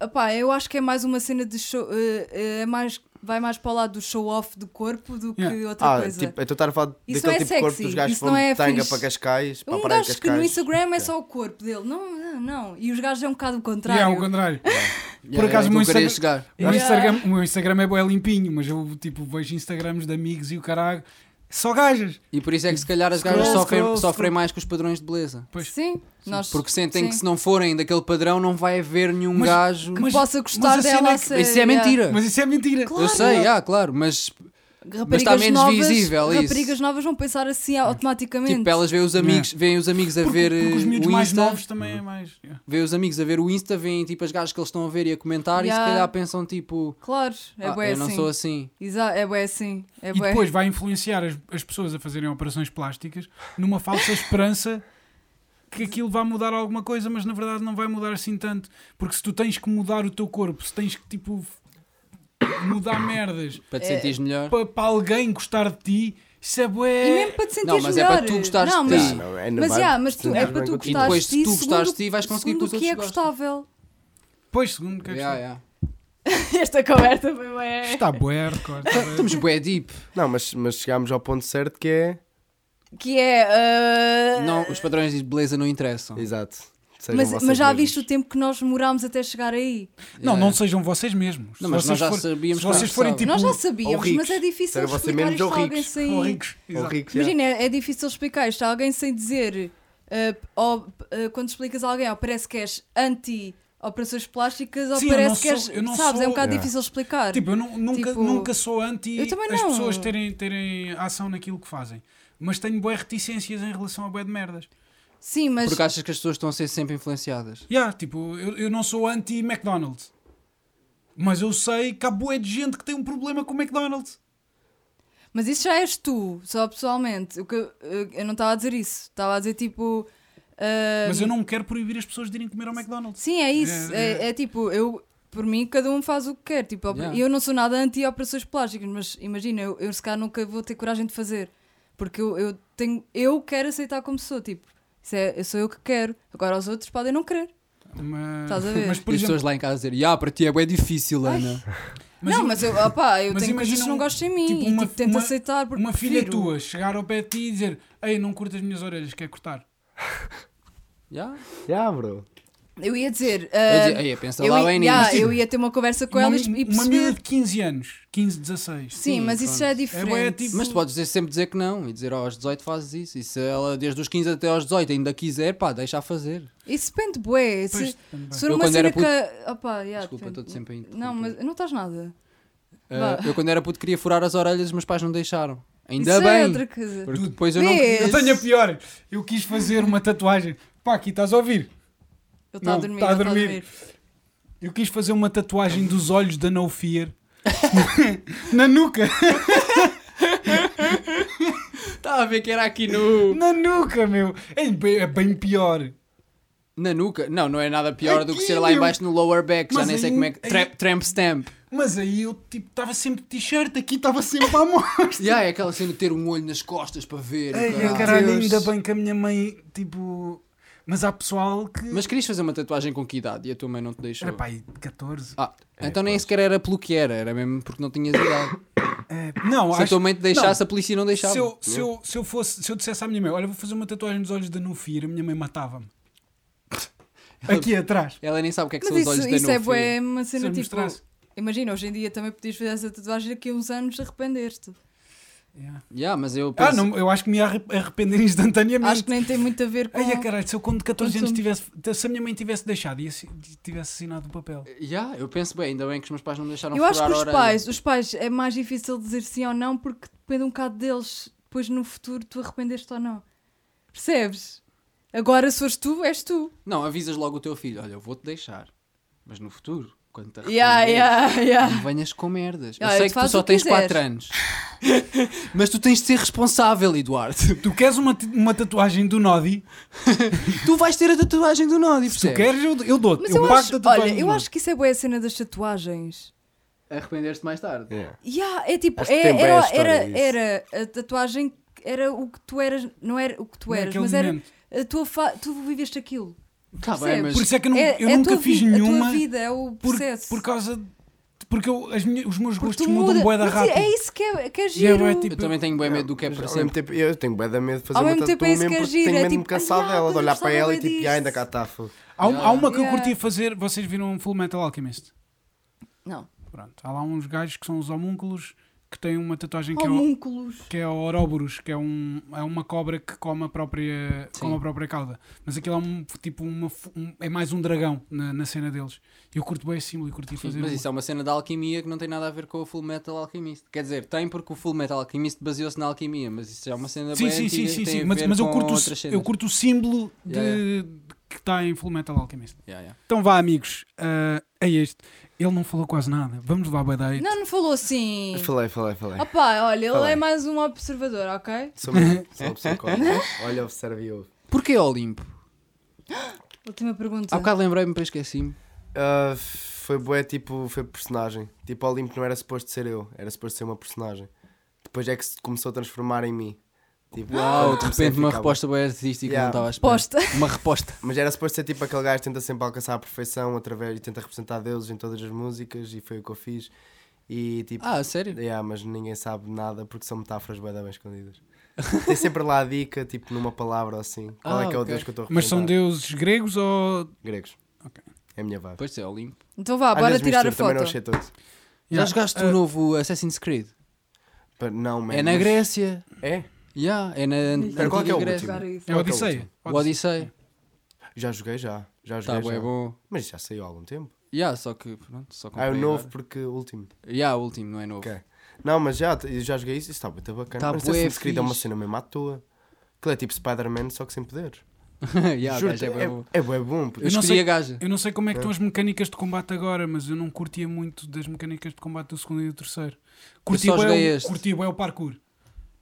Epá, eu acho que é mais uma cena de show. eh, eh, é mais, vai mais para o lado do show-off do corpo do que
Yeah.
outra
Ah,
coisa.
tipo, eu estou a estar a falar
Isso não
daquele
é
tipo de corpo
sexy,
dos gajos que
isso não
vão
é
de tanga
fixe.
para Cascais, é para a
um
praia de
gajo que no
Cascais.
Instagram é só o corpo dele. Não, não, não. E os gajos é um bocado o contrário.
yeah, ao contrário.
Yeah,
acaso,
eu
muito
queria
sabe-
chegar.
O meu
Yeah.
Instagram, o meu Instagram é bem limpinho, mas eu tipo vejo Instagrams de amigos e o caralho. Só gajas.
E por isso é que se calhar as gajas
Scroll,
sofrem,
scroll,
sofrem
scroll.
mais com os padrões de beleza.
Pois.
Sim, nós.
Porque sentem que
sim.
se não forem daquele padrão não vai haver nenhum
Mas-
gajo.
mas-
possa gostar
mas a cena
dela.
é
a
que-
sério,
Isso é mentira.
Mas isso é mentira.
Claro.
Eu sei, ah, claro, mas
yeah.
Mas está
Raparigas
menos
novas-
visível isso.
Raparigas novas vão pensar assim automaticamente.
tipo, elas veem os amigos, veem os amigos a
É. Porque,
ver
porque os
eh,
miúdos
o
mais
Insta,
novos também é mais. yeah.
veem os amigos a ver o Insta, veem tipo as gajas que eles estão a ver e a comentar e
Yeah.
se calhar pensam tipo,
Claro, é
"Ah,
bué
eu não
assim.
sou assim.
Exa- é bué assim. É
E
bué.
depois vai influenciar as, as pessoas a fazerem operações plásticas numa falsa esperança que aquilo vai mudar alguma coisa, mas na verdade não vai mudar assim tanto. Porque se tu tens que mudar o teu corpo, se tens que tipo mudar merdas
Para te
É,
sentires melhor.
para, para alguém gostar de ti, isso é
E
bué.
mesmo para te sentir
Não, mas é para tu gostares
não,
de
mas,
ti.
não, é, não
Mas,
vai-
yeah, mas tu,
não
é
vai
para tu
acontecer.
E
gostares
depois,
de
se
ti.
tu gostares
segundo-
de ti, vais conseguir
segundo
que os
o que é
outros
gostável.
Pois, segundo o que é que
Yeah,
está-
yeah.
Esta conversa foi bué.
Está bué, hardcore, tá está bué.
Estamos bué deep.
Não, mas, mas chegámos ao ponto certo que é.
Que é. ah,
Não, os padrões de beleza não interessam.
Exato. Sejam
mas,
vocês
mas já
mesmos.
viste o tempo que nós demorámos até chegar aí?
Não,
Yeah.
não sejam vocês mesmos.
Não, mas
Se vocês
nós já
for-
sabíamos
se
que
vocês forem tipo
nós já sabíamos,
ricos.
mas é difícil
Era você
explicar
mesmo
isto
ou
a alguém
ricos.
ou
sem.
ricos.
Ou
Exato.
ricos, yeah.
Imagina, é é difícil explicar isto a alguém sem dizer. ah, p- ou, ah, quando explicas a alguém, ou parece que és anti operações plásticas, ou
Sim, eu não
parece que és.
sou- eu não
sabes, é um
sou-
bocado
Yeah.
difícil explicar.
Tipo, eu nu- nunca,
Tipo,
nunca sou anti
eu também
as
não.
pessoas terem, terem ação naquilo que fazem. Mas tenho boé reticências em relação a bué de merdas.
Sim, mas.
Porque achas que as pessoas estão a ser sempre influenciadas.
Yeah, tipo, eu, eu não sou anti-McDonald's. Mas eu sei que há bué de gente que tem um problema com o McDonald's.
Mas isso já és tu, só pessoalmente. O que, eu- eu não estava a dizer isso. Estava a dizer tipo. ah,
Mas eu não quero proibir as pessoas de irem comer ao McDonald's.
Sim, é isso.
É,
É, é tipo, eu. Por mim, cada um faz o que quer. Tipo, op-
Yeah.
Eu não sou nada anti-operações plásticas, mas imagina, eu, eu se calhar nunca vou ter coragem de fazer. Porque eu, eu tenho. Eu quero aceitar como sou. Tipo, isso é, eu sou eu que quero. Agora os outros podem não querer.
Mas,
Estás a ver?
mas por
e
exemplo,
as pessoas lá em casa dizer, ah, para ti é bué difícil,
Ai.
Ana.
mas
não,
ima-
mas eu, opá, eu
mas
tenho coisas
imagina
que não
um-
gosto em mim.
tipo,
e
uma-
tipo, tento
uma-
aceitar porque
uma filha
prefiro.
tua chegar ao pé de ti e dizer Ei, não curto as minhas orelhas, quer cortar.
Yeah.
Yeah, bro.
Eu ia dizer.
Eu
ah,
dizia, "Ei, pensa
eu,
lá
ia-
bem nisso."
yeah,
Mas, tipo,
eu ia ter uma conversa com
uma,
elas e
uma miúda
perceber.
de 15 anos, 15, 16.
Sim,
Sim,
mas isso
pronto.
já é
É bué,
diferente.
tipo-
Mas tu podes dizer- sempre dizer que não e dizer "Oh, aos 18 fazes isso. E se ela desde os 15 até aos 18 ainda quiser, pá, deixa a fazer.
Isso depende, bué.
Pois,
Se,
também.
se for
Eu
uma
quando
cena
era
que. Opa, yeah,
Desculpa,
depende.
estou-te sempre a interromper.
Não, mas não estás nada.
Ah, eu quando era puto queria furar as orelhas, os meus pais não deixaram. Ainda
isso é
bem.
outra coisa.
Porque depois eu não
Vês?
queria.
Eu
Esse-
tenho a pior. Eu quis fazer uma tatuagem. Pá, aqui estás a ouvir?
Ele está a
Não,
dormir.
tá a
ele tá
dormir.
É
Eu quis fazer uma tatuagem dos olhos da No Fear na nuca.
Estava a ver que era aqui no.
Na nuca, meu. É bem, é bem pior.
Na nuca. Não, não é nada pior do que
Aqui,
ser lá
meu.
embaixo no lower back. já
Mas
nem sei
aí-
como é que.
aí-
Tra- Tramp stamp.
Mas aí eu tipo estava sempre de t-shirt, aqui estava sempre à mão.
yeah, é aquela cena de ter um olho nas costas para ver. o
Ai,
caralho.
caralho,
Deus.
ainda bem que a minha mãe, tipo. Mas há pessoal que.
Mas querias fazer uma tatuagem com que idade? E a tua mãe não te deixou.
Era pá, aí 14.
Ah, então nem sequer era pelo que era, era mesmo porque não tinhas idade.
É, não,
Se a
acho
tua mãe te deixasse, a polícia não deixava.
se
é?
eu, se, eu, se eu fosse, se eu dissesse à minha mãe, olha, vou fazer uma tatuagem dos olhos da No Fear, a minha mãe matava-me. Aqui atrás.
Ela nem sabe o que é que
Mas
são os
isso,
olhos
isso
da
é
Nufi.
bué, uma
Se
cena
eu lhe
tipo.
mostrasse.
Imagina, hoje em dia também podias fazer essa tatuagem daqui a uns anos arrepender-te.
Yeah.
Yeah, mas eu penso,
Ah, não, eu acho que me ia arre- arrepender instantaneamente.
Acho que nem tem muito a ver com.
Ai, a caralho, se eu quando 14
Quando
anos
tu-
tivesse. Se a minha mãe tivesse deixado e assi- tivesse assinado o papel.
Yeah, eu penso bem, ainda bem que os meus pais não me deixaram
Eu acho
furar
que
a
os
orelha.
pais, os pais é mais difícil dizer sim ou não porque depende um bocado deles. Depois no futuro tu arrependeste ou não. Percebes? Agora se fores tu, és tu.
Não, avisas logo o teu filho, olha, eu vou-te deixar. Mas no futuro, quando te
Yeah,
arrependeres,
yeah,
não
yeah.
venhas com merdas.
Ah,
eu sei
tu
que tu
fazes o
só
que
tens
quiseres.
4 anos. mas tu tens de ser responsável, Eduardo.
Tu queres uma, t- uma tatuagem do Nodi?
tu vais ter a tatuagem do Nodi,
Se tu
percebes?
queres, eu, eu dou-te.
Mas
Eu,
eu,
pago a
acho,
tatuagem.
olha,
do
eu
Nodi.
acho que isso é boa a cena das tatuagens.
Arrependeste mais tarde.
Yeah.
Yeah, é tipo,
Acho que
é-
tem bem a
era,
história
era,
disso.
era a tatuagem era o que tu eras, não era o que tu eras,
Naquele
mas era
é momento.
a tua fa- tu viveste aquilo.
Tá bem,
Percebes?
mas
Por isso é que eu, não-
é,
eu
é a
nunca
tua
fiz
vi- A
nenhuma
tua vida, é o
por,
processo.
por causa. de- porque eu- as minhas- os meus
Porque
gostos
tu
mudam
muda-
bué da
Mas
rápido.
É isso que é, que é
E é
giro.
bué,
eu
tipo,
também tenho bem medo do que é
Mas
para
Ao mesmo
sempre.
tempo, eu tenho bué da medo de fazer
Ao
uma
mesmo tempo é
tatuagem
isso que
mesmo
é
porque
giro,
tenho
é
mesmo
tipo,
cansado
"Ah,
dela, de
quando
olhar
eu
para ela e
gostava
tipo,
bué
"Ah, ainda
disso."
cá está fogo.
Há, um- há uma que eu
Yeah.
curtia fazer. Vocês viram um Full Metal Alchemist?
Não.
Pronto, há lá uns gajos que são os homúnculos que tem uma tatuagem que é, o,
Homúnculos.
que é o Ouroboros, que é, um, é uma cobra que come a própria,
Sim.
come a própria cauda. Mas aquilo é um, tipo uma, fu- um- é mais um dragão na, na cena deles. Eu curto bem esse símbolo e curti fazer.
Mas
um-
isso é uma cena da alquimia que não tem nada a ver com o Full Metal Alchemist. Quer dizer, tem porque o Full Metal Alchemist baseou-se na alquimia, mas isso é uma cena
Sim,
bem
sim, sim,
antiga
sim,
que
sim.
tem a
Mas,
ver
mas eu,
com
curto o,
outras
sí-
cenas.
eu curto o símbolo de,
Yeah,
que está em Full Metal Alchemist.
Yeah, yeah.
Então vá, amigos, ah, é este. Ele não falou quase nada. Vamos levar badei.
Não, não falou assim.
Falei, falei, falei.
Opa, olha, ele
Falei.
é mais um observador, ok?
Sou uma sou uma pessoa que olha, olha, observa e ouve.
Porquê Olimpo?
Última pergunta.
Há bocado lembrei-me, depois esqueci-me.
Ah, foi bué, tipo, foi personagem. Tipo, Olimpo não era suposto ser eu, era suposto ser uma personagem. Depois é que se começou a transformar em mim. Tipo,
Uau, de
comecei a
repente uma
ficar bué.
resposta bem artística,
Yeah.
não estava à espera.
Resposta.
Uma resposta.
Mas era suposto ser tipo aquele gajo que tenta sempre alcançar a perfeição através e tenta representar deuses em todas as músicas e foi o que eu fiz. E tipo,
Ah, sério?
yeah, mas ninguém sabe nada porque são metáforas bué da bem escondidas. Tem sempre lá a dica, tipo, numa palavra ou assim. Qual
Ah,
é que é o
ok.
deus que eu estou a
Mas são
representar?
deuses gregos ou.
Gregos.
Ok.
É a minha vibe.
Pois é, Olimpo.
Então vá,
Às
bora
vezes
tirar a
misturo, Também
foto.
não sei todos.
Já
Yeah.
jogaste o
Ah,
novo Assassin's Creed?
Pa- Não, man,
É na
mas-
Grécia.
É?
Yeah, é na
Pera, qual é que é o
antiga
último?
Grécia.
Jogar isso.
É
Qual é que é o
Odisseia.
último?
O Odisseia.
Já joguei, já. Já
Está
joguei.
bem
já.
Tá bom.
Mas já saiu há algum tempo.
Yeah, só que, pronto, só
Ah, é o
comprei
novo
agora.
porque o último.
Yeah, o último, não é novo.
Ok. Não, mas já, eu já joguei isso, isso está muito bacana.
Tá
mas
bué
Assassin's Creed é uma
fixe.
cena mesmo à toa. Aquilo é tipo Spider-Man, só que sem poderes.
yeah,
Juro-te,
gajo, é bué bom.
é, é bué bom. porque-
Eu
Eu não
escolhi
sei-
a gaja.
Eu não sei como é que estão as mecânicas de combate agora, mas eu não curtia muito das mecânicas de combate do segundo e do terceiro. Curti
só
bué
joguei
o-
este.
curti bué o parkour.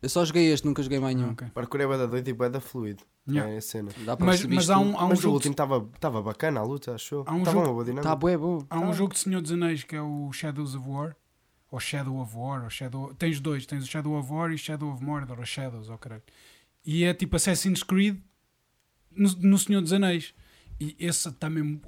Eu só joguei este, nunca joguei mais nenhum.
Ok.
Parkour é bué da doido e bué da fluido.
Yeah.
É a cena.
Dá para
Mas,
perceber
mas
isto
há
tudo.
um, há um
mas o
jogo,
último estava bacana a luta, achou?
Há um
Estava
jogo-
uma boa
Tá
dinâmica.
bué bom.
há um jogo de Senhor dos Anéis que é o Shadows of War. Ou Shadow of War, ou Shadow... Tens dois, tens o Shadow of War e Shadow of Mordor, ou Shadows, ou caralho. E é tipo Assassin's Creed no, no Senhor dos Anéis. E esse está mesmo,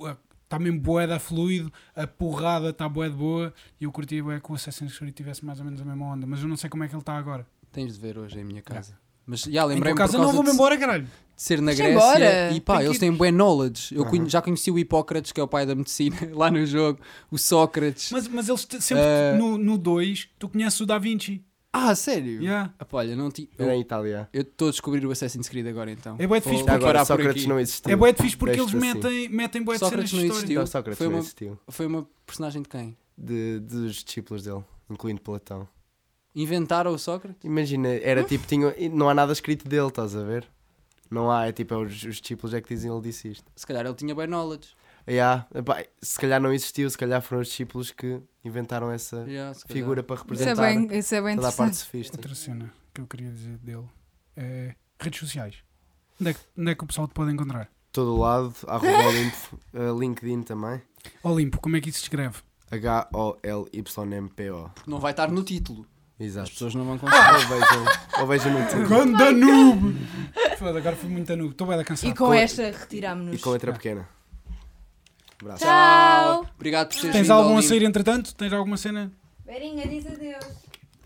tá mesmo bué da fluido, a porrada está bué de boa. E eu curtia bué que o Assassin's Creed tivesse mais ou menos a mesma onda, mas eu não sei como é que ele está agora.
Tens de ver hoje em minha casa. Mas já
Em
lembrei-me
tua
por
casa
causa
não vou-me
de,
embora, caralho.
de ser na
Deixa
Grécia
embora.
e pá,
Tem que
eles
ir.
têm bem knowledge. Eu conhe- já conheci o Hipócrates, que é o pai da medicina, lá no jogo, o Sócrates.
Mas, mas eles te- sempre
Eh,
no 2, tu conheces o Da Vinci.
Ah, sério?
Yeah.
Ah, pá, olha, não ti...
Tá
Era em
eu
Itália.
eu estou a descobrir o Assassin's Creed agora então.
É bué de fixe porque-
Vou- vou
Agora,
parar por
Sócrates
aqui.
não existiu.
É bué de fixe porque eles
Deixa-te assim.
metem, metem bué de cenas
Sócrates
de
não
história.
existiu.
Não, Sócrates
Foi
não
uma-
existiu.
Foi uma personagem de quem?
De, dos discípulos dele, incluindo Platão.
Inventaram o Sócrates?
Imagina, era tipo, tinha, e não há nada escrito dele, estás a ver? Não há, é tipo, é os, os discípulos é que dizem ele disse isto.
Se calhar ele tinha bem knowledge.
Yeah, epá, se calhar não existiu, se calhar foram os discípulos que inventaram essa
Yeah, se calhar.
figura para
Isso é
representar
bem, isso é bem
toda a parte
interessante.
sofista.
Outra cena que eu queria dizer dele é redes sociais. Onde é, que- onde é que o pessoal te pode encontrar?
Todo lado, arroba Olimpo, eh, LinkedIn também.
Olimpo, como é que isso se escreve?
H-O-L-Y-M-P-O.
Porque não vai estar no título. As
Exato.
pessoas não vão conseguir.
Ou vejam, ou vejam no Twitter.
Ganda noob! Foda, agora fui muito a noob. Estou bem da
E
cansado.
com
Com-
esta
é? E
retirámo-nos.
com letra pequena. Abraço.
Tchau.
Obrigado por teres
Tens
vindo
álbum
ao
a sair entretanto? Tens alguma cena?
Verinha, diz adeus.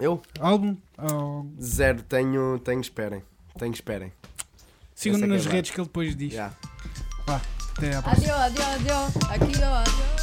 Eu?
Álbum? Ou-
Zero. Tenho, tenho, esperem. Tenho, esperem.
Sigam-me
sei que
nas
é
redes que ele depois diz.
Yeah.
Até à próxima.
Adiós, adiós, adiós. Aqui, ó, adiós.